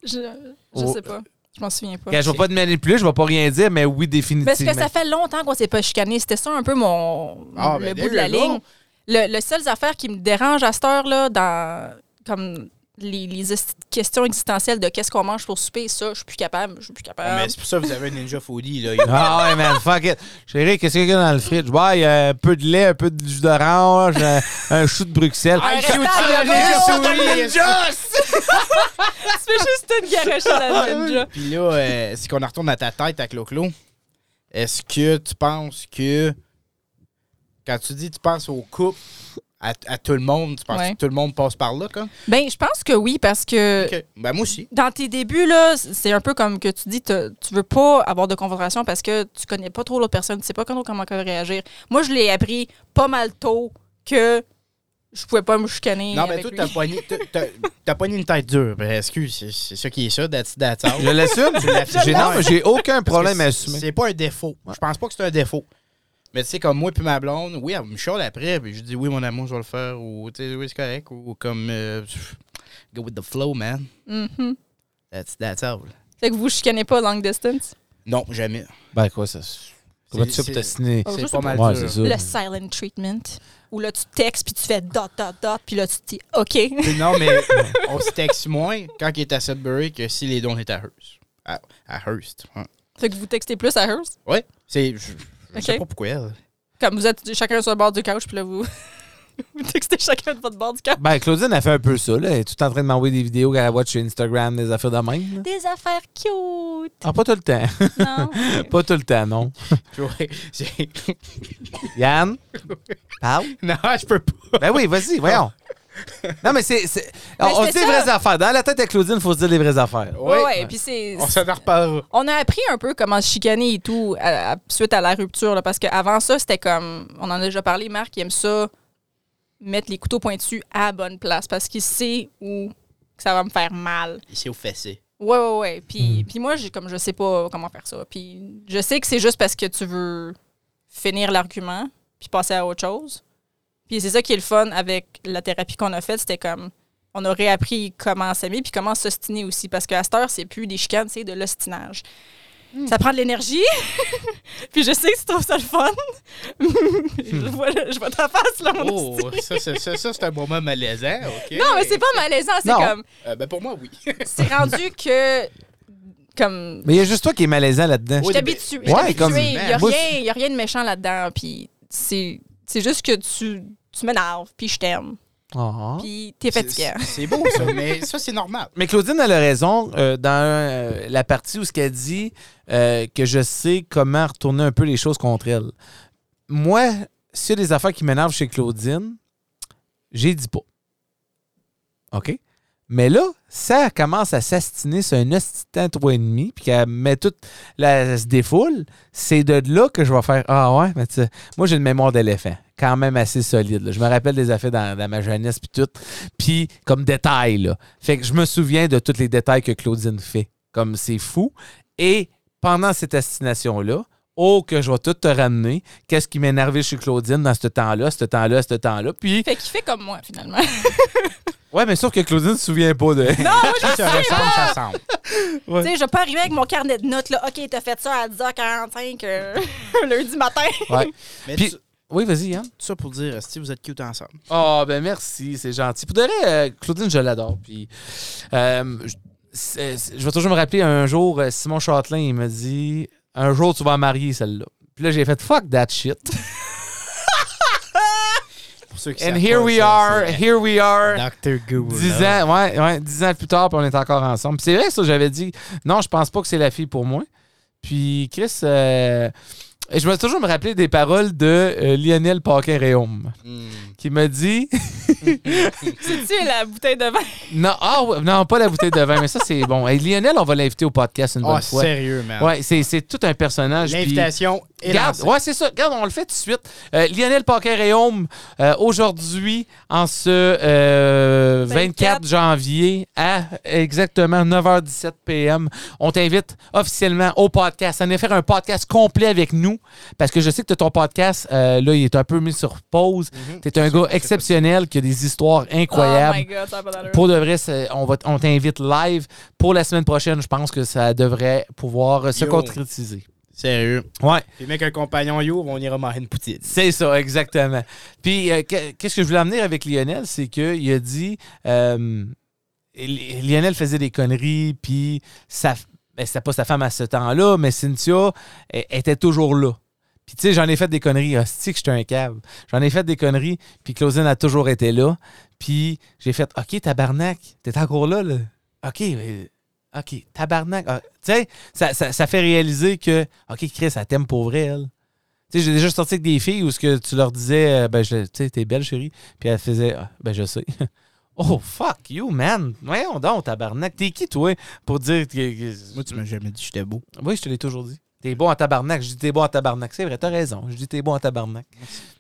Speaker 2: Je, je
Speaker 1: Oh.
Speaker 2: sais pas. Je m'en souviens pas.
Speaker 1: Quand je vais pas te manipuler, je vais pas rien dire, mais oui, définitivement.
Speaker 2: Parce que ça fait longtemps qu'on s'est pas chicané. C'était ça un peu mon
Speaker 3: Ah,
Speaker 2: le
Speaker 3: ben,
Speaker 2: bout de la
Speaker 3: there you go.
Speaker 2: ligne. Le, le seule affaire qui me dérange à cette heure-là, dans comme les, les esti- questions existentielles de qu'est-ce qu'on mange pour souper, ça, je suis plus capable, je suis plus capable.
Speaker 3: Ah, Mais c'est pour ça que vous avez un Ninja Foodie, là. Il y a-
Speaker 1: Ah ouais, man, fuck it. Chérie, qu'est-ce qu'il y a dans le fridge? Ouais, il y a un peu de lait, un peu de jus d'orange, un, un chou de Bruxelles.
Speaker 3: Ah,
Speaker 2: restant
Speaker 3: shoot,
Speaker 2: à la
Speaker 3: la Ninja
Speaker 2: maison,
Speaker 3: Foodie, est-ce que-
Speaker 2: tu fais juste une garoche à
Speaker 3: Ah,
Speaker 2: la ninja.
Speaker 3: Puis là, euh, c'est qu'on en retourne à ta tête à Clo-Clo. Est-ce que tu penses que. Quand tu dis tu penses au couple, à, à tout le monde, tu penses
Speaker 2: Ouais.
Speaker 3: que tout le monde passe par là, quoi?
Speaker 2: Ben, je pense que oui, parce que
Speaker 3: Ok. Ben, moi aussi.
Speaker 2: dans tes débuts, là, c'est un peu comme que tu dis, t'as- tu veux pas avoir de confrontation parce que tu connais pas trop l'autre personne, tu sais pas comment, comment elle va réagir. Moi, je l'ai appris pas mal tôt que je pouvais pas me chicaner.
Speaker 3: Non, mais
Speaker 2: avec
Speaker 3: toi,
Speaker 2: lui.
Speaker 3: t'as poigné, t'as- t'as- t'as poigné une tête dure. Ben, excuse, c'est- c'est ça qui est ça, that's, that's all.
Speaker 1: Je l'assume.
Speaker 3: l'assumes.
Speaker 1: J'ai- Non, mais j'ai aucun
Speaker 3: Parce que
Speaker 1: problème à
Speaker 3: c'est-
Speaker 1: assumer.
Speaker 3: C'est pas un défaut. Je pense pas que c'est un défaut. Mais tu sais, comme moi puis ma blonde, oui, elle me chiale après, puis je dis oui, mon amour, je vais le faire, ou tu sais, oui, c'est correct, ou comme euh, pff, go with the flow, man.
Speaker 2: Mhm.
Speaker 3: That's, that's all.
Speaker 2: Fait que vous chicanez pas long distance.
Speaker 3: Non, jamais.
Speaker 1: Ben quoi, ça. Comment tu fais pour
Speaker 3: c'est-
Speaker 1: t'assiner?
Speaker 2: Oh,
Speaker 3: C'est
Speaker 2: juste
Speaker 3: pas
Speaker 2: pour-
Speaker 3: mal
Speaker 1: Ouais,
Speaker 3: dur.
Speaker 1: c'est ça.
Speaker 2: Le silent treatment. Où là, tu textes, puis tu fais dot, dot, dot, puis là, tu te dis OK.
Speaker 3: Puis non, mais on se texte moins quand il est à Sudbury que si les dons étaient à Hearst. À, à Hearst. hein.
Speaker 2: fait que vous textez plus à Hearst.
Speaker 3: Ouais. C'est, je, je sais
Speaker 2: Ok.
Speaker 3: pas pourquoi. hein. là.
Speaker 2: Comme vous êtes chacun sur le bord du couch, puis là, vous, vous textez chacun de votre bord du couch.
Speaker 1: Ben, Claudine a fait un peu ça, là. Elle est tout en train de m'envoyer des vidéos qu'elle voit sur Instagram, des affaires de même. là.
Speaker 2: Des affaires cute.
Speaker 1: Ah, pas tout le temps.
Speaker 2: Non.
Speaker 1: pas tout le temps, non.
Speaker 3: Tu vois, c'est-
Speaker 1: Yann? Parle?
Speaker 3: non, je peux pas.
Speaker 1: Ben oui, vas-y, voyons. Non, mais c'est. c'est-
Speaker 2: Mais
Speaker 1: On, on se
Speaker 2: c'est
Speaker 1: dit les
Speaker 2: ça.
Speaker 1: vraies affaires. Dans la tête à Claudine, il faut se dire les vraies affaires.
Speaker 2: Ouais,
Speaker 3: Ouais.
Speaker 2: ouais, puis c'est.
Speaker 3: On s'en reparlera.
Speaker 2: On a appris un peu comment se chicaner et tout à- à- suite à la rupture, là, parce qu'avant ça, c'était comme. On en a déjà parlé, Marc, il aime ça, mettre les couteaux pointus à la bonne place, parce qu'il sait où que ça va me faire mal.
Speaker 3: Ici au fessé.
Speaker 2: Ouais, ouais, ouais. Puis, puis moi, j'ai comme je sais pas comment faire ça. Puis je sais que c'est juste parce que tu veux finir l'argument puis passer à autre chose. Puis c'est ça qui est le fun avec la thérapie qu'on a faite. C'était comme on a réappris comment s'aimer puis comment s'ostiner aussi. Parce qu'à cette heure, c'est plus des chicanes, c'est de l'ostinage. Ça prend de l'énergie. puis je sais que tu trouves ça le fun. je, vois, je vois ta face, là, mon
Speaker 3: Oh,
Speaker 2: hostie.
Speaker 3: ça, c'est- ça, ça, c'est un moment malaisant, OK?
Speaker 2: Non, mais c'est pas malaisant. C'est
Speaker 1: Non.
Speaker 2: comme.
Speaker 3: Euh, ben, pour moi, oui.
Speaker 2: C'est rendu que. Comme
Speaker 1: Mais il y a juste toi qui est malaisant là-dedans.
Speaker 3: Oui.
Speaker 2: Je t'habitue.
Speaker 1: Ouais, comme-
Speaker 2: Il n'y a,
Speaker 1: Moi,
Speaker 2: rien- y a rien de méchant là-dedans. Puis c'est c'est juste que tu, tu m'énerves, puis je t'aime,
Speaker 1: Ah.
Speaker 2: puis t'es
Speaker 3: C'est-
Speaker 2: fatigué.
Speaker 3: c'est- C'est beau, ça, mais ça, c'est normal.
Speaker 1: Mais Claudine, elle a raison euh, dans euh, la partie où ce qu'elle dit euh, que je sais comment retourner un peu les choses contre elle. Moi, s'il y a des affaires qui m'énervent chez Claudine, j'ai dis pas. OK? Mais là, ça commence à s'astiner sur un ostitant trois et demi, puis qu'elle met toute la elle se défoule, c'est de là que je vais faire Ah ouais, mais tu sais, moi j'ai une mémoire d'éléphant, quand même assez solide. là. Je me rappelle des affaires dans, dans ma jeunesse puis tout. Puis comme détail, là. Fait que je me souviens de tous les détails que Claudine fait. Comme c'est fou. Et pendant cette astination-là, oh que je vais tout te ramener. Qu'est-ce qui m'énervait chez Claudine dans ce temps-là, ce temps-là, ce temps-là. Puis.
Speaker 2: Fait qu'il fait comme moi, finalement.
Speaker 1: Ouais, mais sauf que Claudine se souvient pas de.
Speaker 3: Si ça ressemble, ça semble.
Speaker 2: tu sais, je vais pas arriver avec mon carnet de notes, là. OK, t'as fait ça à 10h45 euh, lundi matin.
Speaker 1: Ouais.
Speaker 3: Mais
Speaker 1: Puis-
Speaker 3: tout
Speaker 1: Oui, vas-y, hein. Yann.
Speaker 3: ça pour dire, si vous êtes cute ensemble.
Speaker 1: Ah, ben merci, c'est gentil. Pour de vrai, euh, Claudine, je l'adore. Puis, euh, je, c'est- c'est- je vais toujours me rappeler un jour, euh, Simon Châtelain, il me dit Un jour, tu vas en marier celle-là. Puis là, j'ai fait fuck that shit.
Speaker 3: Pour ceux qui
Speaker 1: And
Speaker 3: savent
Speaker 1: here
Speaker 3: pas,
Speaker 1: we
Speaker 3: ça,
Speaker 1: are,
Speaker 3: c'est-
Speaker 1: here we are.
Speaker 3: Dr. Guru.
Speaker 1: Dix ans, ouais, ouais, dix ans plus tard, puis on est encore ensemble. Puis c'est vrai, ça, j'avais dit, non, je pense pas que c'est la fille pour moi. Puis Chris, euh, et je me toujours me rappeler des paroles de euh, Lionel Paquin-Réaume, qui me dit,
Speaker 2: C'est-tu la bouteille de vin?
Speaker 1: non, ah ouais, non, pas la bouteille de vin, mais ça, c'est bon. Et Lionel, on va l'inviter au podcast une
Speaker 3: Oh,
Speaker 1: bonne fois.
Speaker 3: sérieux, man.
Speaker 1: Ouais, c'est, c'est tout un personnage. puis-
Speaker 3: L'invitation est
Speaker 1: Garde,
Speaker 3: lancée.
Speaker 1: ouais, c'est ça. Regarde, on le fait tout de suite. Euh, Lionel Paquin-Réaume, euh, aujourd'hui, en ce euh, 24
Speaker 2: 24
Speaker 1: janvier, à exactement 9h17 p.m., on t'invite officiellement au podcast. On est faire un podcast complet avec nous, parce que je sais que t'as ton podcast, euh, là, il est un peu mis sur pause. T'es un gars exceptionnel qui a des histoires
Speaker 2: Oh my
Speaker 1: incroyables.
Speaker 2: God, ça a pas d'allure.
Speaker 1: pour de vrai, c'est- on, va t- on t'invite live. Pour la semaine prochaine, je pense que ça devrait pouvoir se
Speaker 3: Yo.
Speaker 1: concrétiser.
Speaker 3: Sérieux.
Speaker 1: Ouais.
Speaker 3: Puis mec, un compagnon you, on ira manger une poutine.
Speaker 1: C'est ça, exactement. Puis, euh, que- qu'est-ce que je voulais amener avec Lionel, c'est qu'il a dit euh, Lionel faisait des conneries, puis sa, ben, c'était pas sa femme à ce temps-là, mais Cynthia elle- elle était toujours là. Puis, tu sais, j'en ai fait des conneries. Hostie que j'étais un cave. J'en ai fait des conneries, puis Claudine a toujours été là. Puis, j'ai fait OK, tabarnak, t'es encore là, là. OK, mais- OK, tabarnak. Ah, tu sais, ça, ça- ça fait réaliser que OK, Chris, elle t'aime pour vrai, elle. Tu sais, j'ai déjà sorti avec des filles où ce que tu leur disais, euh, ben, je- tu sais, t'es belle, chérie. Puis elle faisait, Ah, ben, je sais. oh, fuck you, man. Voyons donc, tabarnak. T'es qui, toi, pour dire que. que-
Speaker 3: Moi, tu m'as jamais dit que j'étais beau.
Speaker 1: oui, je te l'ai toujours dit. T'es bon en tabarnak. Je dis t'es bon en tabarnak. C'est vrai, t'as raison. Je dis t'es bon en tabarnak.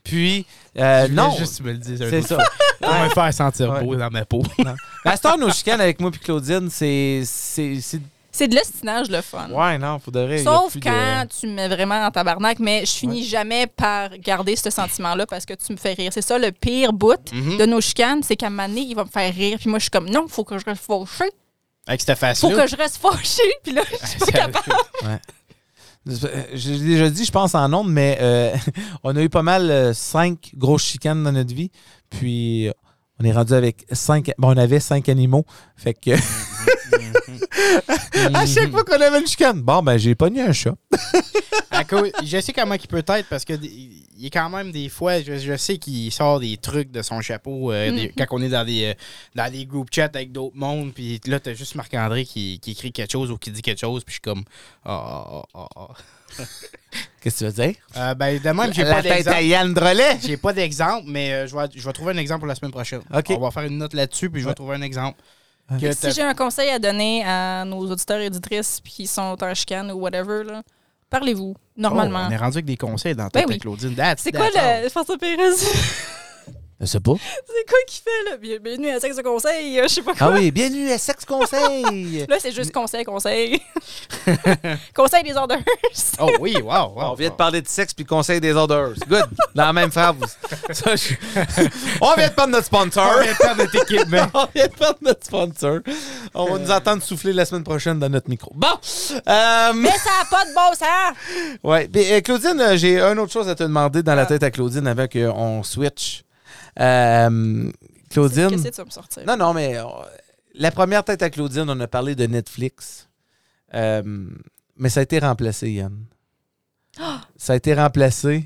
Speaker 1: Puis, euh,
Speaker 3: Je voulais
Speaker 1: non,
Speaker 3: juste que tu me le dises un
Speaker 1: c'est
Speaker 3: autre
Speaker 1: ça.
Speaker 3: fois, pour me faire sentir
Speaker 1: Ouais.
Speaker 3: beau dans ma peau.
Speaker 1: La star nous chicane avec moi puis Claudine, c'est. c'est- c'est-
Speaker 2: C'est de l'estinage le fun.
Speaker 1: Ouais, non, pour de vrai. y a
Speaker 2: Sauf
Speaker 1: plus de-
Speaker 2: quand tu me mets vraiment en tabarnak, mais je finis jamais par garder ce sentiment-là parce que tu me fais rire. C'est ça le pire bout
Speaker 1: Mhm.
Speaker 2: de nos chicanes, c'est qu'à un moment donné, il va me faire rire. Puis moi, je suis comme, non, faut que je reste fauchée.
Speaker 3: Avec cette face-là.
Speaker 2: Faut que je reste fauchée. Puis là, je suis pas capable.
Speaker 1: J'ai déjà dit, je pense en nombre, mais euh, on a eu pas mal euh, cinq grosses chicanes dans notre vie. Puis euh, on est rendu avec cinq. Bon, on avait cinq animaux. Fait que.
Speaker 3: Mhm.
Speaker 1: à chaque fois qu'on avait une chicane, bon, ben, j'ai pogné un chat.
Speaker 3: À cause- je sais comment il peut être parce que d- il est quand même des fois, je, je sais qu'il sort des trucs de son chapeau euh,
Speaker 1: Mhm.
Speaker 3: des- quand on est dans des euh, dans des group chats avec d'autres mondes, puis là t'as juste Marc André qui, qui écrit quelque chose ou qui dit quelque chose, puis je suis comme ah ah, ah, ah, ah.
Speaker 1: Qu'est-ce que tu veux dire?
Speaker 3: Euh, ben de même j'ai
Speaker 1: La
Speaker 3: pas
Speaker 1: tête à
Speaker 3: d'exemple.
Speaker 1: Yann Drolet.
Speaker 3: J'ai pas d'exemple, mais euh, je vais je vais trouver un exemple pour la semaine prochaine.
Speaker 1: Ok.
Speaker 3: On va faire une note là-dessus, puis je vais trouver un exemple.
Speaker 1: Ouais.
Speaker 3: Que
Speaker 2: Si
Speaker 3: t'as-
Speaker 2: j'ai un conseil à donner à nos auditeurs et auditrices puis qui sont en chicane ou whatever, là, parlez-vous normalement.
Speaker 3: Oh, on est rendu avec des conseils dans ta
Speaker 2: Ben
Speaker 3: tête,
Speaker 2: oui.
Speaker 3: Claudine. That's-
Speaker 2: c'est quoi
Speaker 3: that's
Speaker 2: le François Pérez?
Speaker 1: Je
Speaker 2: c'est
Speaker 1: sais pas.
Speaker 2: quoi qu'il fait là? Bien- Bienvenue à Sexe de Conseil, euh, je sais pas quoi.
Speaker 1: Ah oui, bienvenue à Sexe Conseil.
Speaker 2: Là, c'est juste conseil, conseil. conseil des ordres.
Speaker 3: all. Oh oui, wow, wow,
Speaker 1: On vient de
Speaker 3: wow.
Speaker 1: parler de sexe puis conseil des orders. Good. Dans la même phrase. Ça, je- On vient de perdre notre sponsor.
Speaker 3: On vient de parler de tes kids, ben.
Speaker 1: On vient de perdre notre sponsor. On va nous entendre souffler la semaine prochaine dans notre micro. Bon. Euh,
Speaker 2: Mais ça n'a pas de bon sens!
Speaker 1: ouais. Puis, euh, Claudine, euh, j'ai une autre chose à te demander dans la
Speaker 2: Ah.
Speaker 1: tête à Claudine avant qu'on switch. Euh, Claudine.
Speaker 2: Qu'est-ce que tu vas me sortir?
Speaker 1: Non, non, mais euh, la première tête à Claudine, on a parlé de Netflix. Euh, mais ça a été remplacé, Yann. Ça a été remplacé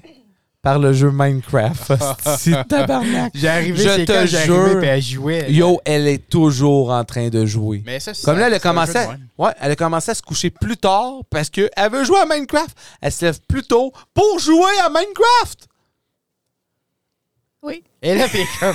Speaker 1: par le jeu Minecraft. C'est tabarnak.
Speaker 3: J'ai arrivé,
Speaker 1: Je
Speaker 3: c'est
Speaker 1: te
Speaker 3: quand j'ai arrivé,
Speaker 1: jure.
Speaker 3: puis elle jouait.
Speaker 1: Yo, elle est toujours en train de jouer.
Speaker 3: Mais ça, c'est-
Speaker 1: Comme là, elle a
Speaker 3: c'est un
Speaker 1: commencé,
Speaker 3: jeu de
Speaker 1: à-
Speaker 3: même.
Speaker 1: ouais, elle a commencé à se coucher plus tard parce qu'elle veut jouer à Minecraft. Elle se lève plus tôt pour jouer à Minecraft.
Speaker 2: Oui.
Speaker 3: Et là, puis comme.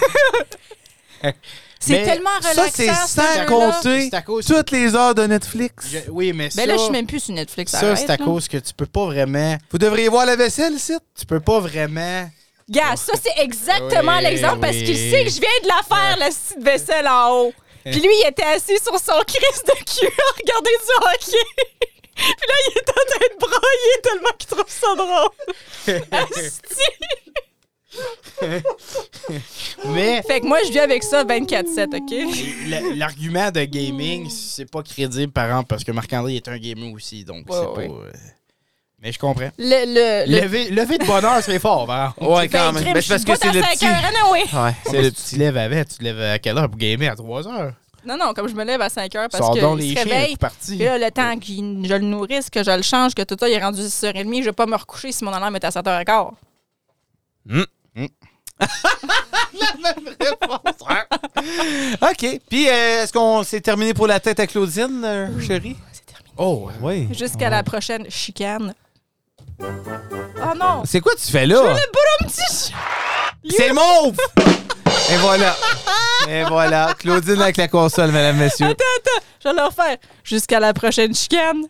Speaker 2: C'est
Speaker 3: Mais
Speaker 2: tellement relaxant.
Speaker 1: ça, c'est
Speaker 2: ce
Speaker 1: sans
Speaker 2: jeu-là.
Speaker 1: compter
Speaker 3: C'est à cause-
Speaker 1: toutes les heures de Netflix.
Speaker 3: je- oui, mais ça.
Speaker 2: Ben là, je suis même plus sur Netflix.
Speaker 3: Ça, c'est à
Speaker 2: arrête, là.
Speaker 3: cause que tu peux pas vraiment.
Speaker 1: Vous devriez voir la vaisselle, site.
Speaker 3: Tu peux pas vraiment.
Speaker 2: Gars, ça, c'est exactement
Speaker 3: Oui,
Speaker 2: l'exemple parce
Speaker 3: oui. Hein.
Speaker 2: qu'il sait que je viens de la faire, la petite vaisselle en haut. Puis lui, il était assis sur son crise de cul à regarder du hockey. Puis là, il est en train de broyer tellement qu'il trouve ça drôle. Asti!
Speaker 3: Mais
Speaker 2: fait que moi, je vis avec ça 24-7, OK?
Speaker 3: l- l'argument de gaming, c'est pas crédible, par exemple, parce que Marc-André est un gamer aussi, donc
Speaker 2: Ouais,
Speaker 3: c'est
Speaker 2: ouais.
Speaker 3: pas. euh, Mais je comprends.
Speaker 2: Le, le, le,
Speaker 3: Lever, lever de bonheur, c'est fort, par exemple.
Speaker 1: Ouais,
Speaker 2: Ben, crime,
Speaker 1: Mais
Speaker 2: je suis pas dans cinq heures, anyway.
Speaker 1: Ouais,
Speaker 3: C'est le petit lève avec. Ah, Tu te lèves à quelle heure pour gamer à 3 heures?
Speaker 2: Non, non, comme je me lève à 5 heures parce
Speaker 3: Sors
Speaker 2: que
Speaker 3: donc
Speaker 2: il
Speaker 3: les
Speaker 2: se
Speaker 3: chiens,
Speaker 2: réveille.
Speaker 3: c'est parti.
Speaker 2: Puis là, le temps que je le nourrisse, que je le change, que tout ça, il est rendu 6h30, je vais pas me recoucher si mon alarme est à 7h15.
Speaker 1: OK. Puis, euh, est-ce qu'on s'est terminé pour la tête à Claudine, euh, chérie?
Speaker 2: C'est terminé.
Speaker 3: Oh,
Speaker 1: Oui.
Speaker 2: Jusqu'à la prochaine chicane. Oh non!
Speaker 1: C'est quoi tu fais là?
Speaker 2: Boum, petit chi-
Speaker 1: C'est mauve! Et voilà. Et voilà. Claudine avec la console, mesdames, messieurs.
Speaker 2: Je vais le refaire. Jusqu'à la prochaine chicane.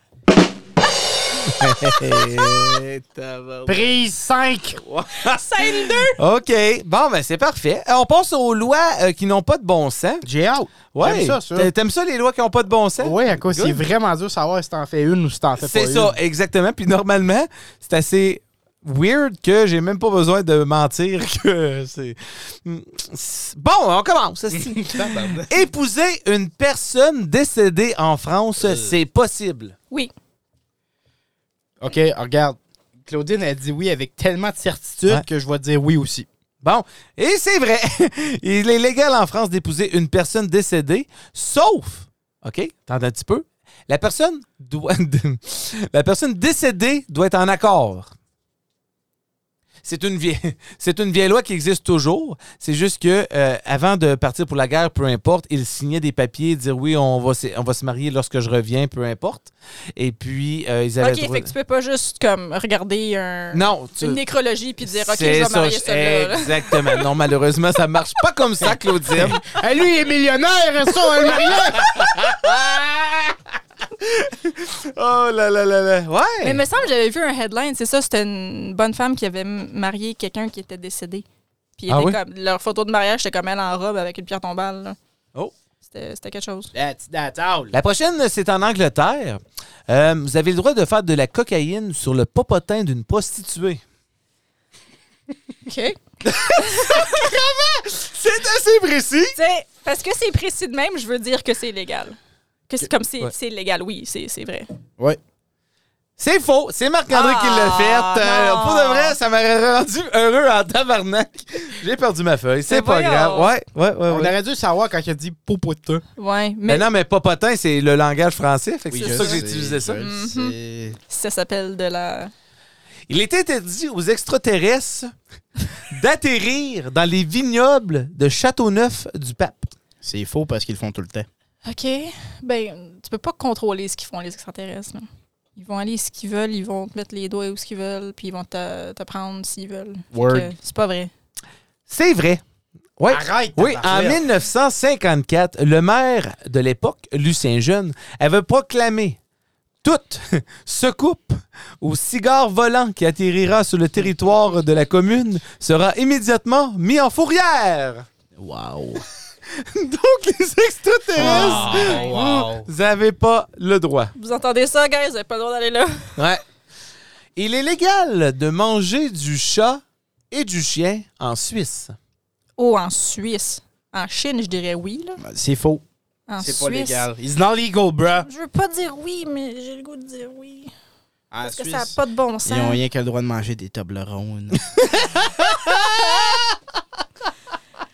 Speaker 3: Prise 5!
Speaker 2: Scène 2!
Speaker 1: OK. Bon, ben, c'est parfait. Euh, On passe aux lois euh, qui n'ont pas de bon sens.
Speaker 3: J'ai hâte.
Speaker 1: Ouais.
Speaker 3: J'aime ça, ça.
Speaker 1: T'a- T'aimes ça, les lois qui n'ont pas de bon sens?
Speaker 3: Oui, à cause, c'est
Speaker 1: Good.
Speaker 3: vraiment dur de savoir si t'en fais une ou si t'en fais pas
Speaker 1: C'est ça, exactement. Puis normalement, c'est assez weird que j'ai même pas besoin de mentir que c'est. Mm, c'est- Bon, on commence. esti.
Speaker 3: une.
Speaker 1: Épouser une personne décédée en France, c'est possible.
Speaker 2: Oui.
Speaker 3: OK, regarde. Claudine a dit oui avec tellement de certitude
Speaker 1: Ouais.
Speaker 3: que je vais dire oui aussi.
Speaker 1: Bon, et c'est vrai, il est légal en France d'épouser une personne décédée, sauf, OK, attendez un petit peu, la personne, doit, la personne décédée doit être en accord. C'est une vieille, c'est une vieille loi qui existe toujours. C'est juste que euh, avant de partir pour la guerre, peu importe, il signait des papiers, dire oui, on va, se- on va se marier lorsque je reviens, peu importe. Et puis euh, ils avaient
Speaker 2: OK,
Speaker 1: le droit-
Speaker 2: fait que tu peux pas juste comme regarder un-
Speaker 1: non, tu-
Speaker 2: une nécrologie puis dire OK, je
Speaker 1: c'est
Speaker 2: vais
Speaker 1: ça,
Speaker 2: marier celle-là. là.
Speaker 1: exactement. Non, malheureusement, ça marche pas comme ça, Claudine.
Speaker 3: Ah, lui, il est millionnaire, ça, on le marie.
Speaker 1: Oh là là là là. Ouais.
Speaker 2: Mais il me semble que j'avais vu un headline, c'est ça, c'était une bonne femme qui avait m- marié quelqu'un qui était décédé. Puis
Speaker 1: Ah
Speaker 2: était
Speaker 1: oui?
Speaker 2: comme, leur photo de mariage, c'était comme elle en robe avec une pierre tombale. là.
Speaker 1: Oh.
Speaker 2: C'était c'était quelque chose.
Speaker 3: That's that all.
Speaker 1: La prochaine, c'est en Angleterre. Euh, vous avez le droit de faire de la cocaïne sur le popotin d'une prostituée.
Speaker 2: OK.
Speaker 1: C'est assez précis.
Speaker 2: sais, parce que c'est précis de même, je veux dire que c'est légal. Que c'est comme c'est
Speaker 1: Ouais.
Speaker 2: c'est légal, oui, c'est c'est vrai.
Speaker 3: Ouais.
Speaker 1: C'est faux. C'est Marc-André qui l'a
Speaker 2: Ah,
Speaker 1: fait. Euh,
Speaker 2: non.
Speaker 1: pour de vrai, ça m'aurait rendu heureux en tabarnak. J'ai perdu ma feuille. C'est
Speaker 2: Mais
Speaker 1: pas
Speaker 2: voyons.
Speaker 1: grave. Ouais, ouais, ouais.
Speaker 3: On
Speaker 1: ouais.
Speaker 3: aurait dû savoir quand il a dit popotin.
Speaker 2: Ouais,
Speaker 1: Mais
Speaker 2: mais
Speaker 1: non, mais popotin, c'est le langage français. Fait que c'est
Speaker 3: je
Speaker 1: pour ça que j'ai
Speaker 3: sais,
Speaker 1: utilisé ça.
Speaker 3: je le
Speaker 2: Mhm.
Speaker 3: sais.
Speaker 2: ça s'appelle de la.
Speaker 1: Il est interdit aux extraterrestres d'atterrir dans les vignobles de Châteauneuf du Pape.
Speaker 3: C'est faux parce qu'ils le font tout le temps.
Speaker 2: OK. Ben, tu peux pas contrôler ce qu'ils font, les extraterrestres. là. Ils vont aller ce qu'ils veulent, ils vont te mettre les doigts où ce qu'ils veulent, puis ils vont te, te prendre s'ils veulent. Fait
Speaker 3: Word.
Speaker 2: que C'est pas vrai.
Speaker 1: C'est vrai. Ouais.
Speaker 3: Arrête!
Speaker 1: Oui, en
Speaker 3: tabarouette.
Speaker 1: 1954, le maire de l'époque, Lucien Jeune, avait proclamé toute coupe au cigare volant qui atterrira sur le territoire de la commune sera immédiatement mis en fourrière.
Speaker 3: Wow.
Speaker 1: Donc les extraterrestres,
Speaker 3: Wow.
Speaker 1: vous n'avez pas le droit.
Speaker 2: Vous entendez ça, guys? Vous avez pas le droit d'aller là.
Speaker 1: Ouais. Il est légal de manger du chat et du chien en Suisse.
Speaker 2: Oh, en Suisse. En Chine, je dirais oui, là.
Speaker 3: C'est faux.
Speaker 2: En
Speaker 3: C'est
Speaker 2: Suisse. Ah,
Speaker 3: pas légal. It's not legal, bro.
Speaker 2: Je veux pas dire oui, mais j'ai le goût de dire oui.
Speaker 3: En
Speaker 2: Parce que ça a pas de bon sens.
Speaker 3: ils n'ont rien que le droit de manger des Toblerones.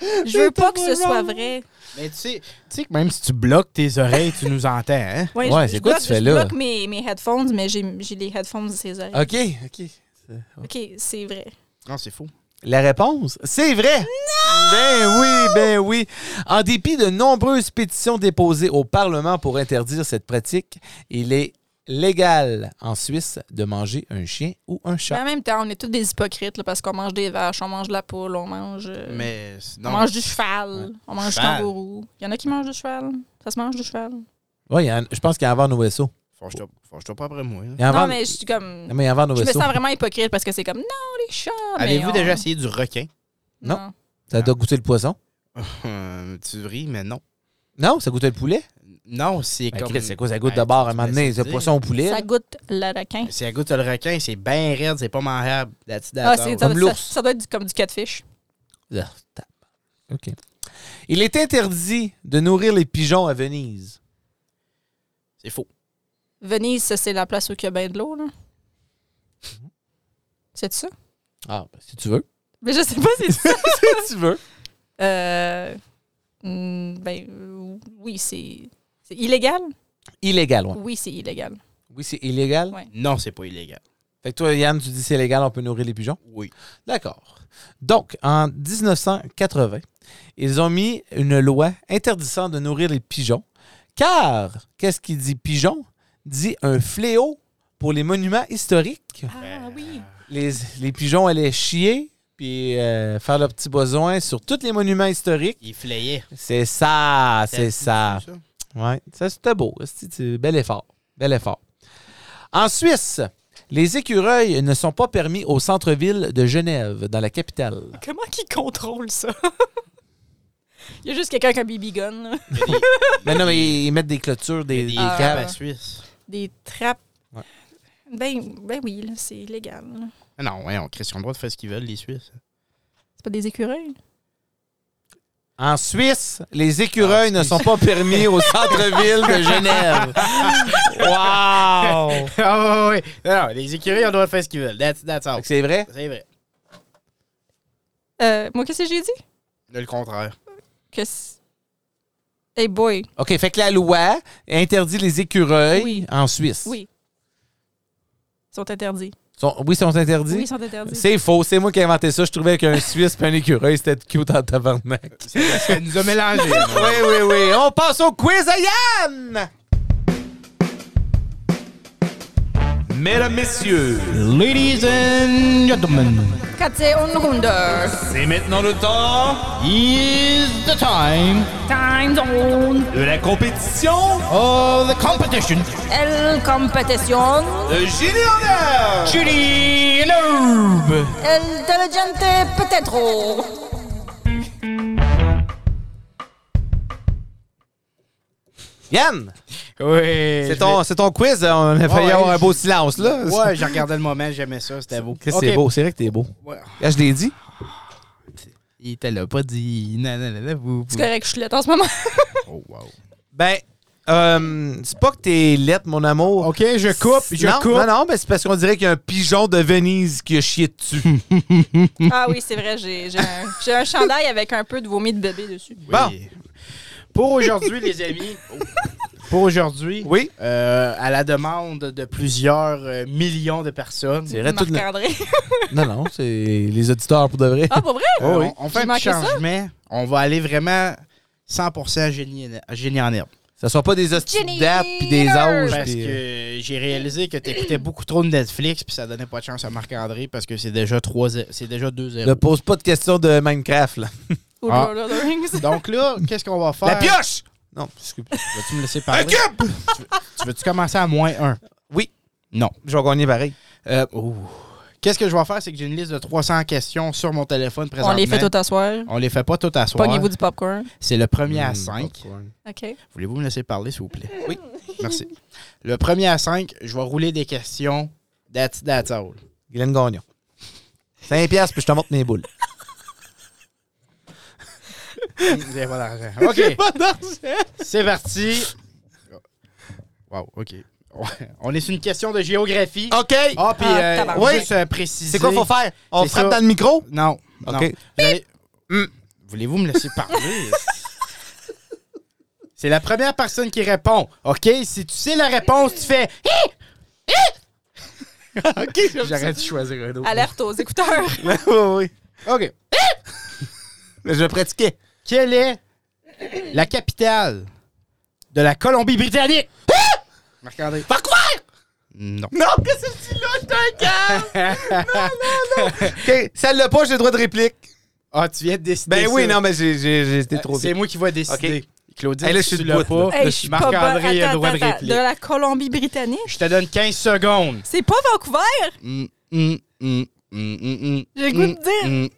Speaker 2: Je veux pas que ce soit vrai.
Speaker 3: Mais tu sais, tu sais que même si tu bloques tes oreilles, tu nous entends, hein?
Speaker 2: Ouais,
Speaker 1: Ouais,
Speaker 2: je-
Speaker 1: c'est
Speaker 2: je
Speaker 1: quoi
Speaker 2: bloque-
Speaker 1: tu fais
Speaker 2: je
Speaker 1: là?
Speaker 2: bloque mes, mes headphones, mais j'ai j'ai les headphones de ses oreilles.
Speaker 1: OK, OK.
Speaker 3: Ah.
Speaker 2: OK, c'est vrai.
Speaker 3: Non, c'est faux.
Speaker 1: La réponse, c'est vrai. Ben oui, ben oui. En dépit de nombreuses pétitions déposées au Parlement pour interdire cette pratique, il est légal en Suisse de manger un chien ou un
Speaker 2: Mais en
Speaker 1: chat.
Speaker 2: même temps, on est tous des hypocrites là, parce qu'on mange des vaches, on mange de la poule, on mange, euh,
Speaker 3: Mais
Speaker 2: on
Speaker 3: non.
Speaker 2: mange du cheval, on mange
Speaker 3: Cheval.
Speaker 2: du kangourou. Il y en a qui mangent du cheval. Ça se mange du cheval.
Speaker 1: Oui, je pense qu'il y en vend nos vaisseaux.
Speaker 3: Forge-toi forge-toi pas après moi. là.
Speaker 1: Il en
Speaker 2: non,
Speaker 1: vend-
Speaker 2: mais je suis comme.
Speaker 1: mais il en vend nos
Speaker 2: Je me
Speaker 1: vaisseaux.
Speaker 2: sens vraiment hypocrite parce que c'est comme non, les chats. Ah, mais
Speaker 3: Avez-vous
Speaker 2: on-
Speaker 3: déjà essayé du requin?
Speaker 1: Non. Ça doit goûter le poisson.
Speaker 3: Euh, tu ris, mais non.
Speaker 1: Non, ça goûtait le poulet.
Speaker 3: Non, c'est
Speaker 1: Ben,
Speaker 3: comme.
Speaker 1: Chris, c'est quoi ça goûte
Speaker 3: Ben,
Speaker 1: de bord à un
Speaker 3: tu
Speaker 1: moment
Speaker 3: me
Speaker 1: donné?
Speaker 3: laisses
Speaker 1: C'est
Speaker 3: dire.
Speaker 1: poisson au poulet.
Speaker 2: Ça
Speaker 1: là.
Speaker 2: goûte le requin.
Speaker 3: Si elle goûte le requin, c'est bien raide, c'est pas mangeable. That's that
Speaker 2: Ah, c'est-
Speaker 3: all.
Speaker 2: ça,
Speaker 1: Comme
Speaker 2: ça-
Speaker 1: l'ours.
Speaker 2: ça doit être du- comme du catfish.
Speaker 1: Ah, tape. OK. Il est interdit de nourrir les pigeons à Venise.
Speaker 3: C'est faux.
Speaker 2: Venise, ça, c'est la place où il y a bien de l'eau. là. C'est ça?
Speaker 1: Ah, ben, si tu veux.
Speaker 2: Mais je sais pas si c'est ça.
Speaker 1: si tu veux.
Speaker 2: Euh, mm, ben euh, oui, c'est c'est illégal.
Speaker 1: Illégal, ouais.
Speaker 2: Oui, c'est illégal.
Speaker 1: Oui, c'est illégal.
Speaker 2: Ouais.
Speaker 3: Non, c'est pas illégal.
Speaker 1: Fait que toi, Yann, tu dis c'est légal, on peut nourrir les pigeons.
Speaker 3: Oui.
Speaker 1: D'accord. Donc, en 1980, ils ont mis une loi interdisant de nourrir les pigeons, car, qu'est-ce qui dit pigeon? Dit un fléau pour les monuments historiques.
Speaker 2: Ah oui.
Speaker 1: Les, les pigeons allaient chier, puis euh, faire leurs petits besoins sur tous les monuments historiques.
Speaker 3: Il flayait.
Speaker 1: C'est ça, c'est ça. Ouais, ça c'était beau. C'est- c'est- Bel effort. Bel effort. En Suisse, les écureuils ne sont pas permis au centre-ville de Genève, dans la capitale.
Speaker 2: Comment qu'ils contrôlent ça? Il y a juste quelqu'un qui a un BB gun, là.
Speaker 3: Il y a des-
Speaker 1: Mais Ben non, mais ils mettent des clôtures,
Speaker 3: il
Speaker 1: des,
Speaker 3: y a des
Speaker 1: des
Speaker 2: Ah.
Speaker 1: caves.
Speaker 3: crabes à Suisse.
Speaker 2: des trappes.
Speaker 1: Ouais.
Speaker 2: Ben, ben oui, là, c'est illégal. là.
Speaker 3: Ah Non, ouais, on crée sur le droit de faire ce qu'ils veulent, les Suisses.
Speaker 2: C'est pas des écureuils.
Speaker 1: En Suisse, les écureuils
Speaker 3: Ah,
Speaker 1: ne sont pas permis au centre-ville de Genève. Wow!
Speaker 3: Ah oui, oui. Non, non, les écuries ont le droit de faire ce qu'ils veulent. That's, that's
Speaker 1: Fait
Speaker 3: all.
Speaker 1: que C'est vrai?
Speaker 3: C'est vrai.
Speaker 2: Euh, moi, qu'est-ce que j'ai dit?
Speaker 3: Là, le contraire.
Speaker 2: Que c'est- Hey boy.
Speaker 1: OK, fait que la loi interdit les écureuils
Speaker 2: Oui.
Speaker 1: en Suisse.
Speaker 2: Oui. Ils sont interdits.
Speaker 1: Sont- oui, sont interdits?
Speaker 2: Oui, ils sont interdits.
Speaker 1: C'est faux, c'est moi qui ai inventé ça. Je trouvais qu'un Suisse et un écureuil, c'était cute en tabarnak.
Speaker 3: Ça, ça nous a mélangés.
Speaker 1: oui, oui, oui. On passe au quiz à Yann! Mesdames, messieurs,
Speaker 3: Ladies and gentlemen,
Speaker 2: Katze und Runde.
Speaker 1: c'est maintenant le temps
Speaker 3: is the time
Speaker 2: Time zone.
Speaker 1: de la compétition
Speaker 3: of the competition.
Speaker 2: El competition.
Speaker 1: de Génie en Herbe.
Speaker 3: Judy and Herb.
Speaker 2: El diligente peut-être.
Speaker 1: Yann,
Speaker 3: Oui.
Speaker 1: c'est ton, c'est ton quiz. On a failli
Speaker 3: Ouais,
Speaker 1: avoir un
Speaker 3: je-
Speaker 1: beau silence, là.
Speaker 3: Ouais, j'ai regardé le moment, j'aimais ça, c'était beau.
Speaker 1: Chris,
Speaker 3: Ok.
Speaker 1: c'est beau. C'est vrai que t'es beau.
Speaker 3: Ouais.
Speaker 1: Ah, je l'ai dit.
Speaker 3: Il te l'a pas dit. Nanana, vous,
Speaker 2: C'est correct, je suis lette en ce moment.
Speaker 3: Oh, wow.
Speaker 1: Ben, euh, c'est pas que t'es lettre, mon amour.
Speaker 3: Ok, je coupe, je
Speaker 1: non,
Speaker 3: coupe.
Speaker 1: Non, non, mais c'est parce qu'on dirait qu'il y a un pigeon de Venise qui a chié dessus.
Speaker 2: ah oui, c'est vrai, j'ai j'ai un, j'ai un chandail avec un peu de vomi de bébé dessus.
Speaker 1: Bon.
Speaker 3: Oui. Pour aujourd'hui, les amis, pour aujourd'hui,
Speaker 1: oui.
Speaker 3: euh, à la demande de plusieurs euh, millions de personnes,
Speaker 1: C'est vrai, tout le-
Speaker 2: Marc-André.
Speaker 1: Non, non, c'est les auditeurs pour de vrai.
Speaker 2: Ah, pour vrai?
Speaker 3: euh,
Speaker 1: Oh oui.
Speaker 3: on, on fait
Speaker 2: J'ai
Speaker 3: un
Speaker 2: manqué
Speaker 3: petit
Speaker 2: ça.
Speaker 3: changement. On va aller vraiment 100% génie, génie en herbe.
Speaker 1: Ça soit pas des hosties
Speaker 2: Jenny
Speaker 1: de dates puis des âges.
Speaker 3: Parce
Speaker 1: puis, euh,
Speaker 3: que j'ai réalisé que t'écoutais beaucoup trop de Netflix puis ça donnait pas de chance à Marc-André parce que c'est déjà 3 c'est déjà 2-0.
Speaker 1: euh, Ne pose pas de questions de Minecraft, là.
Speaker 2: Ou
Speaker 3: Ah.
Speaker 2: Lord of the Rings.
Speaker 3: Donc là, qu'est-ce qu'on va faire?
Speaker 1: La pioche! Non, excuse
Speaker 3: Vas-tu me laisser parler? Tu veux- tu veux-tu commencer à moins 1?
Speaker 1: Oui.
Speaker 3: Non.
Speaker 1: Je vais gagner pareil.
Speaker 3: Euh, ouh. Qu'est-ce que je vais faire? C'est que j'ai une liste de 300 questions sur mon téléphone
Speaker 2: On
Speaker 3: présentement.
Speaker 2: les fait tout asseoir.
Speaker 3: On les fait pas toutes à soir.
Speaker 2: Pognez-vous du popcorn.
Speaker 3: C'est le premier
Speaker 1: Hmm,
Speaker 3: à 5.
Speaker 2: OK.
Speaker 3: Voulez-vous me laisser parler, s'il vous plaît?
Speaker 1: Oui.
Speaker 3: Merci. Le premier à 5, je vais rouler des questions. That's, that's all.
Speaker 1: Guylaine Gagnon. 5 piastres, puis je te montre mes boules.
Speaker 3: Vous avez pas d'argent. OK,
Speaker 1: Pas d'argent!
Speaker 3: c'est parti. Wow, OK. On est sur une question de géographie.
Speaker 1: OK!
Speaker 3: Ah, puis
Speaker 2: Ah,
Speaker 3: euh,
Speaker 2: tabarnak.
Speaker 3: juste euh, préciser.
Speaker 1: c'est quoi qu'il faut faire? On
Speaker 3: C'est
Speaker 1: frappe
Speaker 3: ça.
Speaker 1: dans le micro?
Speaker 3: Non. non.
Speaker 1: OK.
Speaker 3: Vous allez- Hmm.
Speaker 1: Mm.
Speaker 3: Voulez-vous me laisser parler? C'est la première personne qui répond. OK? Si tu sais la réponse, tu fais.
Speaker 1: OK,
Speaker 3: J'arrête de choisir un autre.
Speaker 2: Alerte aux écouteurs.
Speaker 1: Oui, oui.
Speaker 3: OK.
Speaker 1: Mais je pratiquais.
Speaker 3: Quelle est la capitale de la Colombie-Britannique? Marc-André.
Speaker 1: Pourquoi?
Speaker 3: Non.
Speaker 1: Ah! Non, qu'est-ce que c'est là? Je te OK, si elle l'a pas, j'ai le droit de réplique.
Speaker 3: Ah, tu viens de décider.
Speaker 1: Ben oui,
Speaker 3: ça.
Speaker 1: non, mais j'ai- j'ai j'ai été
Speaker 3: Euh,
Speaker 1: trop
Speaker 3: C'est
Speaker 1: vite.
Speaker 3: moi qui vais décider. Claudine,
Speaker 1: Hey, là, je
Speaker 3: si
Speaker 1: suis
Speaker 3: tu
Speaker 1: de
Speaker 3: l'as
Speaker 1: bout, là.
Speaker 3: pas,
Speaker 2: Hey, je suis pas bonne.
Speaker 3: Marc-André a le
Speaker 2: Attends,
Speaker 3: droit de
Speaker 2: attends, attends.
Speaker 3: répliquer.
Speaker 2: De la Colombie-Britannique?
Speaker 3: Je te donne 15 secondes.
Speaker 2: C'est pas Vancouver?
Speaker 3: Mm, mm, mm, mm, mm, mm,
Speaker 2: J'ai le goût
Speaker 3: mm,
Speaker 2: de
Speaker 3: mm,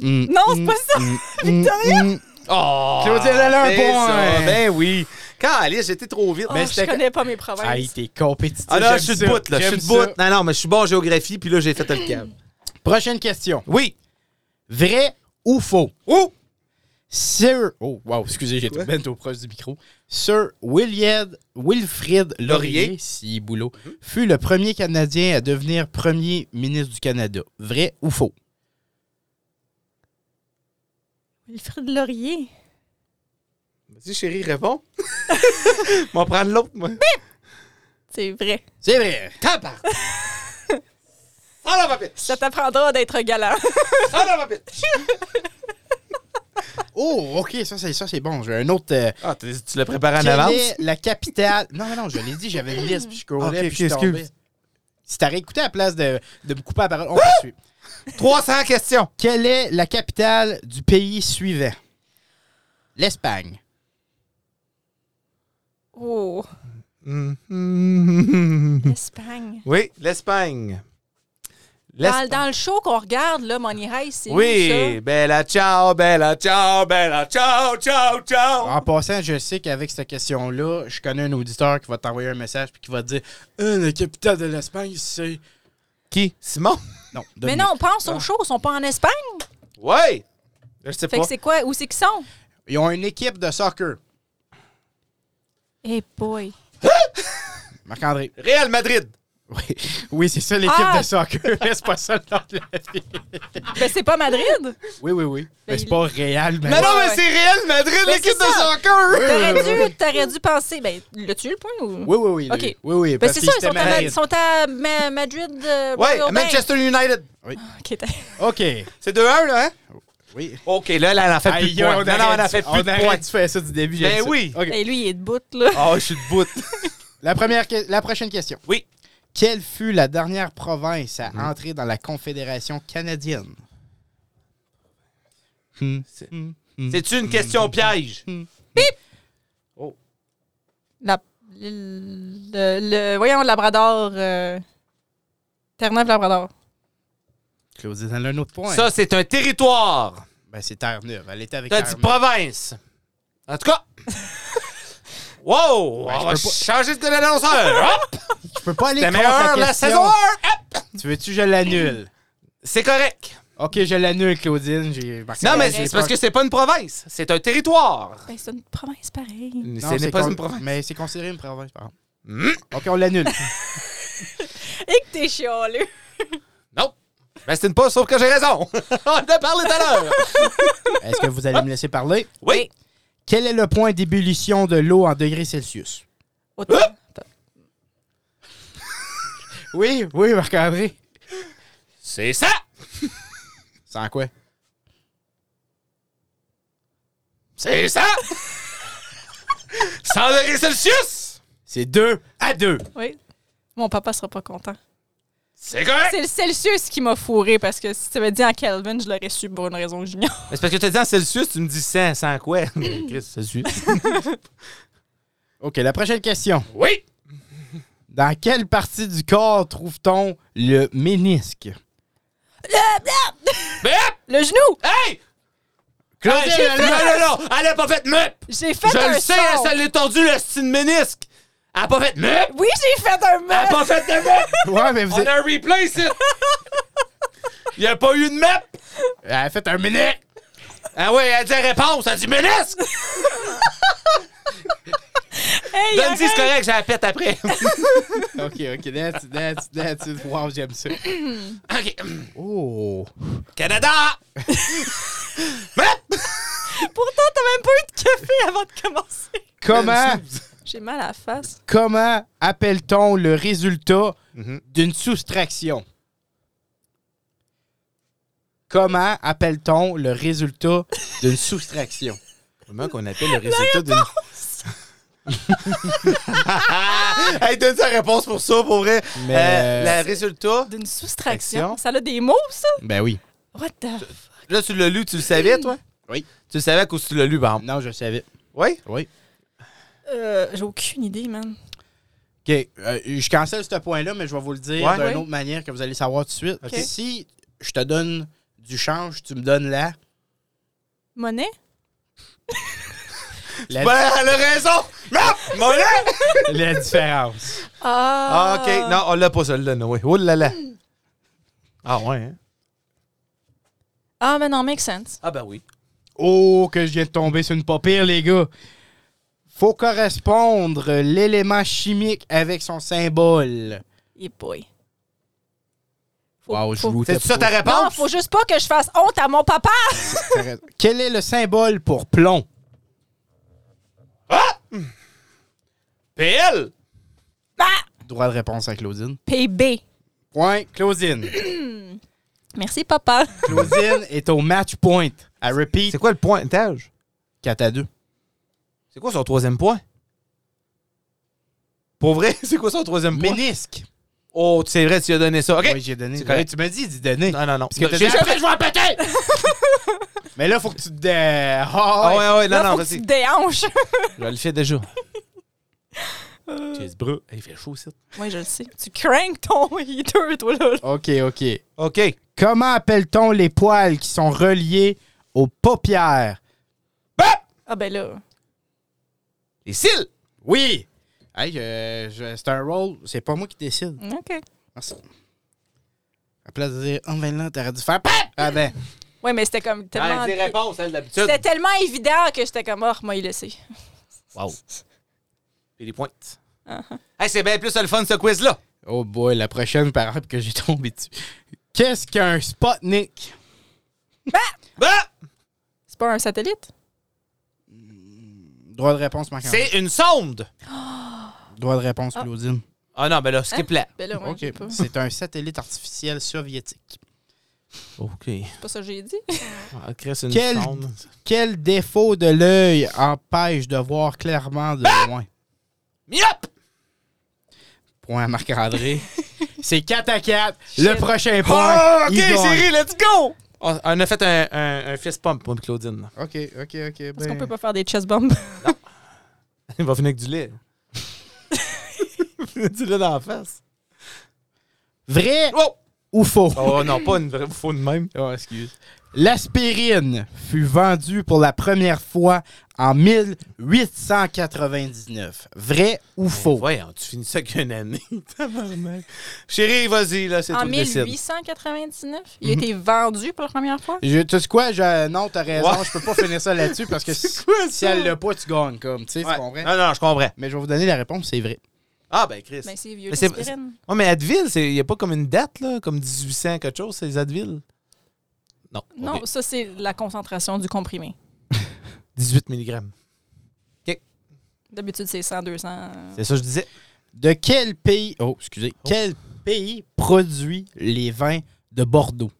Speaker 3: mm,
Speaker 2: Non, c'est
Speaker 3: mm,
Speaker 2: pas ça.
Speaker 3: mm,
Speaker 2: Victoria?
Speaker 3: mm, mm.
Speaker 1: Oh!
Speaker 3: Claudine, elle a un
Speaker 1: c'est
Speaker 3: point.
Speaker 1: ça, Ben oui. Quand Alice, j'étais trop vite.
Speaker 2: Oh,
Speaker 1: Ben,
Speaker 2: je
Speaker 1: c'était-
Speaker 2: connais pas mes provinces.
Speaker 3: Aïe, t'es compétitif.
Speaker 1: Ah là,
Speaker 3: Ah,
Speaker 1: je
Speaker 3: j'aime
Speaker 1: suis de
Speaker 3: ça,
Speaker 1: bout, là. Je suis
Speaker 3: j'aime
Speaker 1: de bout.
Speaker 3: ça.
Speaker 1: Non, non, mais je suis bon en géographie, puis là, j'ai fait le câble.
Speaker 3: Prochaine question.
Speaker 1: Oui.
Speaker 3: Vrai ou faux?
Speaker 1: Oh!
Speaker 3: Sir. Oh, wow, excusez, j'étais
Speaker 1: Quoi?
Speaker 3: bien trop proche du micro. Sir William, Wilfrid Laurier,
Speaker 1: Laurier.
Speaker 3: si boulot, fut le premier Canadien à devenir premier ministre du Canada. Vrai ou faux?
Speaker 2: Wilfrid Laurier.
Speaker 1: Vas-y, chérie, réponds. On va prendre l'autre, moi.
Speaker 2: C'est vrai.
Speaker 3: C'est vrai.
Speaker 1: Tabar! Ah la papite!
Speaker 2: Ça t'apprendra d'être galant.
Speaker 1: Ah la papite!
Speaker 3: Oh, OK, ça, c'est ça, c'est bon. J'ai un autre. euh,
Speaker 1: Ah, t'es- tu l'as préparé en
Speaker 3: Quelle
Speaker 1: avance?
Speaker 3: est la capitale? Non, non, non, je l'ai dit, j'avais une liste, puis je
Speaker 1: Ok,
Speaker 3: courais,
Speaker 1: Ah, ok,
Speaker 3: puis je suis
Speaker 1: excuse.
Speaker 3: tombé. Si t'as réécouté à la place de, de me couper la parole, on
Speaker 1: Ah!
Speaker 3: poursuit.
Speaker 1: 300 questions.
Speaker 3: Quelle est la capitale du pays suivant? L'Espagne.
Speaker 2: Oh,
Speaker 1: Mhm.
Speaker 2: l'Espagne.
Speaker 1: Oui, l'Espagne.
Speaker 2: Dans,
Speaker 1: L'Espagne.
Speaker 2: dans le show qu'on regarde, là, Money Heist, c'est
Speaker 1: Oui,
Speaker 2: lui,
Speaker 1: bella ciao, bella ciao, bella ciao, ciao, ciao.
Speaker 3: En passant, je sais qu'avec cette question-là, je connais un auditeur qui va t'envoyer un message puis qui va te dire Euh, La capitale de l'Espagne, c'est.
Speaker 1: Qui? Simon?
Speaker 3: Non,
Speaker 2: ça. Mais
Speaker 3: Dominique.
Speaker 2: non, pense
Speaker 1: Ah.
Speaker 2: aux shows, ils sont pas en Espagne.
Speaker 1: Ouais. Je sais
Speaker 2: Fait
Speaker 1: pas.
Speaker 2: que c'est quoi? Où c'est qu'ils sont?
Speaker 3: Ils ont une équipe de soccer.
Speaker 2: Eh boy.
Speaker 3: Marc-André.
Speaker 1: Real Madrid.
Speaker 3: Oui, oui c'est ça l'équipe
Speaker 2: Ah!
Speaker 3: de soccer. c'est pas ça le nom de la ville.
Speaker 2: Ben, c'est pas Madrid.
Speaker 3: Oui, oui, oui. Mais
Speaker 2: Ben,
Speaker 3: c'est
Speaker 2: il-
Speaker 3: pas réel, mais.
Speaker 1: Mais non, mais
Speaker 2: ouais.
Speaker 1: c'est réel, Madrid,
Speaker 2: Mais
Speaker 1: l'équipe
Speaker 2: c'est ça.
Speaker 1: de soccer!
Speaker 2: T'aurais dû, t'aurais dû penser. Ben, l'as-tu eu le point ou.
Speaker 3: Oui, oui, oui.
Speaker 2: OK.
Speaker 3: Oui, oui.
Speaker 2: Ben,
Speaker 3: parce
Speaker 2: c'est
Speaker 3: que
Speaker 2: ça, ils
Speaker 3: c'était
Speaker 2: sont, à,
Speaker 3: Madrid.
Speaker 2: ils sont à Ma- Madrid. euh,
Speaker 1: Ouais,
Speaker 2: Royal Bank.
Speaker 1: Manchester United.
Speaker 2: Ok, t'as-
Speaker 3: OK.
Speaker 1: C'est 2-1, là, hein?
Speaker 3: Oui.
Speaker 1: OK, là, là, elle en fait plus
Speaker 3: Aïe,
Speaker 1: de points.
Speaker 3: on
Speaker 1: Non, non, elle en
Speaker 3: a
Speaker 1: fait plus de points.
Speaker 3: tu fais ça du début.
Speaker 1: Ben
Speaker 3: j'aime ça.
Speaker 1: oui.
Speaker 3: OK.
Speaker 2: Ben, lui, il est debout, là.
Speaker 1: Oh, je suis de bout.
Speaker 3: La, première que- la prochaine question.
Speaker 1: Oui. Hmm.
Speaker 3: Quelle fut la dernière province à entrer dans la Confédération canadienne?
Speaker 1: Hmm.
Speaker 3: Hmm.
Speaker 1: C'est- C'est-tu une question piège?
Speaker 2: La- le, le- le- voyons, le Labrador. euh, Terre-Neuve-Labrador.
Speaker 3: Claudine, elle a un autre point.
Speaker 1: Ça, c'est un territoire.
Speaker 3: Ben, c'est Terre-Neuve. Elle était avec
Speaker 1: T'as dit
Speaker 3: Terre-Neuve.
Speaker 1: province. En tout cas. Wow!
Speaker 3: Ouais,
Speaker 1: on
Speaker 3: je
Speaker 1: va
Speaker 3: peux pas-
Speaker 1: changer de annonceur. Hop!
Speaker 3: Je peux pas aller
Speaker 1: C'était
Speaker 3: contre
Speaker 1: meilleur
Speaker 3: ta
Speaker 1: la
Speaker 3: question.
Speaker 1: saison 1. Hop!
Speaker 3: Tu veux-tu que je l'annule?
Speaker 1: C'est correct.
Speaker 3: OK, je l'annule, Claudine. J'ai marqué
Speaker 1: Non, mais
Speaker 2: correct.
Speaker 1: c'est parce que c'est pas une province. C'est un territoire.
Speaker 2: Ben, c'est une province pareille.
Speaker 1: Ce
Speaker 3: Non,
Speaker 1: n'est
Speaker 3: c'est
Speaker 1: pas
Speaker 3: con-
Speaker 1: une province.
Speaker 3: Mais c'est considéré une province, par exemple.
Speaker 1: Hmm,
Speaker 3: OK, on l'annule.
Speaker 2: Et que t'es chialeux.
Speaker 1: Non. Ben, c'est une pas, sauf que j'ai raison. on en a parlé tout à l'heure.
Speaker 3: Est-ce que vous allez me laisser parler?
Speaker 1: Oui.
Speaker 3: Quel est le point d'ébullition de l'eau en degrés Celsius?
Speaker 2: Autant.
Speaker 3: Oui, oui, Marc-André.
Speaker 1: C'est ça.
Speaker 3: Sans quoi?
Speaker 1: C'est ça. 100 degrés Celsius.
Speaker 3: C'est 2 à 2.
Speaker 2: Oui. Mon papa sera pas content.
Speaker 1: C'est correct.
Speaker 2: C'est le Celsius qui m'a fourré parce que si tu m'avais dit en Kelvin, je l'aurais su pour une raison que j'ignore.
Speaker 1: Mais C'est parce que tu as dit en Celsius, tu me dis 100. 100 quoi? Chris, Celsius.
Speaker 3: OK, la prochaine question.
Speaker 1: Oui.
Speaker 3: Dans quelle partie du corps trouve-t-on le ménisque?
Speaker 1: Mais hop!
Speaker 2: Le genou!
Speaker 1: Hey!
Speaker 3: Claudine,
Speaker 1: Hey,
Speaker 3: elle a-
Speaker 1: non, non, non! Elle a pas fait mup!
Speaker 2: J'ai fait
Speaker 1: Je
Speaker 2: un
Speaker 1: le sais, elle
Speaker 2: son.
Speaker 1: s'en est tordue le style ménisque! Elle a pas fait mup!
Speaker 2: Oui, j'ai fait un
Speaker 1: Elle a
Speaker 2: meuble!
Speaker 1: pas fait de mup!
Speaker 3: Ouais, mais vous
Speaker 1: On
Speaker 3: êtes-
Speaker 1: a un replay, ici! Il n'y a pas eu de mup!
Speaker 3: Elle a fait un ménisque.
Speaker 1: Ah ouais, elle dit réponse, elle dit ménisque!
Speaker 2: Hey,
Speaker 1: Donne-y, c'est
Speaker 2: arrête.
Speaker 1: correct, j'ai la pète après.
Speaker 3: OK, OK, that's, that's, that's it. Wow, j'aime ça.
Speaker 1: OK.
Speaker 3: Oh.
Speaker 1: Canada! mup!
Speaker 2: Pourtant, t'as même pas eu de café avant de commencer.
Speaker 3: Comment,
Speaker 2: J'ai mal à la face.
Speaker 3: comment appelle-t-on le résultat
Speaker 1: Mhm.
Speaker 3: d'une soustraction? Comment appelle-t-on le résultat d'une soustraction?
Speaker 1: Comment qu'on appelle le résultat d'une. hey, donne sa réponse pour ça, pour vrai.
Speaker 3: Mais- euh,
Speaker 1: le résultat.
Speaker 2: D'une soustraction.
Speaker 1: Action.
Speaker 2: Ça a des mots, ça?
Speaker 3: Ben oui.
Speaker 2: What the...
Speaker 1: Là, tu l'as lu, tu le savais, toi?
Speaker 3: Oui.
Speaker 1: Tu le savais à cause que tu l'as lu, par exemple.
Speaker 3: Non, je le savais.
Speaker 1: Oui?
Speaker 3: Oui.
Speaker 2: Euh, j'ai aucune idée, man.
Speaker 3: OK. euh, je cancelle ce point-là, mais je vais vous le dire
Speaker 1: Ouais.
Speaker 3: d'une
Speaker 2: Oui.
Speaker 3: autre manière que vous allez savoir tout de suite.
Speaker 1: OK.
Speaker 3: Si je te donne du change, tu me donnes la.
Speaker 2: Monnaie?
Speaker 3: La,
Speaker 1: Ben, elle a raison! Non! Mollet!
Speaker 3: la différence.
Speaker 2: Ah!
Speaker 1: Ah, OK. Non, on l'a pas, celle-là, Noé. Oh là là. Ah, ouais, hein?
Speaker 2: Ah, mais non, make sense.
Speaker 1: Ah, ben oui.
Speaker 3: Oh, que je viens de tomber sur une pas pire, les gars. Faut correspondre l'élément chimique avec son symbole.
Speaker 2: Et boy. Faut-
Speaker 3: Wow, je
Speaker 2: faut-
Speaker 3: vous
Speaker 1: C'est ça ta
Speaker 2: Non,
Speaker 1: réponse?
Speaker 2: faut juste pas que je fasse honte à mon papa!
Speaker 3: Quel est le symbole pour plomb?
Speaker 1: PL!
Speaker 2: Ah!
Speaker 3: Droit de réponse à Claudine.
Speaker 2: PB.
Speaker 3: Point, Claudine.
Speaker 2: Merci, papa.
Speaker 3: Claudine est au match point. I repeat,
Speaker 1: C'est quoi le pointage?
Speaker 3: 4 à 2.
Speaker 1: C'est quoi son troisième point? Pour vrai, c'est quoi son troisième point?
Speaker 3: Ménisque.
Speaker 1: Oh, c'est vrai, tu as donné ça. OK?
Speaker 3: Oui, j'ai donné.
Speaker 1: C'est correct.
Speaker 3: Tu m'as dit d'y donner.
Speaker 1: Non, non, non.
Speaker 3: Parce que t'as
Speaker 1: J'ai
Speaker 3: dit,
Speaker 1: jamais-
Speaker 3: après, je vais en péter! Mais là, faut que tu te. dé-
Speaker 1: Ah,
Speaker 3: Ah, ouais.
Speaker 1: ouais, ouais, non,
Speaker 2: Là,
Speaker 1: non,
Speaker 2: faut que tu
Speaker 1: vas-y.
Speaker 2: te déhanches.
Speaker 1: Je le fais déjà. Cheesebreux. Il fait chaud, ça.
Speaker 2: Oui, je le sais. Tu crank ton heater, toi, là.
Speaker 3: Ok, ok.
Speaker 1: OK.
Speaker 3: Comment appelle-t-on les poils qui sont reliés aux paupières?
Speaker 2: Ah, ben là.
Speaker 1: Les cils!
Speaker 3: Oui! Hey, je- je- c'est un rôle, c'est pas moi qui décide.
Speaker 2: OK.
Speaker 3: Merci. À place de dire, oh, ben là, t'aurais dû faire. pap! Ah ben.
Speaker 2: Ouais, mais c'était comme tellement.
Speaker 1: réponses, elle, d'habitude.
Speaker 2: C'était tellement évident que j'étais comme, oh, moi, il le sait.
Speaker 1: Uh-huh. Wow. Et des pointes. Hey, c'est bien plus le fun, ce quiz-là.
Speaker 3: Oh boy, la prochaine parole que j'ai tombé dessus. Qu'est-ce qu'un Spotnik?
Speaker 1: Ah!
Speaker 2: C'est pas un satellite?
Speaker 3: Droit de réponse, marc
Speaker 1: C'est une sonde!
Speaker 3: Droit de réponse, Claudine.
Speaker 1: Ah non, ben là, skip là.
Speaker 2: Ben là, ouais,
Speaker 3: OK.
Speaker 2: je sais pas.
Speaker 3: C'est un satellite artificiel soviétique.
Speaker 1: OK.
Speaker 2: C'est pas ça que j'ai dit.
Speaker 1: Ah, Chris, une
Speaker 3: Quel-
Speaker 1: sonde.
Speaker 3: Quel défaut de l'œil empêche de voir clairement de
Speaker 2: Ah!
Speaker 3: loin?
Speaker 1: Miop!
Speaker 3: Point à Marc-André. C'est 4 à 4. Le prochain point.
Speaker 1: Ah, OK,
Speaker 3: il gagne.
Speaker 1: chérie, let's go! On, Ah, on a fait un, un, un fist pump, moi et Claudine.
Speaker 3: OK, OK, OK.
Speaker 2: Parce
Speaker 3: ben-
Speaker 2: qu'on peut pas faire des chest bombs.
Speaker 1: Il va finir avec du lait. du lait dans la face.
Speaker 3: Vrai
Speaker 1: Oh!
Speaker 3: ou faux?
Speaker 1: Oh non, pas une vraie faux de même.
Speaker 3: Oh, excuse. L'aspirine fut vendue pour la première fois en 1899. Vrai
Speaker 1: Ben,
Speaker 3: ou faux?
Speaker 1: Voyons, hein, tu finis ça qu'une année. Tabarnak. Chérie, vas-y, là, c'est
Speaker 2: En
Speaker 1: toi qui décide.
Speaker 2: 1899, il a été vendu pour la première fois.
Speaker 3: Je, tu sais quoi? Je- non, t'as raison.
Speaker 1: Ouais.
Speaker 3: Je peux pas finir ça là-dessus parce que si, si elle l'a pas, tu gagnes comme. Tu sais, tu
Speaker 1: Ouais.
Speaker 3: comprends?
Speaker 1: Non, non, je comprends.
Speaker 3: Mais je vais vous donner la réponse, c'est vrai.
Speaker 1: Ah, ben, Chris.
Speaker 2: Ben, c'est vieux,
Speaker 1: Mais c'est-
Speaker 2: l'aspirine.
Speaker 1: Ouais, mais Advil, il n'y a pas comme une date, là, comme 1800 quelque chose, c'est les Advil. Non.
Speaker 2: Non,
Speaker 1: OK.
Speaker 2: ça, c'est la concentration du comprimé.
Speaker 1: 18 mg.
Speaker 2: D'habitude, c'est 100, 200.
Speaker 1: C'est ça que je disais.
Speaker 3: De quel pays. Oh, excusez.
Speaker 1: Oh.
Speaker 3: Quel pays produit les vins de Bordeaux?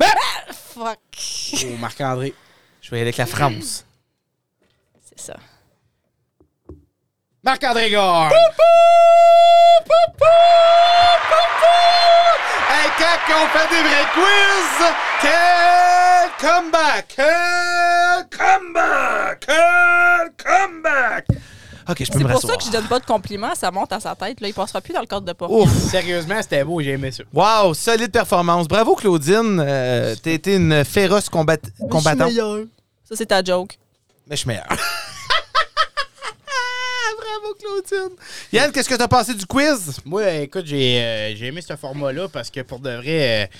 Speaker 2: Fuck! C'est
Speaker 3: Oh, Marc-André.
Speaker 1: Je vais y aller avec la France.
Speaker 2: ça.
Speaker 3: Marc-André gagne!
Speaker 1: Hey, quand on fait des vrais quiz, quel comeback! Quel comeback! Quel comeback! OK, je peux
Speaker 2: C'est
Speaker 1: me
Speaker 2: pour ça
Speaker 1: rasseoir.
Speaker 2: que je donne pas de compliments, ça monte à sa tête. Là, il passera plus dans le cadre de porte.
Speaker 1: Oh.
Speaker 3: Ouf! Sérieusement, c'était beau, j'ai aimé ça.
Speaker 1: Wow, solide performance. Bravo, Claudine. Euh, T'as été une féroce combat- combattante.
Speaker 2: Ça, c'est ta joke.
Speaker 1: Mais je suis meilleur. Bravo, Claudine. Yann, qu'est-ce que t'as passé du quiz?
Speaker 3: Moi, écoute, j'ai euh, j'ai aimé ce format-là parce que pour de vrai,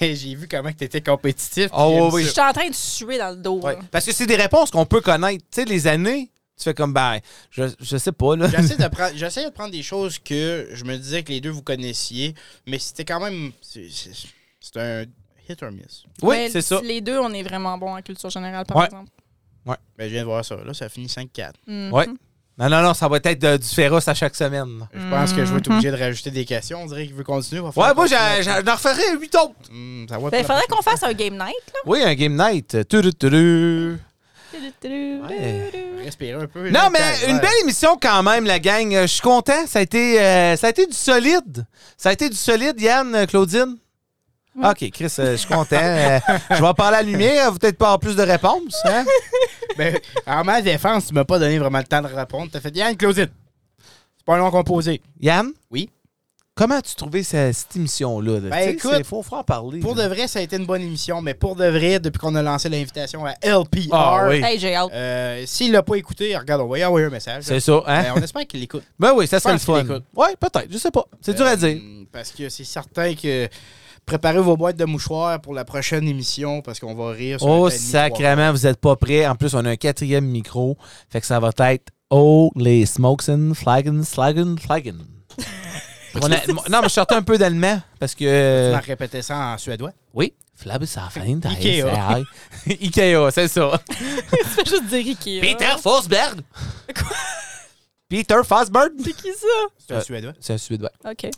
Speaker 3: euh, j'ai vu comment que t'étais compétitif. puis
Speaker 1: Oh,
Speaker 3: j'aime
Speaker 1: oui,
Speaker 2: Je
Speaker 3: ça.
Speaker 2: suis en train de suer dans le dos. là.
Speaker 1: Parce que c'est des réponses qu'on peut connaître. Tu sais, les années, tu fais comme, ben, je, je sais pas, là.
Speaker 3: J'essaie de, prendre- j'essaie de prendre des choses que je me disais que les deux vous connaissiez, mais c'était quand même. c'est- C'est c'est un hit or miss.
Speaker 1: Oui,
Speaker 2: Mais
Speaker 1: c'est ça.
Speaker 2: Les deux, on est vraiment bons en culture générale, par
Speaker 1: Ouais.
Speaker 2: exemple.
Speaker 3: Ben, je viens de voir ça. Là, ça finit 5-4.
Speaker 2: Mhm.
Speaker 1: Ouais. Non, non, non, ça va être euh, du féroce à chaque semaine.
Speaker 3: Je pense que je vais être obligé
Speaker 2: Mhm.
Speaker 3: de rajouter des questions. On dirait qu'il veut continuer. on va faire
Speaker 1: Ouais,
Speaker 3: un
Speaker 1: moi, j'en
Speaker 3: continuer.
Speaker 1: j'en referais huit autres.
Speaker 3: Hmm, ça va
Speaker 2: Ben,
Speaker 3: être
Speaker 2: il faudrait qu'on fasse un game night, là.
Speaker 1: Oui, un game night. Tudu, tudu.
Speaker 3: respirer un peu.
Speaker 1: Non,
Speaker 3: là,
Speaker 1: mais
Speaker 3: t'as-
Speaker 1: une
Speaker 3: ouais.
Speaker 1: belle émission quand même, la gang. Euh, Je suis content. Ça a, été, euh, ça a été du solide. Ça a été du solide, Yann, euh, Claudine.
Speaker 2: Ouais.
Speaker 1: OK, Chris, euh, je suis content. Euh, je vais en parler à la lumière. Vous peut-être pas avoir plus de réponses. Hein?
Speaker 3: Ben, en ma défense, tu m'as pas donné vraiment le temps de répondre. T'as fait Yann Claudine. C'est pas un nom composé.
Speaker 1: Yann?
Speaker 3: Oui.
Speaker 1: Comment as-tu trouvé ce- cette émission-là? là?
Speaker 3: Ben,
Speaker 1: Tu sais,
Speaker 3: écoute,
Speaker 1: c'est- faut, faut en parler.
Speaker 3: Pour de
Speaker 1: là.
Speaker 3: vrai, ça a été une bonne émission, mais pour de vrai, depuis qu'on a lancé l'invitation à LPR,
Speaker 1: Ah oui.
Speaker 2: Hey, j'ai hâte.
Speaker 3: euh, s'il l'a pas écouté, regarde, on va y envoyer un message.
Speaker 1: C'est ça, hein?
Speaker 3: Ben, on espère qu'il l'écoute.
Speaker 1: Ben oui, ça serait le
Speaker 3: pense qu'il
Speaker 1: fun.
Speaker 3: écoute.
Speaker 1: Oui, peut-être. Je sais pas. C'est dur à
Speaker 3: Euh,
Speaker 1: dire.
Speaker 3: Parce que c'est certain que préparez vos boîtes de mouchoirs pour la prochaine émission parce qu'on va rire sur
Speaker 1: Oh,
Speaker 3: un tas de micro-
Speaker 1: sacrément, vous êtes pas prêts. En plus, on a un quatrième micro. Fait que ça va être Oh, les smokes and flagon, flagon, flagon. On a- non, mais je sortais un peu d'allemand parce
Speaker 3: Tu
Speaker 1: que.
Speaker 3: m'as répété ça en suédois.
Speaker 1: Oui. Flabesafen,
Speaker 3: Ikea.
Speaker 1: Ikea, c'est ça.
Speaker 2: Tu fais juste dire Ikea.
Speaker 1: Peter Forsberg. Peter Forsberg.
Speaker 2: C'est qui ça?
Speaker 3: C'est un
Speaker 1: Euh,
Speaker 3: suédois.
Speaker 1: C'est un Suédois.
Speaker 2: OK.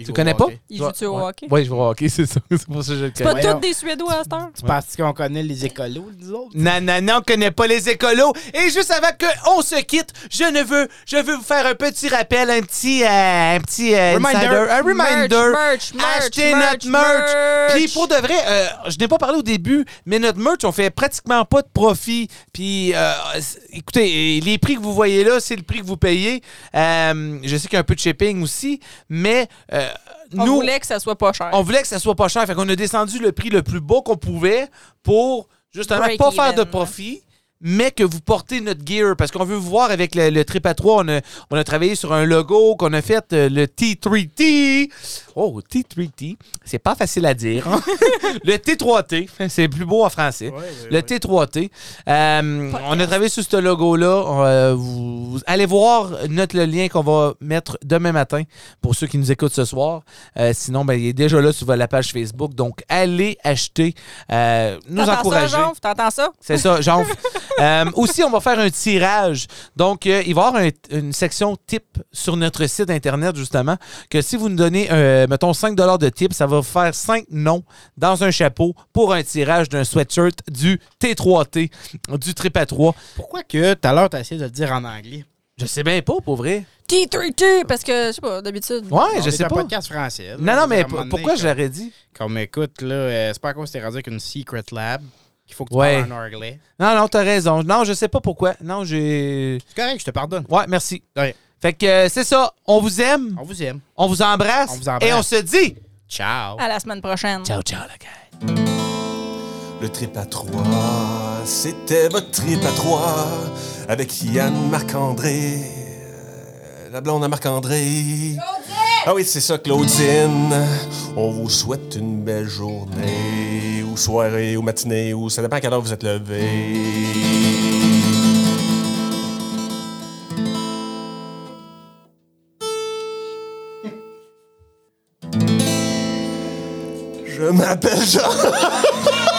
Speaker 3: Il
Speaker 1: Tu
Speaker 3: joue au
Speaker 1: connais pas?
Speaker 3: hockey.
Speaker 2: Il joue-tu au hockey?
Speaker 1: Oui, je vois au hockey, c'est ça. C'est pour ça que je le
Speaker 2: C'est pas
Speaker 1: connais.
Speaker 3: voyons.
Speaker 2: tous des Suédois à cette heure?
Speaker 3: Tu penses qu'on connaît les écolos, nous autres?
Speaker 1: Non, non, non, on connaît pas les écolos. Et juste avant qu'on se quitte, je ne veux, je veux vous faire un petit rappel, un petit, euh, un petit euh,
Speaker 3: Reminder.
Speaker 1: insider, un reminder.
Speaker 2: Merch, merch, merch,
Speaker 1: Achetez
Speaker 2: merch,
Speaker 1: notre merch.
Speaker 2: merch.
Speaker 1: Puis pour de vrai, euh, je n'ai pas parlé au début, mais notre merch, on fait pratiquement pas de profit. Puis euh, c'est- écoutez, les prix que vous voyez là, c'est le prix que vous payez. Euh, je sais qu'il y a un peu de shipping aussi, mais euh,
Speaker 2: On
Speaker 1: nous,
Speaker 2: voulait que ça soit pas cher.
Speaker 1: on voulait que ça soit pas cher. Fait qu'on a descendu le prix le plus bas qu'on pouvait pour justement
Speaker 2: Break
Speaker 1: pas faire
Speaker 2: even.
Speaker 1: de profit. mais que vous portez notre gear. Parce qu'on veut vous voir avec le, le trip à 3. On a, on a travaillé sur un logo qu'on a fait, euh, le T3T. Oh, T3T, c'est pas facile à dire. hein? le T3T, c'est plus beau en français. Le T3T. Euh, on a travaillé sur ce logo-là. On, euh, vous, vous allez voir notre le lien qu'on va mettre demain matin pour ceux qui nous écoutent ce soir. Euh, sinon, ben, il est déjà là sur la page Facebook. Donc, allez acheter, euh, nous
Speaker 2: T'entends ça,
Speaker 1: encourager.
Speaker 2: Jonf? T'entends ça?
Speaker 1: C'est ça, genre. Euh, aussi, on va faire un tirage. Donc, euh, il va y avoir un- une section type sur notre site Internet, justement, que si vous nous donnez, euh, mettons, 5 de type, ça va vous faire 5 noms dans un chapeau pour un tirage d'un sweatshirt du T3T, du Trip à 3.
Speaker 3: Pourquoi que tout à l'heure, t'as essayé de le dire en anglais?
Speaker 1: Je sais bien pas, pour vrai.
Speaker 2: T3T, parce que, je sais pas, d'habitude.
Speaker 1: Ouais,
Speaker 3: On
Speaker 1: je
Speaker 3: est
Speaker 1: sais
Speaker 3: un
Speaker 1: pas.
Speaker 3: podcast français.
Speaker 1: Non,
Speaker 3: là,
Speaker 1: non, mais
Speaker 3: à un moment
Speaker 1: pour-
Speaker 3: donné,
Speaker 1: pourquoi je
Speaker 3: comme-
Speaker 1: l'aurais dit?
Speaker 3: Comme écoute, là, euh, c'est pas à cause que t'es rendu avec une secret lab qu'il faut que tu
Speaker 1: Ouais.
Speaker 3: parles en anglais.
Speaker 1: Non, non, t'as raison. Non, je sais pas pourquoi. Non, j'ai.
Speaker 3: C'est correct, je te pardonne.
Speaker 1: Ouais, merci.
Speaker 3: Ouais.
Speaker 1: Fait que euh, c'est ça. On vous aime,
Speaker 3: On vous aime.
Speaker 1: on vous embrasse,
Speaker 3: On vous embrasse.
Speaker 1: et on se dit.
Speaker 3: Ciao.
Speaker 2: À la semaine prochaine.
Speaker 1: Ciao, ciao, la gueule.
Speaker 4: Le trip à trois, c'était votre trip à trois avec Yann Marc-André. euh, La blonde à Marc-André. Ah oui, c'est ça, Claudine. On vous souhaite une belle journée, ou soirée, ou matinée, ou ça dépend à quelle heure vous êtes levé. Je m'appelle Jean.